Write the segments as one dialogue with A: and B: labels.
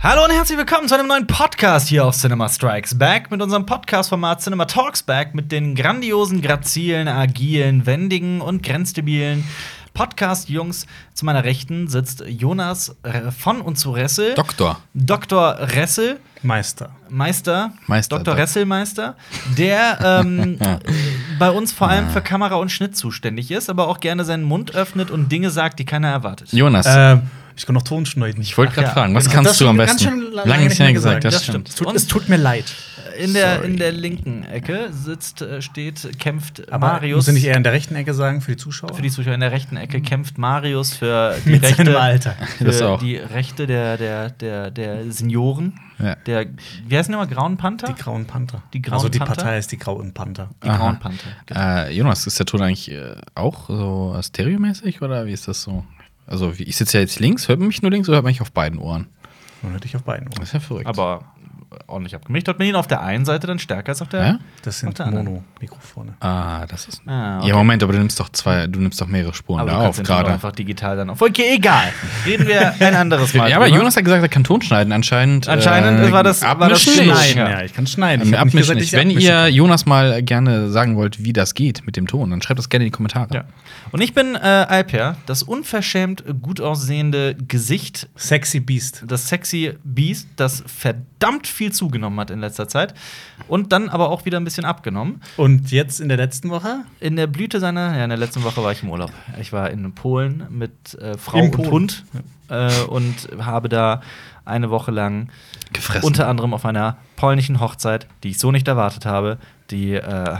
A: Hallo und herzlich willkommen zu einem neuen Podcast hier auf Cinema Strikes Back mit unserem Podcast-Format Cinema Talks Back mit den grandiosen, grazilen, agilen, wendigen und grenzdebilen Podcast-Jungs. Zu meiner Rechten sitzt Jonas äh, von und zu Ressel.
B: Doktor.
A: Dr. Ressel,
C: Meister.
A: Meister,
B: Meister,
A: Dr.
B: Doc.
A: Resselmeister, der ähm, bei uns vor allem für Kamera und Schnitt zuständig ist, aber auch gerne seinen Mund öffnet und Dinge sagt, die keiner erwartet.
B: Jonas,
C: Ähm, ich kann noch Ton schneiden.
B: ich wollte gerade
A: Äh, ja,
B: fragen, was
C: genau.
B: kannst
C: Das
B: du am
C: schon
B: besten?
C: ganz schön lange
B: lange
C: nicht
B: nicht mehr
C: mehr
B: gesagt,
C: gesagt,
B: das
A: das
B: stimmt.
A: stimmt.
C: tut, es tut mir leid.
A: In der,
B: Sorry.
A: in der linken Ecke sitzt, äh, steht, kämpft äh,
C: Aber
A: Marius.
C: Musst du nicht eher in der rechten Ecke sagen für die Zuschauer?
A: für die Zuschauer in der rechten Ecke kämpft Marius für die
C: Mit seinem
A: Rechte,
C: Alter.
A: für
B: Das auch.
A: die Rechte der, der, der, der Senioren.
B: Ja.
A: Der, wie heißen die immer? Grauen Panther?
C: Die Grauen Panther.
A: Die Grauen
C: also die
A: Panther?
C: Partei ist die Grauen Panther.
A: Die
B: Aha.
A: Grauen Panther.
B: Äh, Jonas, ist der Ton eigentlich äh, auch so stereomäßig oder wie ist das so? Also, wie- ich sitze ja jetzt links, hört man mich nur links oder hört man mich auf beiden Ohren?
C: Man hört dich auf beiden
B: Das
C: Ohren.
B: ist ja verrückt.
A: Aber ordentlich abgemischt hat man ihn auf der einen Seite dann stärker als auf der.
B: Ja?
C: Das
A: Auf
C: sind
A: der anderen.
C: Mono-Mikrofone.
B: Ah, das ist.
A: Ah, okay.
B: Ja, Moment, aber du nimmst doch zwei, du nimmst doch mehrere Spuren
A: Aber du
B: da
A: kannst
B: auf
A: den Ton
B: gerade.
A: einfach digital dann auf. Okay, egal. Reden wir ein anderes Mal.
B: Ja, aber
A: drüber.
B: Jonas hat gesagt, er kann Ton schneiden. Anscheinend. äh,
A: Anscheinend war das- war das
B: abmischen
A: Schneiden.
B: nicht.
A: Ja.
C: ich kann schneiden.
B: Ähm,
C: Ich hab
B: abmischen
C: nicht gesagt,
B: nicht.
C: dass ich
B: Wenn
C: abmischen
B: ihr Jonas mal gerne sagen wollt, wie das geht mit dem Ton, dann schreibt das gerne in die Kommentare.
A: Ja. Und ich bin äh, Alper, das unverschämt gut aussehende Gesicht,
C: kann. Sexy Beast.
A: das sexy Beast, das verdammt viel zugenommen hat in letzter Zeit und dann aber auch wieder ein bisschen abgenommen.
C: Und jetzt in der letzten Woche?
A: In der Blüte seiner, ja, in der letzten Woche war ich im Urlaub. Ich war in Polen mit äh, Frau
C: In
A: und
C: Polen.
A: Hund äh, und habe da eine Woche lang
B: Gefressen.
A: unter anderem auf einer polnischen Hochzeit, die ich so nicht erwartet habe, die äh,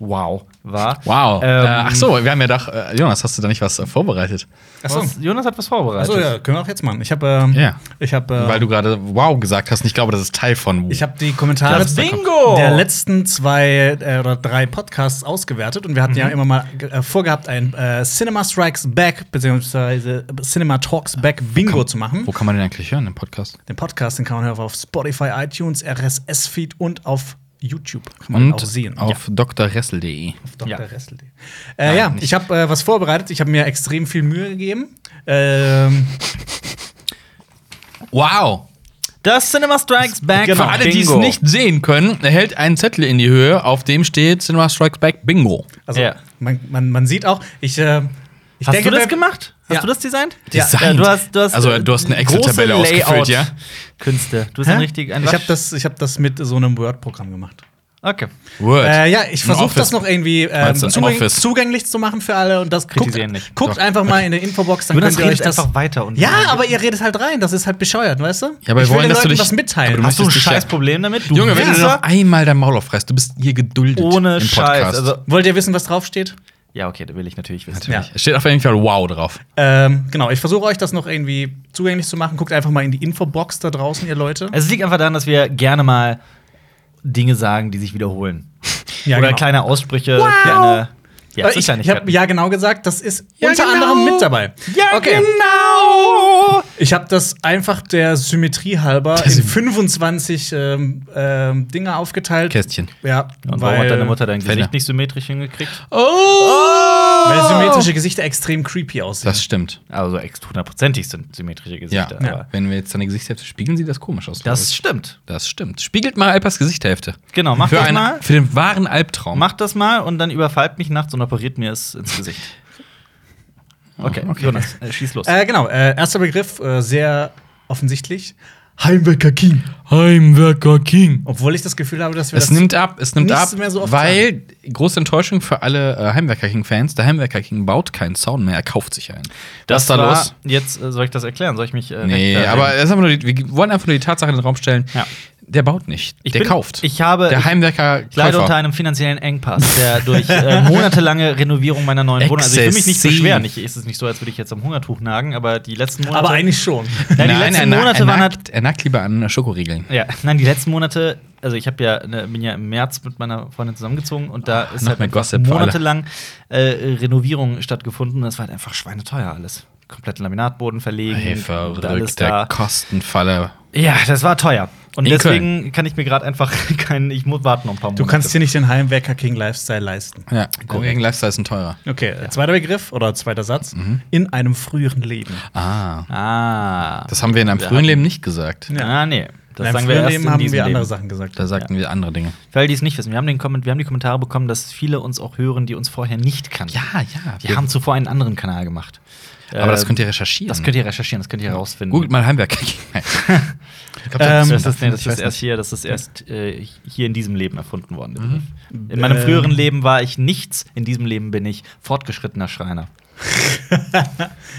A: wow war.
B: Wow.
A: Ähm,
B: äh, ach so, wir haben ja gedacht, äh, Jonas, hast du da nicht was äh, vorbereitet?
A: was, Jonas hat was vorbereitet.
C: Achso, ja, können wir auch jetzt machen. Ich habe. Ähm,
B: Ja.
C: Ich habe.
B: Weil du gerade wow gesagt hast. Und ich glaube, das ist Teil von wow.
C: Ich habe die Kommentare
A: Das Bingo!
C: der letzten zwei äh, oder drei Podcasts ausgewertet und wir hatten
A: Mhm.
C: ja immer mal ge- äh, vorgehabt, ein äh, Cinema Strikes Back beziehungsweise Cinema Talks Back Bingo zu machen.
B: Wo kann man den eigentlich hören, den Podcast?
C: Den Podcast den kann man hören auf Spotify, iTunes, RSS-Feed und auf YouTube. Kann man
B: Und
C: auch sehen.
B: auf drressel.de.
C: Dr.
A: Ja.
C: Ja. Äh, ja, ich habe äh, was vorbereitet. Ich habe mir extrem viel Mühe gegeben. Ähm,
B: Wow.
A: Das Cinema Strikes Back.
B: Genau. Für alle, die es
A: Genau, Bingo.
B: nicht sehen können, er hält einen Zettel in die Höhe, auf dem steht Cinema Strikes Back Bingo.
C: also,
A: Ja.
C: man, man, man sieht auch, ich. Äh, ich
A: Hast
C: denke,
A: du das
C: wer-
A: gemacht? Hast
C: Ja.
A: du das designt?
C: Ja,
B: Designt.
A: du hast, du hast,
B: also, du hast eine
A: äh,
B: Excel-Tabelle
A: große
B: ausgefüllt, ja?
A: Künste. Du bist
C: Hä?
A: ein richtig ein
C: ich habe
A: Wasch-
C: das, ich hab das mit so einem Word-Programm gemacht.
A: Okay.
B: Word.
C: Äh, ja, ich
B: Ein
C: versuche
B: Office.
C: das noch irgendwie ähm,
B: Meinst du ein
C: zugäng
B: Office?
C: zugänglich zu machen für alle und das
A: Kritisieren
C: guckt,
A: nicht.
C: guckt
A: So.
C: einfach mal in der Infobox, dann
A: Jonas
C: könnt ihr euch
A: redet
C: das
A: einfach weiter. Und
C: Ja, aber ihr redet halt rein, das ist halt bescheuert, weißt du?
B: Ja, aber wir
C: ich will
B: wollen,
C: den
B: dass du
C: Leuten
B: dich-
C: was
B: aber
C: mitteilen.
B: du
A: Hast du ein
B: möchtest dich ja-
A: scheiß Problem damit? Du
B: Junge, wenn du
A: Wichser?
B: noch einmal dein Maul aufreißt, du bist hier geduldet.
A: Ohne
B: im
A: Scheiß.
B: Podcast.
A: Also,
C: Wollt ihr wissen, was draufsteht?
A: ja, okay, da will ich natürlich wissen.
B: Natürlich. Es steht auf jeden Fall wow drauf.
C: Ähm, genau, ich versuche euch das noch irgendwie zugänglich zu machen. Guckt einfach mal in die Infobox da draußen, ihr Leute.
A: Also, Es liegt einfach daran, dass wir gerne mal Dinge sagen, die sich wiederholen.
C: Ja,
A: Oder
C: genau.
A: kleine Aussprüche, kleine. Ja,
C: Äh, ich ich habe
A: Kleinigkeiten.
C: ja genau gesagt, das ist
B: Ja,
C: unter
B: genau.
C: anderem mit dabei.
B: genau.
C: Ich habe das einfach der Symmetrie halber
B: Der
C: in
B: Sym-
C: 25 ähm, ähm, Dinge aufgeteilt.
B: Kästchen.
C: Ja,
A: Und warum hat deine Mutter dein
B: Fälle.
A: Gesicht nicht symmetrisch hingekriegt?
B: Oh. oh.
C: weil symmetrische Gesichter extrem creepy aussehen.
B: Das stimmt.
A: Also, ex- hundertprozentig sind symmetrische
B: Ja.
A: Gesichter.
B: ja.
A: aber
B: Wenn wir jetzt deine Gesichtshälfte spiegeln, sieht das komisch aus. glaub ich.
A: Das stimmt.
B: das stimmt. Spiegelt mal Alpers Gesichtshälfte.
A: Genau, mach
B: Für,
A: das
B: einen-
A: mal.
B: für den wahren Albtraum.
A: Macht das mal und dann überfallt mich nachts und operiert mir es ins Gesicht.
B: Ah,
A: Okay, Jonas, äh, schieß los.
C: äh, genau, äh, erster Begriff, äh, sehr offensichtlich. Heimwerker King.
B: Heimwerker King.
C: Obwohl ich das Gefühl habe, dass wir
B: Es
C: das
B: nimmt ab, es nimmt
C: nicht
B: ab,
C: mehr so oft
B: weil große Enttäuschung für alle äh, Heimwerker King-Fans. Der Heimwerker King baut keinen Sound mehr, er kauft sich einen. Was ist da
A: war-
B: los?
A: Jetzt äh, soll ich das erklären? Soll ich mich. Äh,
B: Nee,
A: rechtfertigen?
B: aber das ist einfach nur die, wir wollen einfach nur die Tatsache in den Raum stellen.
A: Ja.
B: Der baut nicht,
A: Ich
B: der
A: bin-
B: kauft.
A: ich habe-
B: der
A: ich
B: Heimwerker
A: Ich leide unter
B: Käufer.
A: einem finanziellen Engpass, der durch äh, monatelange Renovierung meiner neuen Wohnung. Also ich will mich nicht
B: Exzessiv.
A: beschweren. Ich, es ist nicht so, als würde ich jetzt am Hungertuch nagen, aber die letzten Monate.
C: aber eigentlich schon.
A: nein, die
B: Nein,
A: letzten
B: er na-
A: Monate
B: er
A: waren halt
B: nagt, er nagt lieber an Schokoriegeln.
A: Ja, nein, die letzten Monate, also ich habe ja, ne, bin ja im März mit meiner Freundin zusammengezogen und da ist
B: noch
A: halt
B: mehr
A: einfach
B: Gossip für alle.
A: monatelang äh, Renovierung stattgefunden. Das war halt einfach schweineteuer alles. Kompletten Laminatboden verlegen.
B: Hey,
A: und alles da.
B: verrückter Kostenfalle.
A: Ja, das war teuer. Und
B: In
A: deswegen kann ich mir gerade einfach keinen. Ich muss warten noch ein paar Monate.
C: Du kannst dir nicht den Heimwerker King Lifestyle leisten.
B: Ja, Korean Lifestyle ist ein teurer.
C: Okay, zweiter Begriff oder zweiter Satz.
A: Mhm.
C: In einem früheren Leben.
B: Ah.
A: Ah.
B: Das haben wir in einem
A: Wir
B: frühen
A: hatten-
B: Leben nicht gesagt.
A: Ah, nee. Das
C: in einem
A: sagen wir
C: früheren
A: erst
C: Leben
A: in
C: haben wir
A: diesem Leben.
C: andere Sachen gesagt.
B: Da sagten wir andere Dinge.
A: Für alle, die es nicht wissen, wir haben, den Komment wir haben die Kommentare bekommen, dass viele uns auch hören, die uns vorher nicht kannten.
B: ja.
A: Wir haben zuvor einen anderen Kanal gemacht.
B: aber das
A: Äh,
B: könnt ihr recherchieren.
A: das könnt ihr recherchieren, das könnt ihr herausfinden.
B: Googelt mal Heimwerker King. Ich glaub,
C: Ähm,
A: das ist, nee, das
B: ich weiß
A: ist erst
B: nicht.
A: hier, das ist erst äh, hier in diesem Leben erfunden worden. der Begriff. In meinem
C: Ähm.
A: früheren Leben war ich nichts, in diesem Leben bin ich fortgeschrittener Schreiner.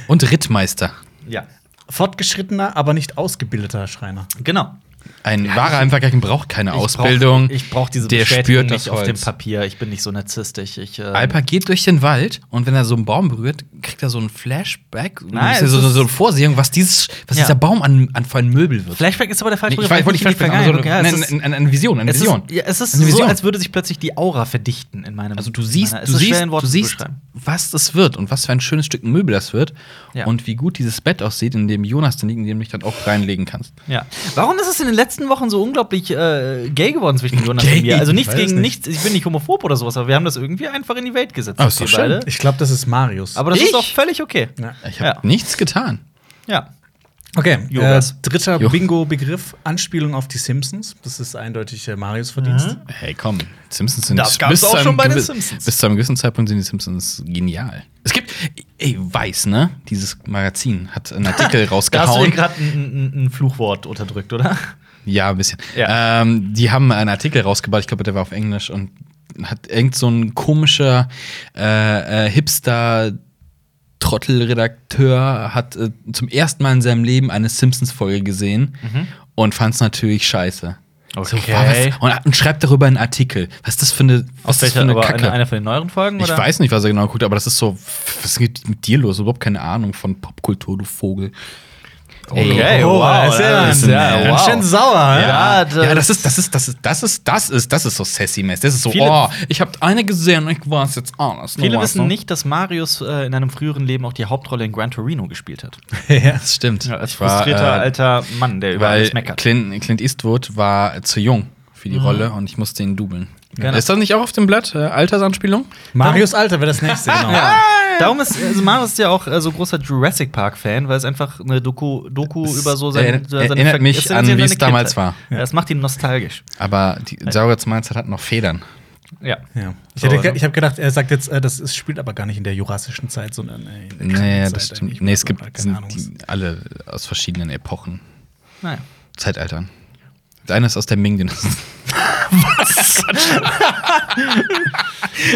B: Und Rittmeister.
A: Ja,
C: Fortgeschrittener, aber nicht ausgebildeter Schreiner.
A: genau.
B: Ein wahrer Heimwerker King braucht keine
A: Ich
B: Ausbildung.
A: Brauch, ich brauche diese
B: Der
A: Bestätigung
B: spürt das
A: nicht auf dem
B: Holz.
A: Papier. Ich bin nicht so narzisstisch. Ich, äh,
B: Alper geht durch den Wald und wenn er so einen Baum berührt, kriegt er so einen Flashback.
A: Nein,
B: Nein, so,
A: es
B: so,
A: ist-
B: so eine Vorsehung, was, dieses, was
A: Ja.
B: dieser Baum an, an für ein Möbel wird.
A: Flashback ist aber der falsche
B: Nee, ich
A: Begriff,
B: weiß, wollte nicht
A: weil ich
B: Flashback
A: in die
B: sagen, also,
A: Vergangenheit-
B: nein,
A: Ja, es ist-
B: nein, eine, eine Vision, eine
A: Es
B: Vision.
A: ist, ja, es ist
B: Eine
A: so,
B: Vision.
A: als würde sich plötzlich die Aura verdichten in meinem
B: also du
A: in
B: siehst,
A: meiner- es
B: du
A: ist schwer
B: siehst,
A: in Worte
B: du
A: zu
B: siehst,
A: beschreiben.
B: was das wird und was für ein schönes Stück Möbel das wird
A: Ja.
B: und wie gut dieses Bett aussieht, in dem Jonas dann liegt, in dem du dich dann auch reinlegen kannst.
A: Ja. Warum ist es in den letzten Wochen so unglaublich äh, gay geworden zwischen Jonas
B: Gay?
A: und mir? Also nichts
C: Ich weiß
A: gegen
C: nicht.
A: nichts, ich bin nicht homophob oder sowas, aber wir haben das irgendwie einfach in die Welt gesetzt.
B: Ah, ist doch
A: wir
B: schön.
C: Ich glaube, das ist Marius.
A: Aber das
B: Ich?
A: ist auch völlig okay.
C: Ja.
B: Ich habe
A: Ja.
B: nichts getan.
A: Ja.
C: Okay, äh,
A: Jonas.
C: dritter
B: Jo.
C: Bingo-Begriff, Anspielung auf die Simpsons. Das ist eindeutig äh, Marius Verdienst.
B: Hey, komm, Simpsons sind
A: Das gab's auch
B: zu einem
A: schon bei den
B: gewi-
A: Simpsons.
B: Bis zu einem gewissen Zeitpunkt sind die Simpsons genial. Es gibt, ey, weiß, ne? Dieses Magazin hat einen Artikel
A: Da hast du dir
B: rausgehauen.
A: gerade ein, ein, ein Fluchwort unterdrückt, oder?
B: Ja, ein bisschen.
A: Ja.
B: Ähm, die haben einen Artikel rausgebracht, ich glaube, der war auf Englisch und hat irgend so ein komischer äh, äh, Hipster Trottelredakteur hat äh, zum ersten Mal in seinem Leben eine Simpsons Folge gesehen und fand es natürlich scheiße. So,
A: Mhm. Okay.
B: wow, was, und, und schreibt darüber einen Artikel. Was ist das für eine, was ist das für eine
A: aber
B: Kacke?
A: eine- einer von den neueren Folgen?
B: Ich
A: oder?
B: weiß nicht, was er genau guckt, aber das ist so, was ist mit- mit dir los? Überhaupt keine Ahnung von Popkultur, du Vogel.
A: Okay,
C: Oh,
A: wow.
C: das ist ja-
A: das ist
B: ja,
A: ja,
C: Ganz schön
A: wow.
C: sauer, hä?
A: Ja,
B: Ja,
A: das-
B: ja, das ist, das ist, das ist, das ist, das ist, das ist so sassy mess. Das ist so,
A: Viele-
B: oh, ich habe eine gesehen und ich weiß jetzt alles.
A: Viele
B: Nur was,
A: wissen
B: ne?
A: nicht, dass Marius äh, in einem früheren Leben auch die Hauptrolle in Gran Torino gespielt hat.
C: ja.
B: Das stimmt.
A: als
B: Ich war,
A: frustrierter
B: äh,
A: alter Mann, der über
B: weil
A: alles meckert. Mhm.
B: Clint, Clint Eastwood war zu jung für die Rolle und ich musste ihn dubeln.
A: Genau.
B: Ist das nicht auch auf dem Blatt? Äh, Altersanspielung?
C: Marius Alter wäre das nächste, genau.
A: Ja. Darum ist, also Marius ist ja auch äh, so großer Jurassic Park-Fan, weil es einfach eine Doku, Doku
B: Es
A: über so sein,
B: erinnert-
A: seine
B: erinnert
A: Ver-
B: mich
A: es sind
B: an,
A: seine
B: wie es damals
A: Kindheit. Ja.
B: war.
A: Das macht ihn nostalgisch.
B: Aber die
A: Äh.
B: Saurier zu meiner Zeit hat noch Federn.
A: Ja.
C: Ja. Ich,
A: So,
C: hätte, ge-
A: ne?
C: ich habe gedacht, er sagt jetzt, äh, das ist, spielt aber gar nicht in der jurassischen Zeit, sondern äh, in der
B: Nee,
C: Krimzeit
B: das stimmt.
C: eigentlich.
B: Nee, es
A: also
B: gibt
C: Keine
B: sind
C: Ahnung.
B: die alle aus verschiedenen Epochen,
A: Naja.
B: Zeitaltern. Der eine ist aus der Ming-Dynastie.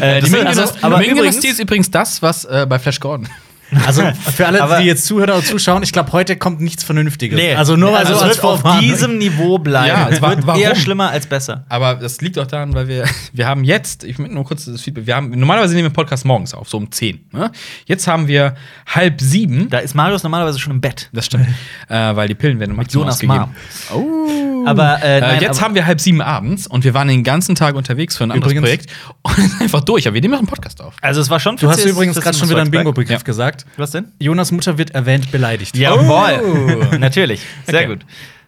A: Äh, das-
B: Die
A: also,
B: Ming-Dynastie
A: aber
B: Ming
A: übrigens,
B: ist übrigens das, was äh, bei Flash Gordon.
C: Also für alle,
A: Aber-
C: die jetzt zuhören oder zuschauen, ich glaube, heute kommt nichts Vernünftiges.
A: nee,
C: Also nur weil so
A: es
C: als
A: wird auf
C: Vorwarnung.
A: diesem Niveau bleiben.
B: Ja,
A: es
B: wa-
A: wird
B: warum?
A: eher schlimmer als besser.
B: Aber das liegt auch daran, weil wir, wir haben jetzt, ich möchte nur kurz das Feedback, wir haben, normalerweise nehmen wir Podcast morgens auf, so um 10. Ne? Jetzt haben wir halb sieben.
A: Da ist Marius normalerweise schon im Bett.
B: Das stimmt, äh, weil die Pillen werden mit
A: Jonas Marm.
B: Oh.
A: Aber, äh, nein,
B: jetzt
A: aber-
B: haben wir halb sieben abends und wir waren den ganzen Tag unterwegs für ein anderes
C: Übrigens-
B: Projekt und sind einfach durch. Aber wir nehmen noch einen Podcast auf.
A: Also es war schon.
C: Du hast übrigens gerade schon wieder einen Bingo-Begriff
B: Ja.
C: gesagt.
A: Was denn? Oh.
C: Jonas Mutter wird erwähnt beleidigt. Oh,
A: Jawohl, natürlich. Sehr
B: Okay.
A: gut.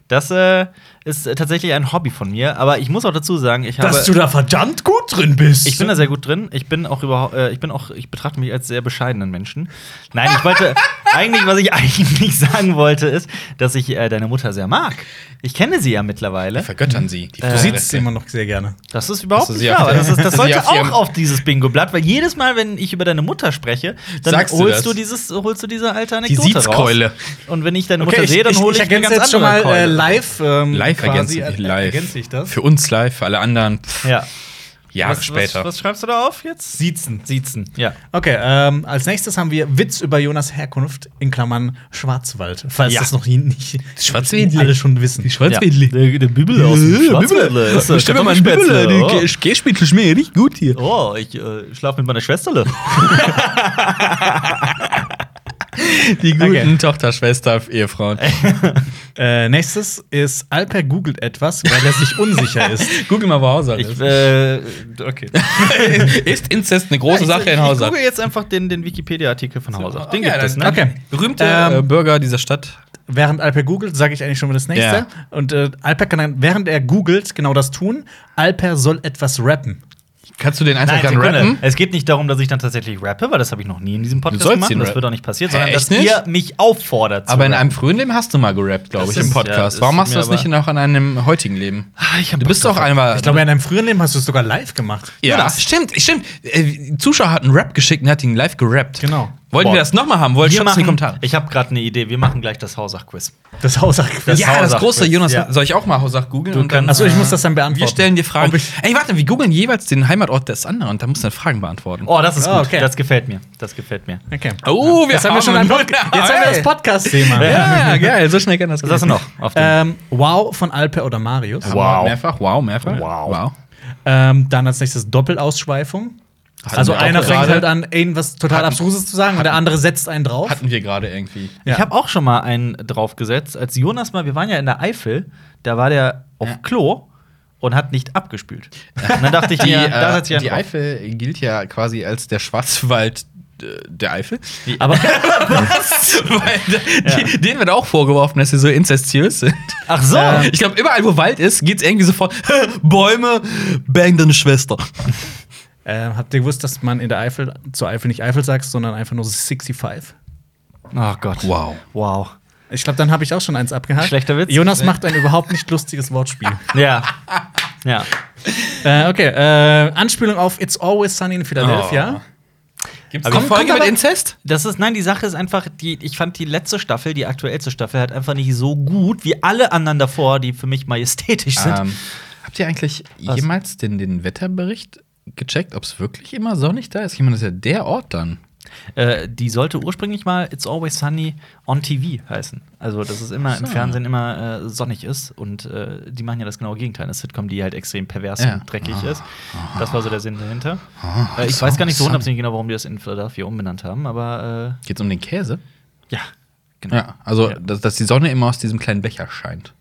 A: Das äh, ist äh, tatsächlich ein Hobby von mir, aber ich muss auch dazu sagen, ich habe.
C: Dass du da verdammt gut drin bist.
A: Ich bin da sehr gut drin. Ich bin auch überhaupt, äh, ich bin auch, ich betrachte mich als sehr bescheidenen Menschen. Nein, ich wollte eigentlich, was ich eigentlich sagen wollte, ist, dass ich äh, deine Mutter sehr mag. Ich kenne sie ja mittlerweile.
B: Vergöttern sie. Die
C: du
B: äh,
C: siehst sie immer noch sehr gerne.
A: Das ist überhaupt
B: Hast du
A: nicht
B: sie auf
A: klar. aber
B: der-
A: Das, ist, das
B: sie
A: sollte
B: auf ihrem-
A: auch auf dieses Bingo-Blatt, weil jedes Mal, wenn ich über deine Mutter spreche, dann
B: Sagst du
A: holst
B: das?
A: du, dieses, holst du diese alte Anekdote
B: Siezkeule.
A: raus. Und wenn ich deine Mutter sehe, dann hole ich, eine
C: ergänze
A: ganz
C: jetzt schon mal
A: andere
C: äh,
A: Keule.
C: live. Ähm,
B: Live
C: quasi,
B: ergänzen.
C: äh,
B: live.
C: Ergänze ich das?
B: Für uns live, für alle anderen pff,
A: Ja.
B: Jahre
A: was,
B: später.
A: Was, was schreibst du da auf jetzt?
C: Siezen.
A: Siezen. Ja.
C: Okay, ähm, als nächstes haben wir Witz über Jonas Herkunft in Klammern Schwarzwald, falls
A: Ja.
C: das noch nie- nicht
B: Schwarzwäldli.
C: alle schon wissen.
B: Schwarzwedel.
A: Der, der Bibel aus dem Schwarzwäldle. Das ist
B: Äh, Stell mal einen
A: Kartoffeln-
B: Bibel,
A: Oh.
B: die Gehspittel schmier richtig gut hier.
A: Oh, ich äh, schlafe mit meiner Schwesterle.
B: Die guten
C: Okay.
B: Tochter, Schwester, Ehefrauen.
C: Äh, nächstes ist Alper googelt etwas, weil er sich unsicher ist.
B: Google mal, wo Hauser
A: Ich,
B: ist.
A: äh, okay.
B: ist Inzest eine große Sache in
A: Ich
B: Hauser?
A: google jetzt einfach den, den Wikipedia-Artikel von Hausach. Den
B: Ja,
A: gibt es,
B: dann-
A: ne?
C: Okay.
B: Berühmte
C: Ähm,
B: äh, Bürger dieser Stadt.
C: während Alper googelt, sage ich eigentlich schon mal das nächste.
B: Ja.
C: Und äh, Alper kann dann, während er googelt, genau das tun. Alper soll etwas rappen.
B: Kannst du den einfach gerne
A: Sekunde.
B: rappen?
A: Es geht nicht darum, dass ich dann tatsächlich rappe, weil das habe ich noch nie in diesem Podcast
B: sollst
A: gemacht.
B: ihn
A: Das
B: rappen.
A: wird auch nicht passiert,
B: Hä,
A: sondern dass
B: echt nicht?
A: ihr mich auffordert. zu
B: Aber in
A: rappen.
B: einem frühen Leben hast du mal gerappt, glaube
A: Das
B: ich, im
A: ist- ja,
B: Podcast.
A: das
B: Warum
A: ist
B: machst du
A: mir
B: das nicht
A: aber-
B: noch an einem heutigen Leben?
A: Ah, ich hab
B: Du
A: Bock
B: bist doch
A: drauf.
B: einmal.
C: Ich glaube, in deinem frühen Leben hast du es sogar live gemacht.
B: ja,
A: nur das.
B: stimmt, stimmt. Äh, Zuschauer hat einen Rap geschickt und hat ihn live gerappt.
C: Genau.
B: Wollten
A: Boah.
B: wir das nochmal haben? Wollten
A: Wir
B: schon in die Kommentare.
A: machen, ich habe gerade eine Idee. Wir machen gleich das Hausach-Quiz.
C: Das Hausachquiz.
A: Das-
B: ja, das
A: Hausach-
B: große Jonas,
A: Ja.
B: soll ich auch mal Hausach googeln? und dann,
C: Achso, ich
B: äh,
C: muss das dann beantworten.
B: Wir stellen dir Fragen.
C: Ob ich-
B: Ey, warte, wir googeln jeweils den Heimatort des anderen und da musst du dann Fragen beantworten.
A: Oh, das ist gut.
C: Ah, okay.
A: Das gefällt mir. Das gefällt mir.
C: Okay.
B: Oh, wir
C: Jetzt haben wir schon ein Podcast. Jetzt haben wir das Podcast-Thema.
B: Ja, geil, so schnell kann das
A: Was hast du noch? Auf dem
C: Ähm, wow von Alper oder Marius.
A: Wow.
B: Wow. Mehrfach, wow, mehrfach.
A: Wow.
C: Ähm, dann als nächstes Doppelausschweifung. Also
B: wir auch
C: einer fängt
B: gerade.
C: halt an, irgendwas total
B: Hatten-
C: Abstruses zu sagen und der andere setzt einen drauf.
B: Hatten wir gerade irgendwie.
C: ja.
A: Ich habe auch schon mal einen draufgesetzt, als Jonas mal, wir waren ja in der Eifel, da war der auf Klo und hat nicht abgespült. Und dann dachte ich
B: Die,
A: mir, da
B: äh,
A: setzt ich einen
B: die
A: drauf.
B: Eifel gilt ja quasi als der Schwarzwald äh, der Eifel.
A: Aber
B: Weil die, denen wird auch vorgeworfen, dass sie so inzestiös sind. Ähm,
A: ach so,
B: Ich glaube, überall, wo Wald ist, geht's irgendwie sofort: Bäume, bang deine Schwester.
C: Ähm, habt ihr gewusst, dass man in der Eifel zur Eifel nicht Eifel sagt, sondern einfach nur 65?
A: oh Gott,
B: Wow.
A: wow,
C: Ich glaube, dann habe ich auch schon eins abgehakt.
A: Schlechter Witz.
C: Jonas macht ein überhaupt nicht lustiges Wortspiel.
A: ja, ja.
C: äh, okay, äh, Anspielung auf It's Always Sunny in
A: Oh.
C: Philadelphia.
B: Gibt's
A: Aber
B: eine
A: kommt-
B: Folge
A: kommt
B: mit
A: aber-
B: Inzest?
A: Das ist, nein, die Sache ist einfach, die, ich fand die letzte Staffel, die aktuellste Staffel, halt einfach nicht so gut wie alle anderen davor, die für mich majestätisch sind.
B: Ähm, habt ihr eigentlich
A: Was?
B: jemals den, den Wetterbericht gecheckt, ob es wirklich immer sonnig da ist? Ich meine, das ist ja der Ort dann.
A: Äh, die sollte ursprünglich mal It's Always Sunny on TV heißen. Also, dass es immer im
B: So.
A: Fernsehen immer äh, sonnig ist. Und äh, die machen ja das genaue Gegenteil. Das Sitcom, die halt extrem pervers
B: Ja. Ah.
A: und dreckig ist. Das war so der Sinn dahinter. äh, ich weiß gar nicht so
B: Sunny.
A: hundertprozentig genau, warum die das in Philadelphia umbenannt haben, aber
B: Geht's um den Käse?
A: äh, ja. Genau.
B: Ja, also,
A: Ja.
B: Dass, dass die Sonne immer aus diesem kleinen Becher scheint.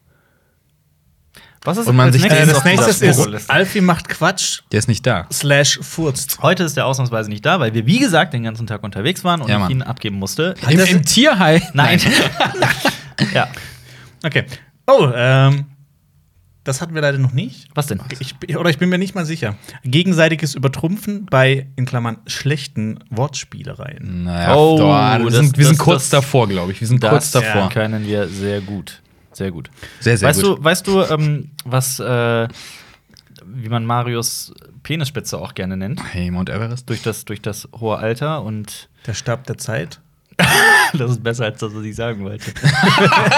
A: Was ist
B: Und man sich
C: Äh,
B: den
C: das
A: auf dieser
C: nächste ist
A: Fokoliste?
C: Alfie macht Quatsch
B: Der ist nicht da.
C: slash furzt.
A: Heute ist der ausnahmsweise nicht da, weil wir, wie gesagt, den ganzen Tag unterwegs waren und
B: Ja,
A: ich
B: Mann.
A: ihn abgeben musste.
B: Im, im Tierheim?
A: Nein. ja.
C: Okay. Oh, ähm, das hatten wir leider noch nicht.
A: Was denn?
C: Ich, bin- oder ich bin mir nicht mal sicher. Gegenseitiges Übertrumpfen bei, in Klammern, schlechten Wortspielereien.
B: Naja,
A: Oh,
B: doch, wir,
A: das-
B: sind, wir
A: das-
B: sind kurz
A: das-
B: davor, glaube ich. Wir sind kurz
A: Das
B: davor.
A: können wir sehr gut. Sehr gut.
B: Sehr, sehr
A: weißt
B: gut.
A: du, weißt du, ähm, was, äh, wie man Marios Penisspitze auch gerne nennt?
B: hey, Mount Everest durch.
A: Durch das, durch das hohe Alter und
C: Der Stab der Zeit.
A: das ist besser als das, was ich sagen wollte.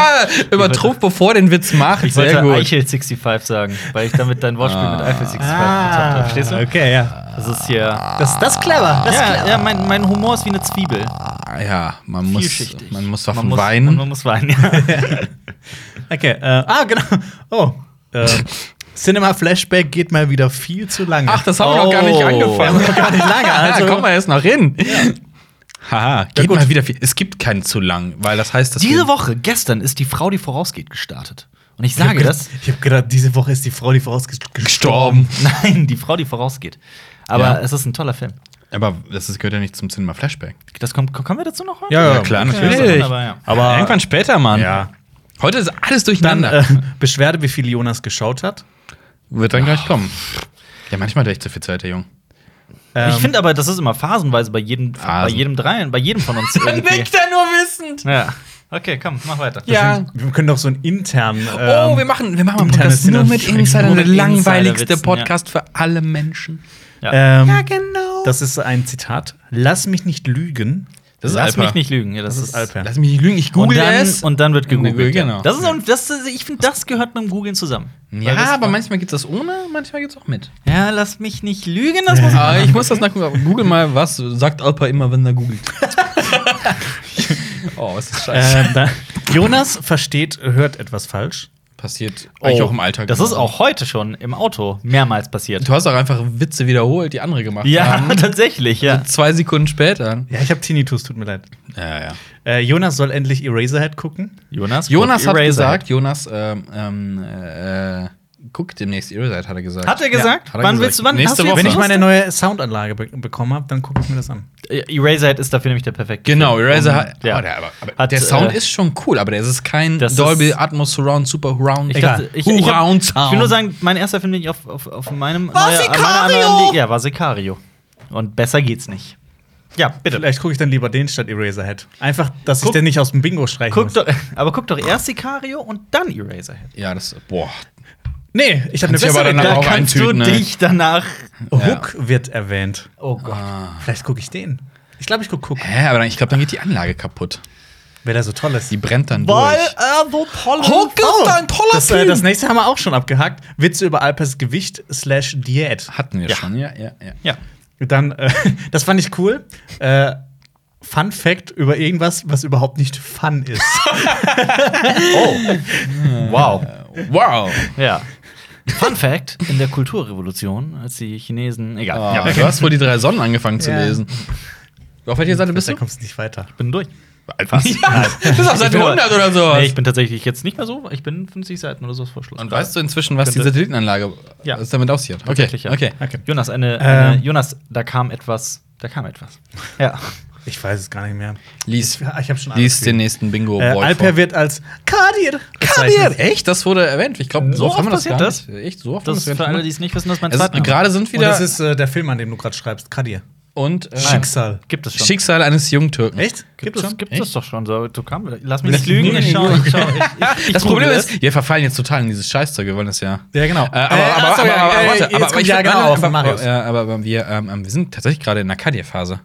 B: Übertrumpf, bevor den Witz macht.
A: Ich wollte Eichel 65 sagen, weil ich damit dein Wortspiel mit Eichel 65
B: Ah.
A: gezockt habe. Verstehst du?
C: Ah. Okay, ja.
A: Das ist hier.
C: Das, das ist clever. Das ist
A: Ja,
C: clever.
A: ja mein, mein Humor ist wie eine Zwiebel.
B: Ah, ja, man muss,
A: Vielschichtig.
B: man muss davon
A: man muss,
B: weinen.
A: und Man muss weinen, ja.
C: Okay, äh, ah, genau. Oh. Ähm, Cinema Flashback geht mal wieder viel zu lange.
B: Ach, das haben wir noch gar nicht
A: Oh.
B: angefangen.
C: Wir haben noch gar nicht lange, also-
B: ja, kommen wir erst noch hin. Haha, geht
C: gut.
B: mal wieder viel. Es gibt keinen zu lang, weil das heißt, dass
A: Diese
B: wir-
A: Woche, gestern, ist die Frau, die vorausgeht, gestartet. Und ich
C: ich hab
A: sage
C: ge-
A: das.
C: Ich habe gedacht, diese Woche ist die Frau, die vorausgestorben.
B: gestorben.
A: Nein, die Frau, die vorausgeht. Aber
B: Ja.
A: es ist ein toller Film.
B: Aber das ist- gehört ja nicht zum Cinema Flashback.
A: Das kommt, kommen wir dazu noch? heute?
C: Ja, ja,
B: klar,
A: okay.
B: natürlich.
A: Aber ja.
C: Aber-
B: irgendwann später, Mann.
C: Ja.
B: Heute ist alles
C: Dann
B: durcheinander.
C: äh, Beschwerde, wie viel Jonas geschaut hat.
B: Wird dann gleich kommen. Ja, manchmal hat er echt zu viel Zeit, der Junge.
A: ich finde aber, das ist immer phasenweise bei jedem, bei
B: Ähm, Phasen.
A: jedem dreien, bei jedem von uns. irgendwie.
B: er nur wissend.
A: Ja. Okay, komm, mach weiter.
B: Ja.
C: Wir können doch so einen internen.
B: Oh,
C: ähm,
B: wir machen, wir machen einen
C: Internet
B: Podcast
C: sind
B: nur
C: auf
B: mit
C: Schrecken,
B: Insidern.
A: nur
B: Der
A: mit
B: langweiligste
A: Insiderwitzen,
B: Podcast für alle Menschen.
C: ähm,
B: genau.
C: Das ist ein Zitat. Lass mich nicht lügen.
B: Das ist
A: Lass
B: Alper.
A: mich nicht lügen. Ja, das,
C: Das
A: ist
C: ist Alper.
B: Lass mich nicht lügen, ich google
A: und dann,
B: es.
A: Und dann wird gegoogelt.
B: Genau.
A: Das ist, und das, ist- ich finde, das gehört mit dem Googeln zusammen. Weil das-
B: ja, aber manchmal gibt es das ohne, manchmal gibt es auch mit.
A: Ja, lass mich nicht lügen, das muss
B: Ah, ich muss das nachgucken. Google mal, was sagt Alper immer, wenn er googelt. oh, was
A: Äh,
B: ist scheiße.
C: Ähm, da, Jonas versteht, hört etwas falsch.
B: Passiert
A: Oh,
B: eigentlich auch im Alltag.
A: Das ist auch heute schon im Auto mehrmals passiert.
B: Du hast auch einfach Witze wiederholt, die andere gemacht
A: Ja,
B: haben. Äh,
A: tatsächlich, ja.
B: Zwei Sekunden später.
C: Ja, ich habe Tinnitus, tut mir leid.
B: Ja, ja.
C: Äh, Jonas soll endlich Eraserhead gucken.
A: Jonas,
B: Jonas
A: guck
B: hat
A: Eraserhead.
B: gesagt, Jonas ähm, ähm, äh, guckt demnächst Irreside, hat er gesagt.
A: Hat er gesagt?
B: hat er
A: wann
B: gesagt.
A: willst du wann?
B: Nächste
A: hast du jetzt
B: Woche.
C: Wenn ich
A: Lust?
C: meine neue Soundanlage be bekommen habe, dann gucke ich mir das an.
A: Äh, Eraserhead ist dafür nämlich der perfekte.
B: Genau,
A: Film,
B: Eraser
A: um-
B: hat,
A: ja.
B: oh, der, aber, aber
A: Hat,
B: der Sound
A: äh,
B: ist schon cool, aber der ist kein
A: Das ist-
B: Dolby Atmos Surround Super Round.
A: Ich, dachte, ich, ich, hab,
B: Surround
A: ich
B: Sound.
A: will nur sagen, mein erster Film, den ich auf, auf, auf meinem
B: War
A: an meiner
B: Sicario!
A: anderen Li- ja, war Sicario. Und besser geht's nicht. Ja, bitte.
C: Vielleicht gucke ich dann lieber den statt Eraserhead. Einfach, dass
A: Guck-
C: ich den nicht aus dem Bingo streichen
A: Guck
C: muss.
A: doch, aber guck doch erst Sicario und dann Eraserhead.
B: ja, das, boah.
C: Nee, ich habe eine
B: Kannst du aber
C: bessere
B: danach
C: Idee.
A: Da
B: auch
A: kannst
B: eintüten,
A: du
B: ne?
A: dich danach.
B: Ja.
C: Hook wird erwähnt.
A: Oh Gott.
C: Vielleicht gucke ich den. Ich glaube, ich gucke Hook.
B: Hä, aber dann, ich glaube, dann geht die Anlage kaputt.
C: Wer da so toll ist.
B: Die brennt dann
A: Weil
B: durch.
A: er so toll
B: Hook ist ein toller
C: das, äh,
B: Typ.
C: das nächste haben wir auch schon abgehakt. Witze über Alpers Gewicht slash Diät.
B: Hatten wir
A: Ja.
B: schon, ja, ja, ja.
A: Ja.
C: Dann, äh, das fand ich cool. Äh, Fun Fact über irgendwas, was überhaupt nicht fun ist.
A: Oh. wow.
B: Wow.
A: Ja. Fun Fact: In der Kulturrevolution, als die Chinesen. Egal.
B: Ah,
A: Ja,
B: Du hast wohl die drei Sonnen angefangen zu
C: Ja.
B: lesen. Auf welcher Seite bist
C: da
B: du?
C: kommst du nicht weiter.
A: ich bin durch.
B: Fast. Ja, du bist auf
A: Ich
B: Seite
A: bin aber-
B: 100 oder so.
A: Nee, ich bin tatsächlich jetzt nicht mehr so. Ich bin 50 Seiten oder so vorschlagen.
B: Und weißt du inzwischen, was die
A: Könnte-
B: Satellitenanlage
A: Ja.
B: was damit aussieht? Okay,
A: Tatsächlich, ja.
B: okay.
C: Okay.
A: Jonas, eine, eine
C: Ähm.
A: Jonas, da kam etwas. Da kam etwas. Ja.
C: Ich weiß es gar nicht mehr.
B: Lies,
C: Ich habe schon alles
B: lies
C: gelesen.
B: den nächsten bingo
C: äh, Alper wird als Kadir. bezeichnet.
B: Echt? Das wurde erwähnt. Ich glaube, so,
A: So
B: oft haben wir das
A: oft Äh, passiert
B: gar
A: das?
B: nicht. Echt, so oft
A: Das ist
B: haben
A: für
B: wir
A: alle,
B: das
A: die es nicht wissen, das ist mein
B: gar nicht.
A: zweiter
B: Es- Gerade sind
C: Und
B: wieder
C: das ist äh, der Film, an dem du gerade schreibst. Kadir.
B: und äh,
C: Schicksal.
A: Gibt es schon.
B: Schicksal eines Jungtürken.
C: Echt?
A: Gibt es, gibt
B: Echt?
A: es doch schon. So, du kam, lass mich
B: Lass
A: nicht lügen.
B: mich
A: Ich schau,
B: lügen.
A: ich schau, ich, ich
B: Das Problem
A: google
B: ist, wir verfallen jetzt total in dieses Scheißzeug. Wir wollen das ja.
C: Ja, genau.
B: Äh, aber,
C: Äh,
B: aber,
C: ach so,
B: aber,
C: ja,
B: aber,
C: äh,
B: warte,
C: jetzt
B: aber, aber
C: kommt
B: ich
C: ja
B: würd-
C: genau
B: nein,
C: auf
B: aber,
C: Marius.
B: ja, aber, aber wir, ähm, ähm, wir sind tatsächlich gerade in der Kadir-Phase.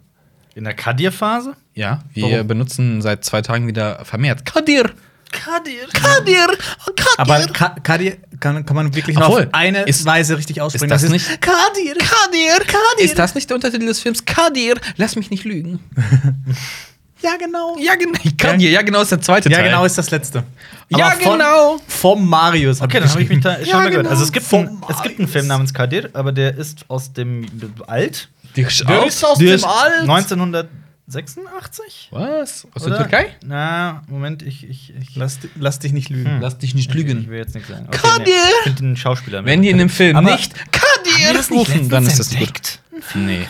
A: In der Kadir-Phase?
B: Ja, wir
A: Warum?
B: benutzen seit zwei Tagen wieder vermehrt Kadir.
A: Kadir.
B: Kadir. oh, Kadir.
C: Aber Ka Kadir kann, kann man wirklich noch
B: Obwohl,
C: auf eine
B: ist-
C: Weise richtig aussprechen.
B: ist das nicht-
C: Kadir. Kadir. Kadir.
B: ist das nicht der Untertitel des Films? Kadir, lass mich nicht lügen.
C: Ja, genau.
B: Ja, genau. Kadir, ja, genau ist der zweite
C: Ja,
B: Teil.
C: genau ist das letzte.
B: Ja,
C: Aber von-
B: genau.
C: Vom Marius.
A: Okay, dann habe ich mich da schon
B: Ja,
A: mal gehört.
B: genau.
A: Also es gibt,
C: Vom
A: einen, es gibt einen Film namens Kadir, aber der ist aus dem Alt.
B: Der
C: ist aus
B: der
C: dem
B: ist-
C: All.
A: 1986?
B: Was? Aus
A: Oder?
B: der Türkei?
A: Na, Moment, ich. ich, ich
C: Lass, di- lass dich nicht lügen.
B: Lass dich nicht
A: Ich
B: lügen.
A: will jetzt nichts sagen.
B: Kadir!
A: Ich finde den Schauspieler.
B: Wenn die in dem Film
A: Aber-
B: nicht Kadir rufen, dann ist das gut. Nee.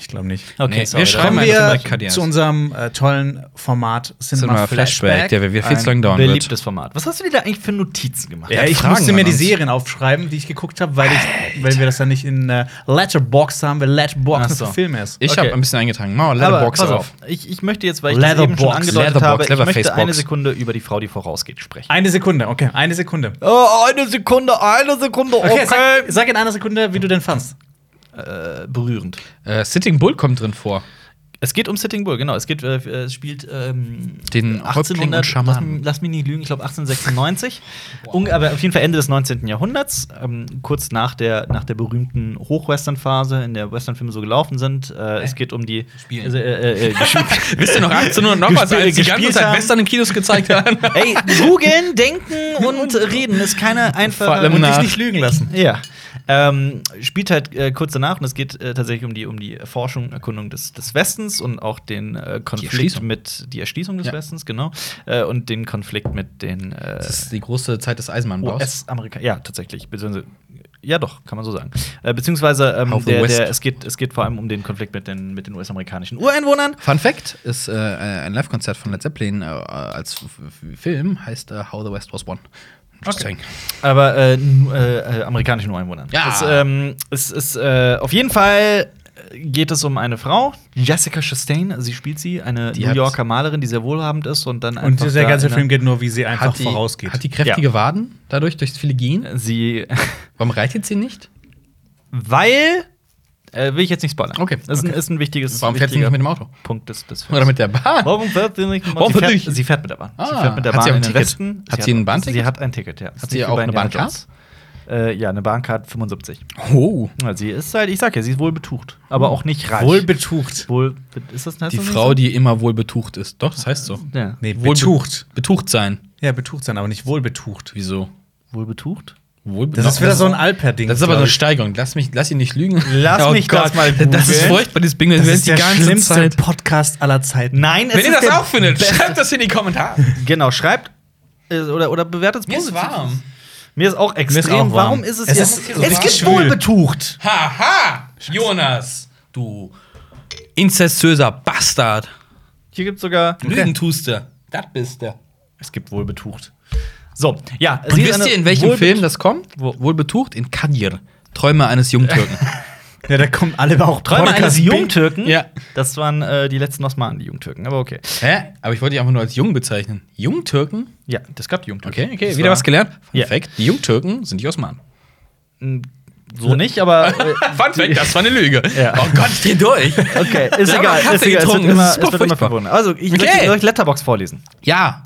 C: Ich glaube nicht.
A: Okay,
B: Nee,
A: sorry,
B: wir
A: dann-
B: schreiben
C: Kommen
B: Nein, das ist immer
C: wir
B: Kadir.
C: zu unserem äh, tollen Format Cinema,
B: Cinema Flashback,
C: Flashback.
B: der wir viel zu
C: Ein-
B: lang dauern wird.
A: Beliebtes Format. Was hast du dir da eigentlich für Notizen gemacht?
C: ja,
B: hat
C: ich
B: Fragen
C: musste mir
B: an
C: die
B: uns.
C: Serien aufschreiben, die ich geguckt habe, weil, ich- weil wir das dann nicht in äh, Letterbox haben, weil Letterbox
A: Ach
C: nur
A: so.
C: für Filme ist.
B: Ich
A: Okay.
B: habe ein bisschen eingetragen. Mauer,
A: Aber
B: Letterbox
A: pass
B: auf.
A: Ich, ich möchte jetzt, weil ich das eben schon
C: Leatherbox,
A: angedeutet
B: Leatherbox,
A: habe, ich möchte
B: Leatherfacebox.
A: eine Sekunde über die Frau, die vorausgeht, sprechen.
C: Eine Sekunde, okay, eine Sekunde.
A: Oh, eine Sekunde, eine Sekunde,
C: Okay, Sag, sag in einer Sekunde, wie du den fandst.
A: Äh, berührend.
B: Äh, Sitting Bull kommt drin vor.
A: Es geht um Sitting Bull, genau. Es geht, äh, es spielt ähm,
B: Den Häuptling und
A: lass,
B: Schamanen.
A: mich- lass mich nicht lügen, ich glaube 1896. Unge- Aber auf jeden Fall Ende des 19. Jahrhunderts, ähm, kurz nach der, nach der berühmten Hochwestern-Phase, in der Westernfilme so gelaufen sind. Äh, es geht um die.
B: Spielen.
A: Also, äh, äh, gespielt-
B: Wisst ihr noch 1800 noch was,
A: Gespielt-
B: als die ganze
A: gespielt
B: Zeit
A: haben?
B: Western im Kinos gezeigt haben?
A: Ey, googeln, denken und reden ist keine einfache.
B: Vor allem
A: und
B: nach-
A: nicht-
C: Nicht lügen lassen.
A: Ja. Ähm, spielt halt äh, kurz danach und es geht äh, tatsächlich um die, um die Erforschung, Erkundung des, des Westens und auch den äh, Konflikt
B: Erschließung.
A: mit die Erschließung des
B: Ja.
A: Westens, genau. Äh, und den Konflikt mit den äh,
B: Das ist die große Zeit des Eisenbahnbaus.
A: US-Amerika. Ja, tatsächlich. Beziehungsweise, ja, doch, kann man so sagen. Äh, beziehungsweise, ähm,
B: Of the
A: der,
B: West.
A: der, es, geht, es geht vor allem um den Konflikt mit den, mit den US-amerikanischen Ureinwohnern.
B: Fun Fact ist äh, ein Live-Konzert von Led Zeppelin äh, als F- F- Film heißt äh, How the West Was Won. Just saying.
A: Aber äh, n- äh, äh, amerikanischen Ureinwohnern.
B: Ja.
A: Es, ähm, es ist äh, auf jeden Fall geht es um eine Frau, Jessica Chastain. Sie spielt sie, eine
B: Die
A: New
B: hat-
A: Yorker Malerin, die sehr wohlhabend ist und dann
C: Und dieser
A: da
C: ganze
A: in
C: Film geht nur, wie sie einfach
B: Hat die,
C: vorausgeht.
B: hat die kräftige Waden dadurch, durchs Filigin?
A: eine- Sie,
B: Warum reitet sie nicht?
A: weil äh, will ich jetzt nicht spoilern.
B: Okay,
A: Das ist, ein,
B: okay.
A: ist ein wichtiges
B: Warum fährt sie
A: wichtiger
B: nicht mit dem Auto?
A: Punkt des, des Films.
B: Oder mit der Bahn?
A: Warum fährt sie nicht?
B: Warum
A: sie,
B: fährt
A: fährt,
B: sie nicht?
A: sie fährt mit der Bahn.
B: Ah,
A: sie fährt mit der
B: hat
A: Bahn
B: sie auch ein
A: in den
B: Ticket?
A: Westen.
B: Hat sie ein Bahnticket?
A: Sie hat ein Ticket, ja.
B: Hat
A: nicht
B: sie
A: wie
B: auch
A: bei
B: eine
A: Indiana
B: Bahncard?
A: Jones. Äh, ja, eine Bahncard 75.
B: Oh.
A: Ja, sie ist halt, ich sag ja, sie ist wohl betucht, aber auch nicht reich.
C: Wohl betucht.
A: wohl ist das heißt
B: Die
A: das nicht
B: Frau, die immer wohl betucht ist. Doch, das heißt so.
A: so? ja.
C: Nee,
B: Wohl
C: betucht.
B: Betucht sein.
C: Ja, betucht sein, aber nicht wohl betucht.
B: Wieso?
A: wohl betucht.
B: Wohl
C: Das ist wieder so ein Alper-Ding.
B: Das ist aber so
C: glaub
B: eine
C: ich.
B: Steigerung. Lass mich, lass ihn nicht lügen. Oh
A: Lass mich das mal
B: Das ist
A: googeln.
B: furchtbar, dieses Bingo.
C: das
B: Wir
C: ist
B: werden
C: der schlimmste Podcast aller Zeiten.
A: Nein, es
B: Wenn ihr
A: ist
B: das
A: der-
B: auch findet, schreibt das in die Kommentare.
A: Genau, schreibt äh, oder oder bewertet es positiv. Mir ist auch extrem.
C: auch warm.
A: Warum ist es,
C: Es
A: jetzt?
C: ist-
A: es
C: es
A: gibt
C: ist
A: wohl
C: schwül.
A: betucht.
B: Haha! Jonas, du inzestöser Bastard.
A: Hier gibt sogar.
B: Lügen tust du. Das bist du.
A: Es gibt wohl betucht. So, ja.
B: Und wisst ihr, in welchem Film das kommt? Wo- Wohl betucht? In Kadir. Träume eines Jungtürken.
C: Ja, da kommen alle auch
A: Träume eines Jungtürken?
B: Ja.
A: Das waren äh, die letzten Osmanen, die Jungtürken. Aber okay.
B: Hä? Aber ich wollte dich einfach nur als Jung bezeichnen. Jungtürken?
A: Ja, das gab die Jungtürken.
B: Okay, okay,
A: Das
B: wieder
A: war-
B: was gelernt. Fun
A: Ja.
B: Fact: Die Jungtürken sind die Osmanen.
A: So nicht, aber. Äh,
B: Fun Fact, das war eine Lüge.
A: Ja.
B: Oh Gott, ich geh durch.
A: okay, ist
B: Wir haben
A: egal.
B: noch
A: Ist egal.
B: Kaffee
A: Es wird
B: getrunken,
A: immer,
B: das ist
A: es wird immer
B: furchtbar.
A: verbunden. Also, ich
B: Okay.
A: okay. soll ich Letterbox vorlesen.
B: Ja.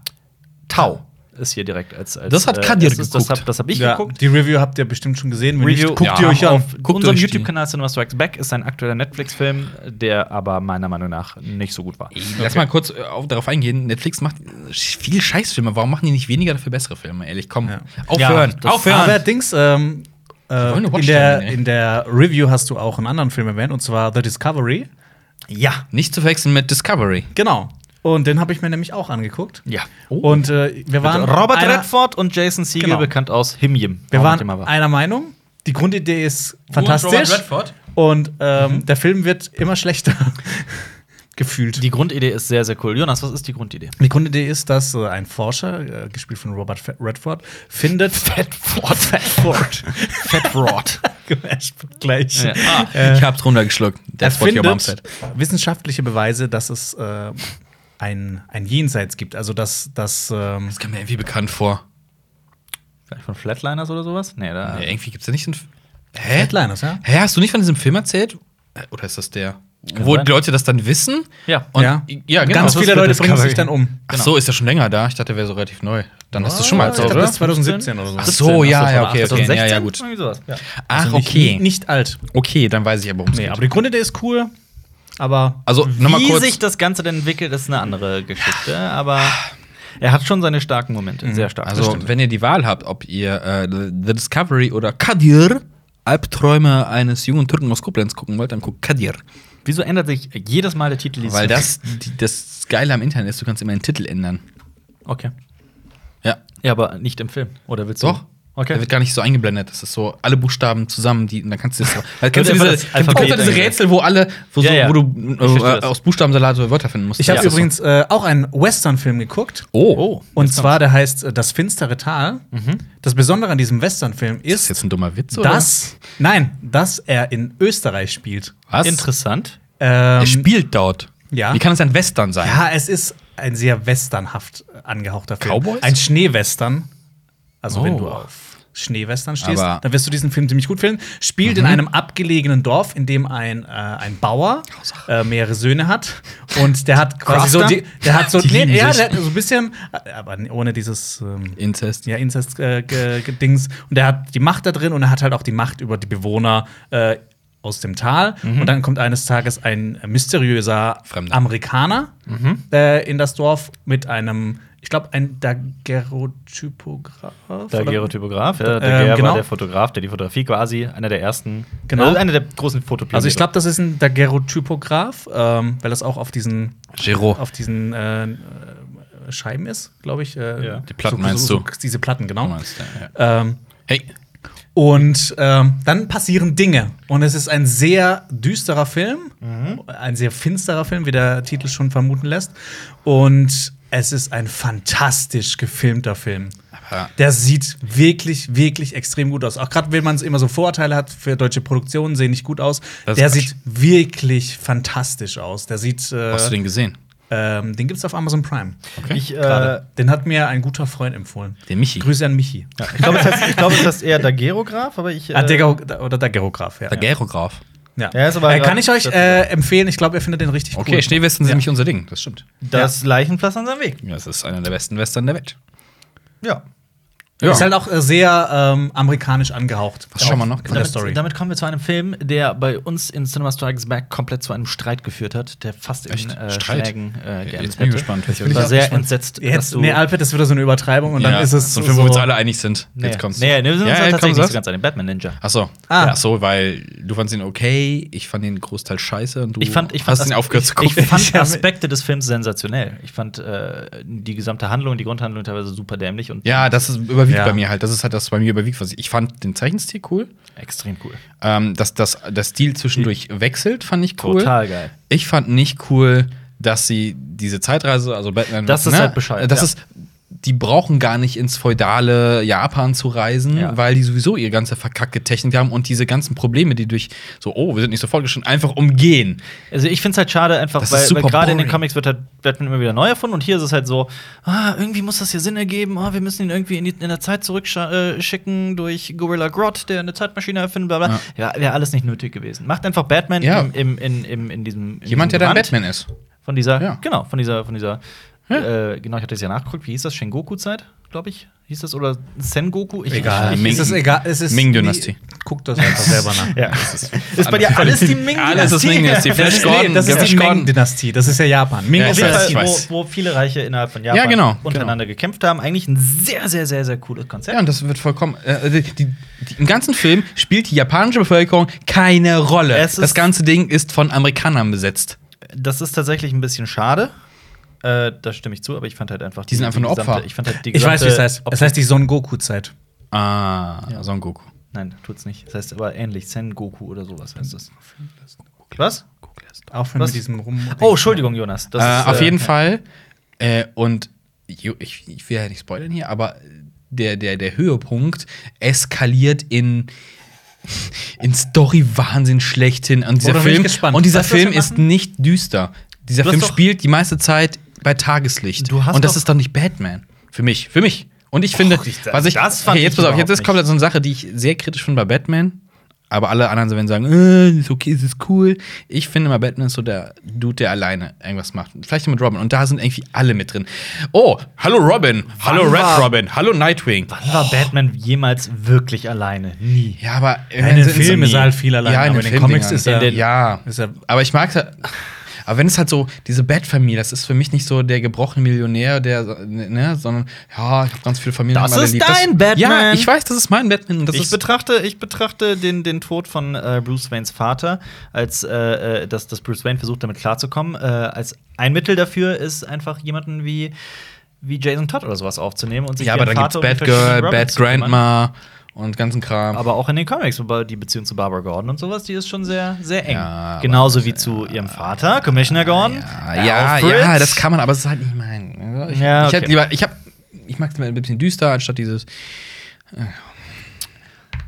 A: Tau ist hier direkt als. als
B: Das hat Kadir
A: erstes. Das
B: geguckt.
A: habe das hab ich
C: Ja,
A: geguckt.
C: die Review habt ihr bestimmt schon gesehen. Wenn
A: Review-
C: nicht, guckt
B: Ja,
C: ihr euch
B: hau
C: an.
A: Auf
B: Guckt
A: unserem
B: euch die.
A: YouTube-Kanal Cinema Strikes Back ist ein aktueller Netflix-Film, der aber meiner Meinung nach nicht so gut war.
B: Lass mal kurz äh, auf, darauf eingehen. Netflix macht äh, viel Scheißfilme. Warum machen die nicht weniger dafür bessere Filme? Ehrlich, komm.
C: Ja.
B: Aufhören.
A: Ja, das-
B: aufhören.
C: Allerdings, ähm, äh,
B: wollen eine
C: in,
B: Watchtime,
C: der,
B: ey.
C: in der Review hast du auch einen anderen Film erwähnt, und zwar The Discovery.
A: Ja.
B: Nicht zu verwechseln mit Discovery.
C: Genau. Und den habe ich mir nämlich auch angeguckt.
A: Ja.
B: Oh.
C: Und äh, wir waren
A: Oh. Robert
C: einer,
A: Redford und Jason Siegel,
C: Genau.
A: bekannt aus Himjim.
C: wir
A: Auch
C: waren
A: Thema war.
C: einer Meinung. Die Grundidee ist
B: Robert
C: fantastisch.
B: Redford. Mhm.
C: Und ähm, der Film wird immer schlechter. Gefühlt.
A: Die Grundidee ist sehr, sehr cool. Jonas, was ist die Grundidee?
C: Die Grundidee ist, dass äh, ein Forscher, äh, gespielt von Robert Fe- Redford, findet. Redford. Redford.
A: Fat Rod.
C: gleich.
A: Ja.
B: Ah, ich hab's runtergeschluckt.
C: Er
B: what your mom
C: findet
B: said.
C: wissenschaftliche Beweise, dass es äh, ein, ein Jenseits gibt. Also, dass. dass ähm,
B: Das kam mir irgendwie bekannt vor.
A: Vielleicht von Flatliners oder sowas? Nee, da.
B: Ja, Äh, irgendwie gibt's ja nicht so einen. Hä?
C: Headliners, ja?
B: Hä, hast du nicht von diesem Film erzählt? Äh, Oder ist das der? Wo
A: sein.
B: die Leute das dann wissen?
A: Ja.
B: Und,
C: ja.
B: ja genau.
C: Ganz
B: Das
C: viele
B: ist-
C: Leute
A: das
C: bringen
A: Cover-
C: sich dann um.
B: Ach so, ist ja schon länger da. Ich dachte, der wäre so relativ neu. Dann hast du es schon mal
A: Ja, ich
B: erzählt,
A: dachte,
B: oder?
A: das-
C: 2017 oder so. Also
B: Ach so, ja, ja, okay, okay. Ja, ja, gut.
A: Irgendwie sowas. Ja.
B: Ach,
C: Nicht-
B: okay.
C: Nicht alt.
B: Okay, dann weiß ich aber, worum es
C: Nee,
B: geht.
C: aber die Grundidee ist cool. Aber.
B: Also, nochmal
A: Wie
B: kurz.
A: sich das Ganze denn entwickelt, ist eine andere Geschichte. Aber er hat schon seine starken Momente. Sehr stark.
B: Also, wenn ihr die Wahl habt, ob ihr äh, The Discovery oder Kadir Albträume eines jungen Türken aus Koblenz gucken wollt, dann guckt Kadir.
A: Wieso ändert sich jedes Mal der Titel? dieses
B: Weil
A: Films?
B: das die, das Geile am Internet ist, du kannst immer den Titel ändern.
A: Okay.
B: Ja.
A: Ja, aber nicht im Film. Oder willst du?
B: Doch.
A: Okay.
B: Der wird gar nicht so eingeblendet. Das ist so alle Buchstaben zusammen, die, und dann kannst du das so. Weil, kennst du
A: einfach
B: diese,
A: das
B: kennst du
A: Alphabet
B: auch diese
A: eingeblendet.
B: Rätsel, wo alle, wo,
A: Ja, ja.
B: so, wo
A: Ich
B: du
A: verstehe
B: äh,
A: das.
B: aus Buchstabensalat Wörter finden musst?
C: Ich habe
B: Ja.
C: übrigens äh, auch einen Western-Film geguckt.
B: Oh. Mhm.
C: Und zwar, der heißt äh, Das finstere Tal. Das Besondere an diesem Western-Film
B: Ist das
C: ist,
B: jetzt ein dummer Witz, oder?
C: dass, nein, dass er in Österreich spielt.
B: Was?
A: Interessant.
B: Er
C: Ähm,
B: spielt dort.
C: ja.
B: Wie kann es ein Western sein?
C: ja, es ist ein sehr westernhaft angehauchter Film.
B: Cowboys?
C: Ein Schneewestern. Also, wenn
B: Oh.
C: du auf Schneewestern stehst,
B: Aber- Mhm.
C: dann wirst du diesen Film ziemlich gut finden. Spielt in einem abgelegenen Dorf, in dem ein, äh, ein Bauer äh, mehrere Söhne hat. Und der hat quasi so.
A: Crafter?
C: Die, der hat so.
B: Die
C: nee,
B: lieben
C: ja,
B: sich.
C: der hat so ein bisschen. äh, Aber ohne dieses. Ähm,
B: Inzest.
C: ja, Inzest-Dings. Äh, ge- Dings. und er hat die Macht da drin und er hat halt auch die Macht über die Bewohner äh, aus dem Tal. Und dann kommt eines Tages ein mysteriöser
B: Mhm. Fremder. Mhm.
C: Amerikaner äh, in das Dorf mit einem, ich glaube, ein Daguerreotypograph.
A: Der
C: oder-
A: Gerotypograf, ja, der
C: Ähm,
A: Gär
C: genau.
A: war der Fotograf, der die Fotografie quasi, einer der ersten,
C: Genau.
A: also einer der großen Fotopioniere.
C: Also ich glaube, das ist ein Daguerreotypograph, ähm, weil das auch auf diesen
B: Giro.
C: auf diesen äh, äh, Scheiben ist, glaube ich. Äh,
A: Ja.
B: Die Platten meinst
C: so,
B: du?
C: so, so, Diese Platten, genau.
B: Du meinst, ja,
A: Äh.
B: ja.
C: Ähm,
B: Hey,
C: Und ähm, dann passieren Dinge. Und es ist ein sehr düsterer Film,
B: Mhm.
C: ein sehr finsterer Film, wie der Titel schon vermuten lässt. Und es ist ein fantastisch gefilmter Film.
B: aber
C: Der sieht wirklich, wirklich extrem gut aus. Auch gerade, wenn man es immer so Vorurteile hat, für deutsche Produktionen sehen nicht gut aus.
B: Das ist
C: Der
B: Quatsch.
C: sieht wirklich fantastisch aus. Der sieht. Äh,
B: hast du den gesehen?
C: ähm, den gibt's auf Amazon Prime.
B: Okay.
A: ich, äh,
C: Gerade. den hat mir ein guter Freund empfohlen.
B: Der Michi.
C: Grüße an Michi.
A: ich glaube, es, heißt- ich glaube, es heißt eher Daguerreograf, aber ich. Äh,
C: Ah, Daguerre- oder Daguerreograph, ja.
B: Der Gerograf.
C: Ja.
A: Ja, ist aber
C: äh, kann
A: grad-
C: ich euch äh, empfehlen. Ich glaube, ihr findet den richtig
B: Okay,
C: cool.
B: Schneewesten sind nämlich unser Ding, das stimmt.
A: das Leichenpflaster an seinem Weg.
B: Das ist einer der besten Western der Welt.
A: Ja.
B: Ja.
C: Ist halt auch äh, sehr ähm, amerikanisch angehaucht.
B: Was schauen wir noch?
C: Von der
A: Damit,
C: Story.
A: damit kommen wir zu einem Film, der bei uns in Cinema Strikes Back komplett zu einem Streit geführt hat, der fast in
B: Echt?
A: äh,
B: Streit?
A: Schlägen äh,
B: Jetzt
A: geendet
B: bin ich
A: hätte.
B: gespannt, welcher
A: Ich
B: Bin
A: war
B: ich auch
A: sehr
B: gespannt.
A: entsetzt, dass
C: Jetzt,
A: du.
C: nee, Alfred ist wieder so eine Übertreibung und dann ist es
B: so ein
C: so.
B: Film, wo wir uns alle einig sind.
A: nee,
B: Jetzt kommst du.
A: nee, nee, wir sind uns da
B: Ja, ja,
A: tatsächlich
B: komm,
A: nicht
B: sag.
A: so ganz an den Batman Ninja.
B: Ach so.
C: Ah.
B: Ach so, weil du fandst ihn okay, ich fand ihn großteils scheiße und du
A: Ich fand, ich fand,
B: hast ihn
A: As-
B: aufgehört zu
A: ich,
B: gucken.
A: ich fand
C: Ja,
A: Aspekte des Films sensationell. Ich fand äh, die gesamte Handlung, die Grundhandlung teilweise super dämlich und
B: ja, das ist, über überwiegt
C: Ja.
B: bei mir halt. Das ist halt das bei mir überwiegt, was ich. Ich fand den Zeichenstil cool.
A: Extrem cool.
B: Ähm, dass das, das Stil zwischendurch wechselt, fand ich cool.
A: Total geil.
B: Ich fand nicht cool, dass sie diese Zeitreise, also Batman.
A: Das ist halt Bescheid,
B: Das
A: ja.
B: ist, die brauchen gar nicht ins feudale Japan zu reisen,
A: Ja.
B: weil die sowieso ihre ganze verkackte Technik haben und diese ganzen Probleme, die durch so, oh, wir sind nicht so fortgeschritten, einfach umgehen.
A: Also ich finde es halt schade, einfach
B: Das ist
A: weil, weil
B: super
A: gerade in den
B: boring.
A: Comics wird halt Batman immer wieder neu erfunden und hier ist es halt so, ah, irgendwie muss das hier Sinn ergeben, ah, wir müssen ihn irgendwie in, die, in der Zeit zurückschicken durch Gorilla Grodd, der eine Zeitmaschine erfindet, bla bla. Ja, wäre alles nicht nötig gewesen. Macht einfach Batman
B: Ja.
A: im, im, in, im, in diesem. In
B: Jemand, der
A: diesem
B: dann
A: Gewand
B: Batman ist.
A: Von dieser,
B: Ja.
A: genau, von dieser, von dieser, äh, genau, ich hatte es ja nachgeguckt, wie hieß das? Sengoku-Zeit, glaube ich. Hieß das? Oder Sengoku? Ich,
C: Egal.
A: Ich,
B: Ming-
C: es ist egal. Es ist
B: Ming-Dynastie.
C: Guckt das einfach selber nach.
A: ja. Ist bei dir alles die Ming-Dynastie?
B: Alles ist Ming-Dynastie. Flash
A: Das ist-
B: Gordon,
C: das ist
B: Flash
C: die
B: Gordon.
C: Ming-Dynastie. Das ist halt- ja Japan. Ming
B: Ja,
A: Auf
B: ich
A: jeden
B: weiß,
A: Fall,
B: ich weiß.
A: wo, wo viele Reiche innerhalb von Japan
B: Ja, genau,
A: untereinander gekämpft haben. Eigentlich ein sehr, sehr, sehr, sehr cooles Konzept.
B: Ja, und das wird vollkommen. Äh, die, die, die, Im ganzen Film spielt die japanische Bevölkerung keine Rolle.
A: Es ist-
B: das ganze Ding ist von Amerikanern besetzt.
A: Das ist tatsächlich ein bisschen schade. Äh, da stimme ich zu, aber ich fand halt einfach. Die,
B: sind einfach nur
A: gesamte,
B: Opfer.
A: Ich fand halt die
C: Ich weiß, wie es heißt.
A: Opfer-
C: Es heißt die Son Goku-Zeit.
B: Ah, Son Goku.
A: Nein, tut's nicht. Es heißt aber ähnlich. Sen Goku oder sowas heißt es. Was?
C: Aufhören
A: Was?
C: mit diesem Rum.
A: Oh, Entschuldigung, Jonas. Das
B: Äh,
A: ist,
B: auf
A: äh,
B: jeden
A: ja.
B: Fall. Äh, und jo, ich, ich will ja nicht spoilern hier, aber der, der, der Höhepunkt eskaliert in. In Story Wahnsinn schlechthin an dieser
C: Oder bin ich
B: Film
C: gespannt.
B: und dieser
A: Weißt du, was
B: Film
A: wir
B: ist
A: machen?
B: nicht düster. Dieser
A: Du hast
B: Film
A: doch-
B: spielt die meiste Zeit bei Tageslicht
A: Du hast
B: und das
A: doch-
B: ist doch nicht Batman für mich, für mich. Und ich finde,
A: ich-
B: was ich
A: das fand
B: okay, jetzt
A: ich
B: pass auf,
A: überhaupt
B: jetzt ist- kommt so eine Sache, die ich sehr kritisch finde bei Batman, aber alle anderen werden sagen, äh, ist okay, es ist cool. Ich finde mal, Batman ist so der Dude, der alleine irgendwas macht. Vielleicht mit Robin. Und da sind irgendwie alle mit drin. Oh, hallo Robin, hallo
A: Wann
B: Red
A: war-
B: Robin, hallo Nightwing.
A: Wann war Batman jemals wirklich alleine? Nie.
B: Ja, aber
C: in den Filmen ist er halt viel alleine,
B: Ja, in
C: aber
B: den, Comics ist er. Ja,
C: ist er-
B: aber ich mag's halt. Aber wenn es halt so, diese Bat-Familie, das ist für mich nicht so der gebrochene Millionär, der, ne, sondern, ja, ich habe ganz viele Familien.
A: Das
B: hab alle
A: ist
B: lieb.
A: dein Batman.
B: Ja, ich weiß, das ist mein Batman. Das
A: ich
B: ist
A: betrachte, ich betrachte den, den Tod von äh, Bruce Waynes Vater, als äh, äh, dass, dass Bruce Wayne versucht, damit klarzukommen. Äh, als ein Mittel dafür ist einfach jemanden wie, wie Jason Todd oder sowas aufzunehmen und sich
B: Ja,
A: wie
B: aber
A: ein
B: dann gibt's
A: Vater um die
B: Bad Girl,
A: verschiedenen
B: Bad
A: Robins zu kümmern.
B: Grandma und ganzen Kram.
A: Aber auch in den Comics, wobei die Beziehung zu Barbara Gordon und sowas, die ist schon sehr, sehr eng.
B: Ja, aber-
A: Genauso wie zu ihrem Vater, Commissioner Gordon.
B: Ah, ja,
A: Alfred.
B: ja, das kann man, aber es ist halt nicht mein. Ich,
A: Ja,
B: ich
A: okay.
B: hätte lieber, ich hab, ich mag's ein bisschen düster, anstatt dieses. äh,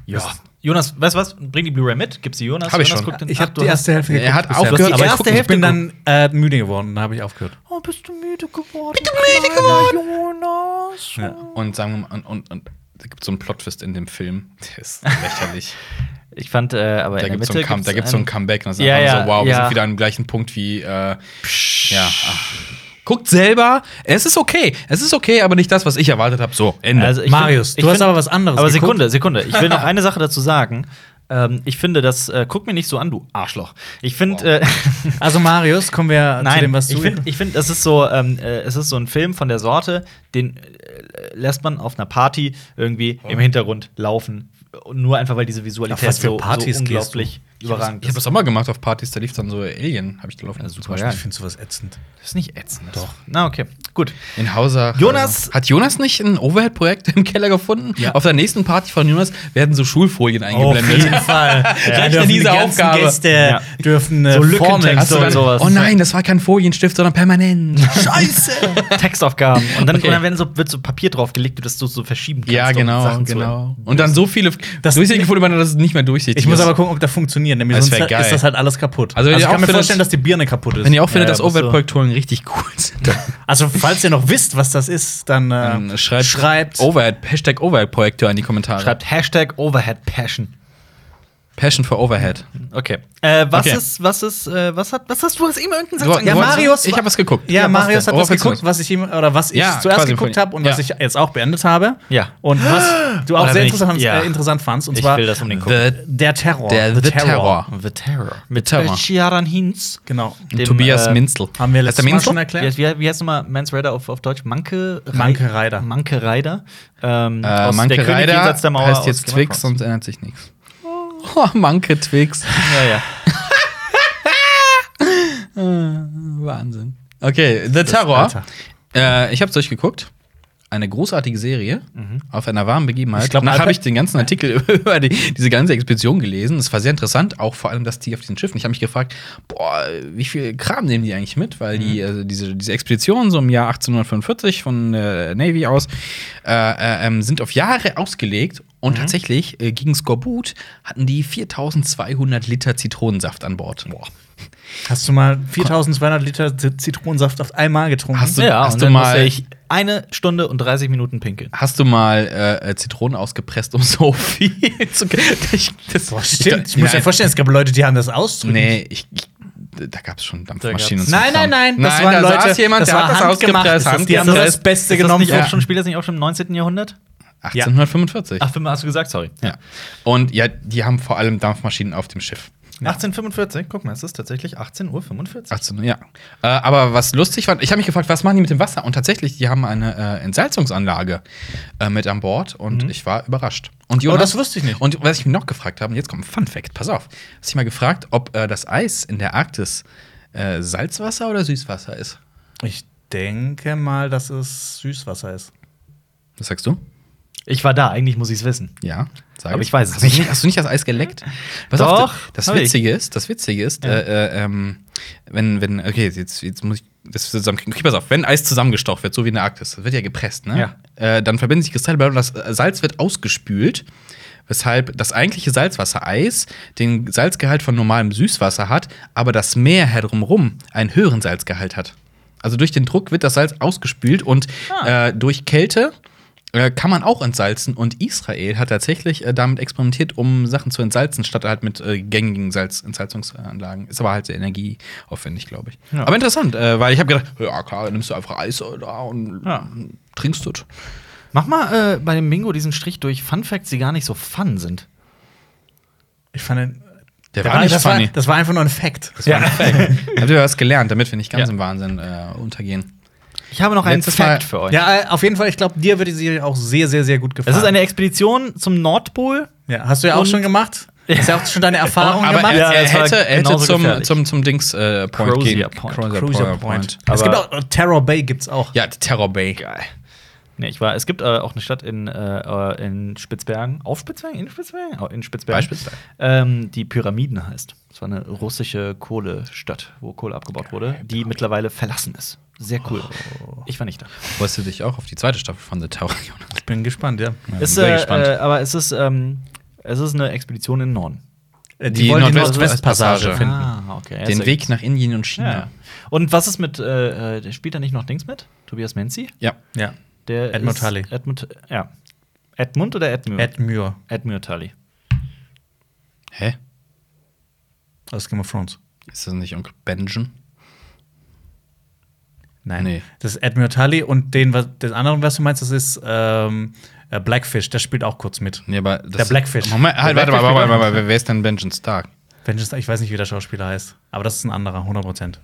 A: Ja. Jonas, weißt du was? Bring die Blu-ray mit, gib sie Jonas.
B: Hab ich
A: Jonas
B: schon.
A: guckt den-
C: Ich
A: Ach,
C: habe
A: du
C: die
A: hast-
C: erste Hälfte
B: Er hat
C: bisher.
B: aufgehört,
C: Die
B: aber ich
C: erste
B: guck- ich
C: Hälfte
B: bin
C: bin dann äh, müde geworden, da habe ich aufgehört.
A: Oh, bist du müde geworden? Bist du müde geworden? Jonas.
B: Und sagen wir mal, und, und, und da gibt's so einen Plotfist in dem Film. Der ist lächerlich.
A: Ich fand, äh, aber
B: da
A: in der
B: gibt's so
A: Mitte
B: ein, Come da gibt's so ein Comeback. Und das ist
A: Ja,
B: einfach
A: ja,
B: so, wow, wir
A: ja.
B: sind wieder am gleichen Punkt wie. Äh, ja. Ach. Guckt selber, es ist okay. Es ist okay, aber nicht das, was ich erwartet habe. So, Ende.
A: Also, ich
C: Marius,
A: find- ich
C: du hast
A: find-
C: aber was anderes
A: Aber
C: geguckt.
A: Sekunde, Sekunde. Ich will noch eine Sache dazu sagen. Ähm, ich finde, das äh, guck mir nicht so an, du Arschloch. Ich finde, äh,
C: Also Marius, kommen wir zu dem,
A: nein,
C: was
A: ich
C: du
A: finde, ich find, es ist so, ähm, äh, es ist so ein Film von der Sorte, den äh, lässt man auf einer Party irgendwie
B: Oh.
A: im Hintergrund laufen, nur einfach weil diese
C: Auf
A: Visualität
C: was für
A: so,
C: Partys
A: so
C: gehst du?
A: unglaublich überragend
B: ich habe
A: ist.
B: das auch mal gemacht auf Partys, da lief dann so Alien, habe ich gelaufen. Das ist
A: super geil.
C: finde sowas ätzend.
A: Das ist nicht ätzend. Doch. Na okay, gut.
B: In Hausach.
A: Jonas-
B: äh, hat Jonas nicht ein Overhead-Projekt im Keller gefunden?
C: Ja.
B: Auf der nächsten Party von Jonas werden so Schulfolien eingeblendet.
C: Oh, Fall. ja,
B: Rechne
C: dürfen
B: diese
C: diese die ganzen
B: Aufgabe.
C: Gäste
A: Ja.
C: dürfen äh,
A: So
C: Formeln.
A: Lückentext
B: Hast du
A: und
B: dann-
A: sowas.
B: Oh nein, das war kein Folienstift, sondern permanent. Scheiße.
A: Textaufgaben. Und dann,
B: Okay.
A: und dann werden so, wird so Papier draufgelegt, dass du so verschieben kannst.
B: ja,
A: um
B: genau,
A: Sachen zu-
B: genau. Und dann so viele
C: Das-
B: durchsichtig wurde man, dass es nicht mehr durchsichtig
C: Ich muss
B: ist.
C: aber gucken, ob das funktioniert. Nämlich
B: Das
C: sonst
B: wär geil.
C: ist das halt alles kaputt.
B: Also, wenn
C: ich
B: ihr auch
C: kann mir
B: findet-
C: vorstellen, dass die Birne kaputt ist.
B: Wenn ihr auch findet,
A: Ja,
B: dass
A: musst du-
B: Overhead-Projektoren richtig cool sind,
C: also falls ihr noch wisst, was das ist, dann, äh,
B: dann schreibt, Oh,
C: schreibt
B: Overhead, Hashtag Overhead-Projektor in die Kommentare.
A: Schreibt Hashtag Overhead Passion.
B: Passion for Overhead.
A: Okay. Äh, was
B: Okay.
A: ist, was ist, äh, was hat, was hast du als immer irgendeinen Satz
B: Du-
A: angefangen?
B: du wolltest-
C: Marius-
B: Ich habe was geguckt.
A: Ja,
C: Ja,
A: was
C: Marius
B: denn?
C: hat was
B: Worauf willst
C: geguckt,
B: du?
C: was ich ihm oder was ich
B: Oh, Ja,
C: zuerst
B: quasi
C: geguckt
B: von-
C: habe und was ich
B: ja.
C: jetzt auch beendet habe.
A: Ja.
C: Und was du auch
A: Oder
C: sehr
A: wenn ich-
C: interessant,
A: ja.
C: äh, interessant fandst. Und
A: Ich
C: zwar
A: will das unbedingt gucken.
B: The,
C: der Terror.
B: der The Terror.
A: The Terror.
B: The Terror.
A: Chiaran Hinz.
C: Genau.
A: Dem,
B: Tobias
A: äh,
B: Minzel.
C: Haben wir
B: Heißt der
C: letztes Mal
B: Minzel?
C: schon
A: Wie, heißt-
C: erklärt.
A: wie, heißt- wie heißt nochmal Mans Rider auf, auf Deutsch? Manke Rei-
C: Manke Rider.
A: Manke Rider. Ähm,
B: Äh,
A: aus
B: Manke
A: der König
B: Ryder
A: jenseits der Mauer
B: heißt
A: aus
B: jetzt
A: Game of
B: Twix,
A: Thrones.
B: sonst ändert sich nichts. Oh, Manke Twix.
A: Ja, ja.
B: Wahnsinn. Okay, The Terror.
C: Alter.
B: Äh, ich hab's durchgeguckt. eine großartige Serie auf einer warmen Begebenheit.
A: Mhm. Ich glaub,
B: Danach
A: Alper-
B: habe ich den ganzen Artikel über die, diese ganze Expedition gelesen. Es war sehr interessant, auch vor allem, dass die auf diesen Schiffen. Ich habe mich gefragt, boah, wie viel Kram nehmen die eigentlich mit? Weil
A: Mhm.
B: die, also diese, diese Expedition so im Jahr 1845 von äh, Navy aus äh, äh, ähm, sind auf Jahre ausgelegt. Und
A: Mhm.
B: tatsächlich, äh, gegen Skorbut hatten die 4200 Liter Zitronensaft an Bord. Boah.
C: Hast du mal 4200 Liter Z- Zitronensaft auf einmal getrunken?
B: Hast du-
A: ja,
B: hast
A: und
B: du
A: dann
B: mal-
A: musste ich eine Stunde und 30 Minuten pinkeln.
B: Hast du mal äh, äh, Zitronen ausgepresst, um so viel zu ich, das,
C: Boah, stimmt.
B: Ich,
C: Ich muss mir
B: nein,
C: vorstellen, es gab Leute, die haben das ausdrücken.
B: nee, ich, ich, da gab es schon Dampfmaschinen.
A: gab's-
B: und so
C: Nein,
B: Kram.
C: nein, nein, das
B: nein
C: waren
B: da
C: Leute,
B: saß jemand,
C: das
B: der
C: war
B: hat das
C: handgemacht,
B: ausgepresst.
C: das ist- die haben
B: handgepresst.
C: das Beste
A: Ist das
C: genommen
A: nicht auch
B: ja.
A: schon, spielt das nicht auch schon im 19. Jahrhundert?
B: 1845.
A: Ach, hast du gesagt, sorry.
B: Ja. Und ja, die haben vor allem Dampfmaschinen auf dem Schiff.
A: 1845, guck mal, es ist tatsächlich 18.45 Uhr.
B: 18, ja. Äh, aber was lustig war, ich habe mich gefragt, was machen die mit dem Wasser? Und tatsächlich, die haben eine äh, Entsalzungsanlage äh, mit an Bord und
A: Mhm.
B: ich war überrascht. Und
C: Oh, das wusste ich nicht.
B: Und was ich mich noch gefragt habe, und jetzt kommt ein Fun Fact, pass auf. Hast ich mal gefragt, ob äh, das Eis in der Arktis äh, Salzwasser oder Süßwasser ist?
C: Ich denke mal, dass es Süßwasser ist.
B: Was sagst du?
A: Ich war da, eigentlich muss ich es wissen.
B: Ja, sag
A: Aber ich weiß es
B: hast du nicht.
A: nicht.
B: Hast du nicht das Eis geleckt?
A: Doch,
B: das, das
A: hab ich.
B: Witzige ist, das Witzige ist,
A: Ja.
B: äh, äh, ähm, wenn, wenn, okay, jetzt, jetzt muss ich das zusammenkriegen. Okay, pass auf, wenn Eis zusammengestaucht wird, so wie in der Arktis, das wird ja gepresst, ne? Äh, dann verbinden sich Kristalle und das äh, Salz wird ausgespült. Weshalb das eigentliche Salzwassereis den Salzgehalt von normalem Süßwasser hat, aber das Meer herumrum einen höheren Salzgehalt hat. Also durch den Druck wird das Salz ausgespült und
A: Ah.
B: äh, durch Kälte äh, kann man auch entsalzen. Und Israel hat tatsächlich äh, damit experimentiert, um Sachen zu entsalzen, statt halt mit äh, gängigen Salz Entsalzungsanlagen. Ist aber halt sehr energieaufwendig, glaube ich.
A: Ja.
B: Aber interessant, äh, weil ich habe gedacht, ja klar, nimmst du einfach Eis äh, da und
A: Ja.
B: trinkst das.
A: Mach mal äh, bei dem Bingo diesen Strich durch Fun Facts, die gar nicht so fun sind.
C: Ich fand den.
B: Der
C: Der
B: war nicht
C: das,
B: funny.
C: War, das war einfach nur ein Fact.
B: Das war ein Fact. Habt ihr was gelernt, damit wir nicht ganz
A: Ja.
B: im Wahnsinn äh, untergehen?
A: Ich habe noch einen
B: Letztes
A: Fact
B: Mal-
A: für euch.
C: Ja, äh, auf jeden Fall, ich glaube, dir wird die Serie auch sehr, sehr, sehr gut gefallen.
A: Es ist eine Expedition zum Nordpol.
C: ja, hast du ja auch
A: Und-
C: schon gemacht. Hast du ja auch schon deine Erfahrung
B: aber
C: gemacht.
B: er,
A: Ja,
B: er
A: das war
B: hätte, er hätte
A: genauso
B: zum,
A: gefährlich.
B: zum, zum Dings äh, Point
A: Crozier
B: gehen.
A: Point.
C: Cruiser Point. Es gibt auch äh, Terror Bay gibt's auch.
B: Ja, Terror Bay.
A: Geil. Nee, ich war, es gibt äh, auch eine Stadt in, äh, äh, in Spitzbergen, auf Spitzbergen, in Spitzbergen, oh, in Spitzbergen,
B: Bei Spitzbergen.
A: Ähm, die Pyramiden heißt. Es war eine russische Kohlestadt, wo Kohle abgebaut wurde, die mittlerweile verlassen ist. Sehr cool. Ich war nicht da.
B: Freust du dich auch auf die zweite Staffel von The Tower, Jonas?
C: Ich bin gespannt, ja.
B: Ja, bin
A: Ist,
B: sehr
A: äh,
B: gespannt.
A: äh, aber es ist, ähm, es ist eine Expedition in den Norden.
C: Äh, Die,
B: Die
C: wollen die
B: Nordwest-
C: Nordwestpassage
B: Passage.
C: finden.
A: Ah, okay. Ja,
B: Den
A: sehr
B: Weg
A: gut.
B: nach Indien und China.
A: Ja. Und was ist mit, äh, äh, der spielt da nicht noch Dings mit? Tobias Menzi?
B: Ja.
C: Ja.
A: Der
C: Edmund
A: ist-
C: Tully.
A: Edmund, ja. Edmund oder Edmund?
C: Ed Muir
A: Edmund Tully.
B: Hä?
C: aus Game of Thrones.
B: Ist das nicht Onkel Benjen?
C: Nein.
B: Nee.
C: Das ist Ed Muir Tully und den, was, den anderen, was du meinst, das ist ähm, äh, Blackfish. Der spielt auch kurz mit.
B: Nee, aber das
C: Der Blackfish.
B: Moment, halt,
C: Der
B: warte mal,
C: Blackfish
B: warte mal,
C: wird
B: warte mal, wer ist denn Benjen Stark?
C: Vengeance, ich weiß nicht, wie der Schauspieler heißt. Aber das ist ein anderer, 100%.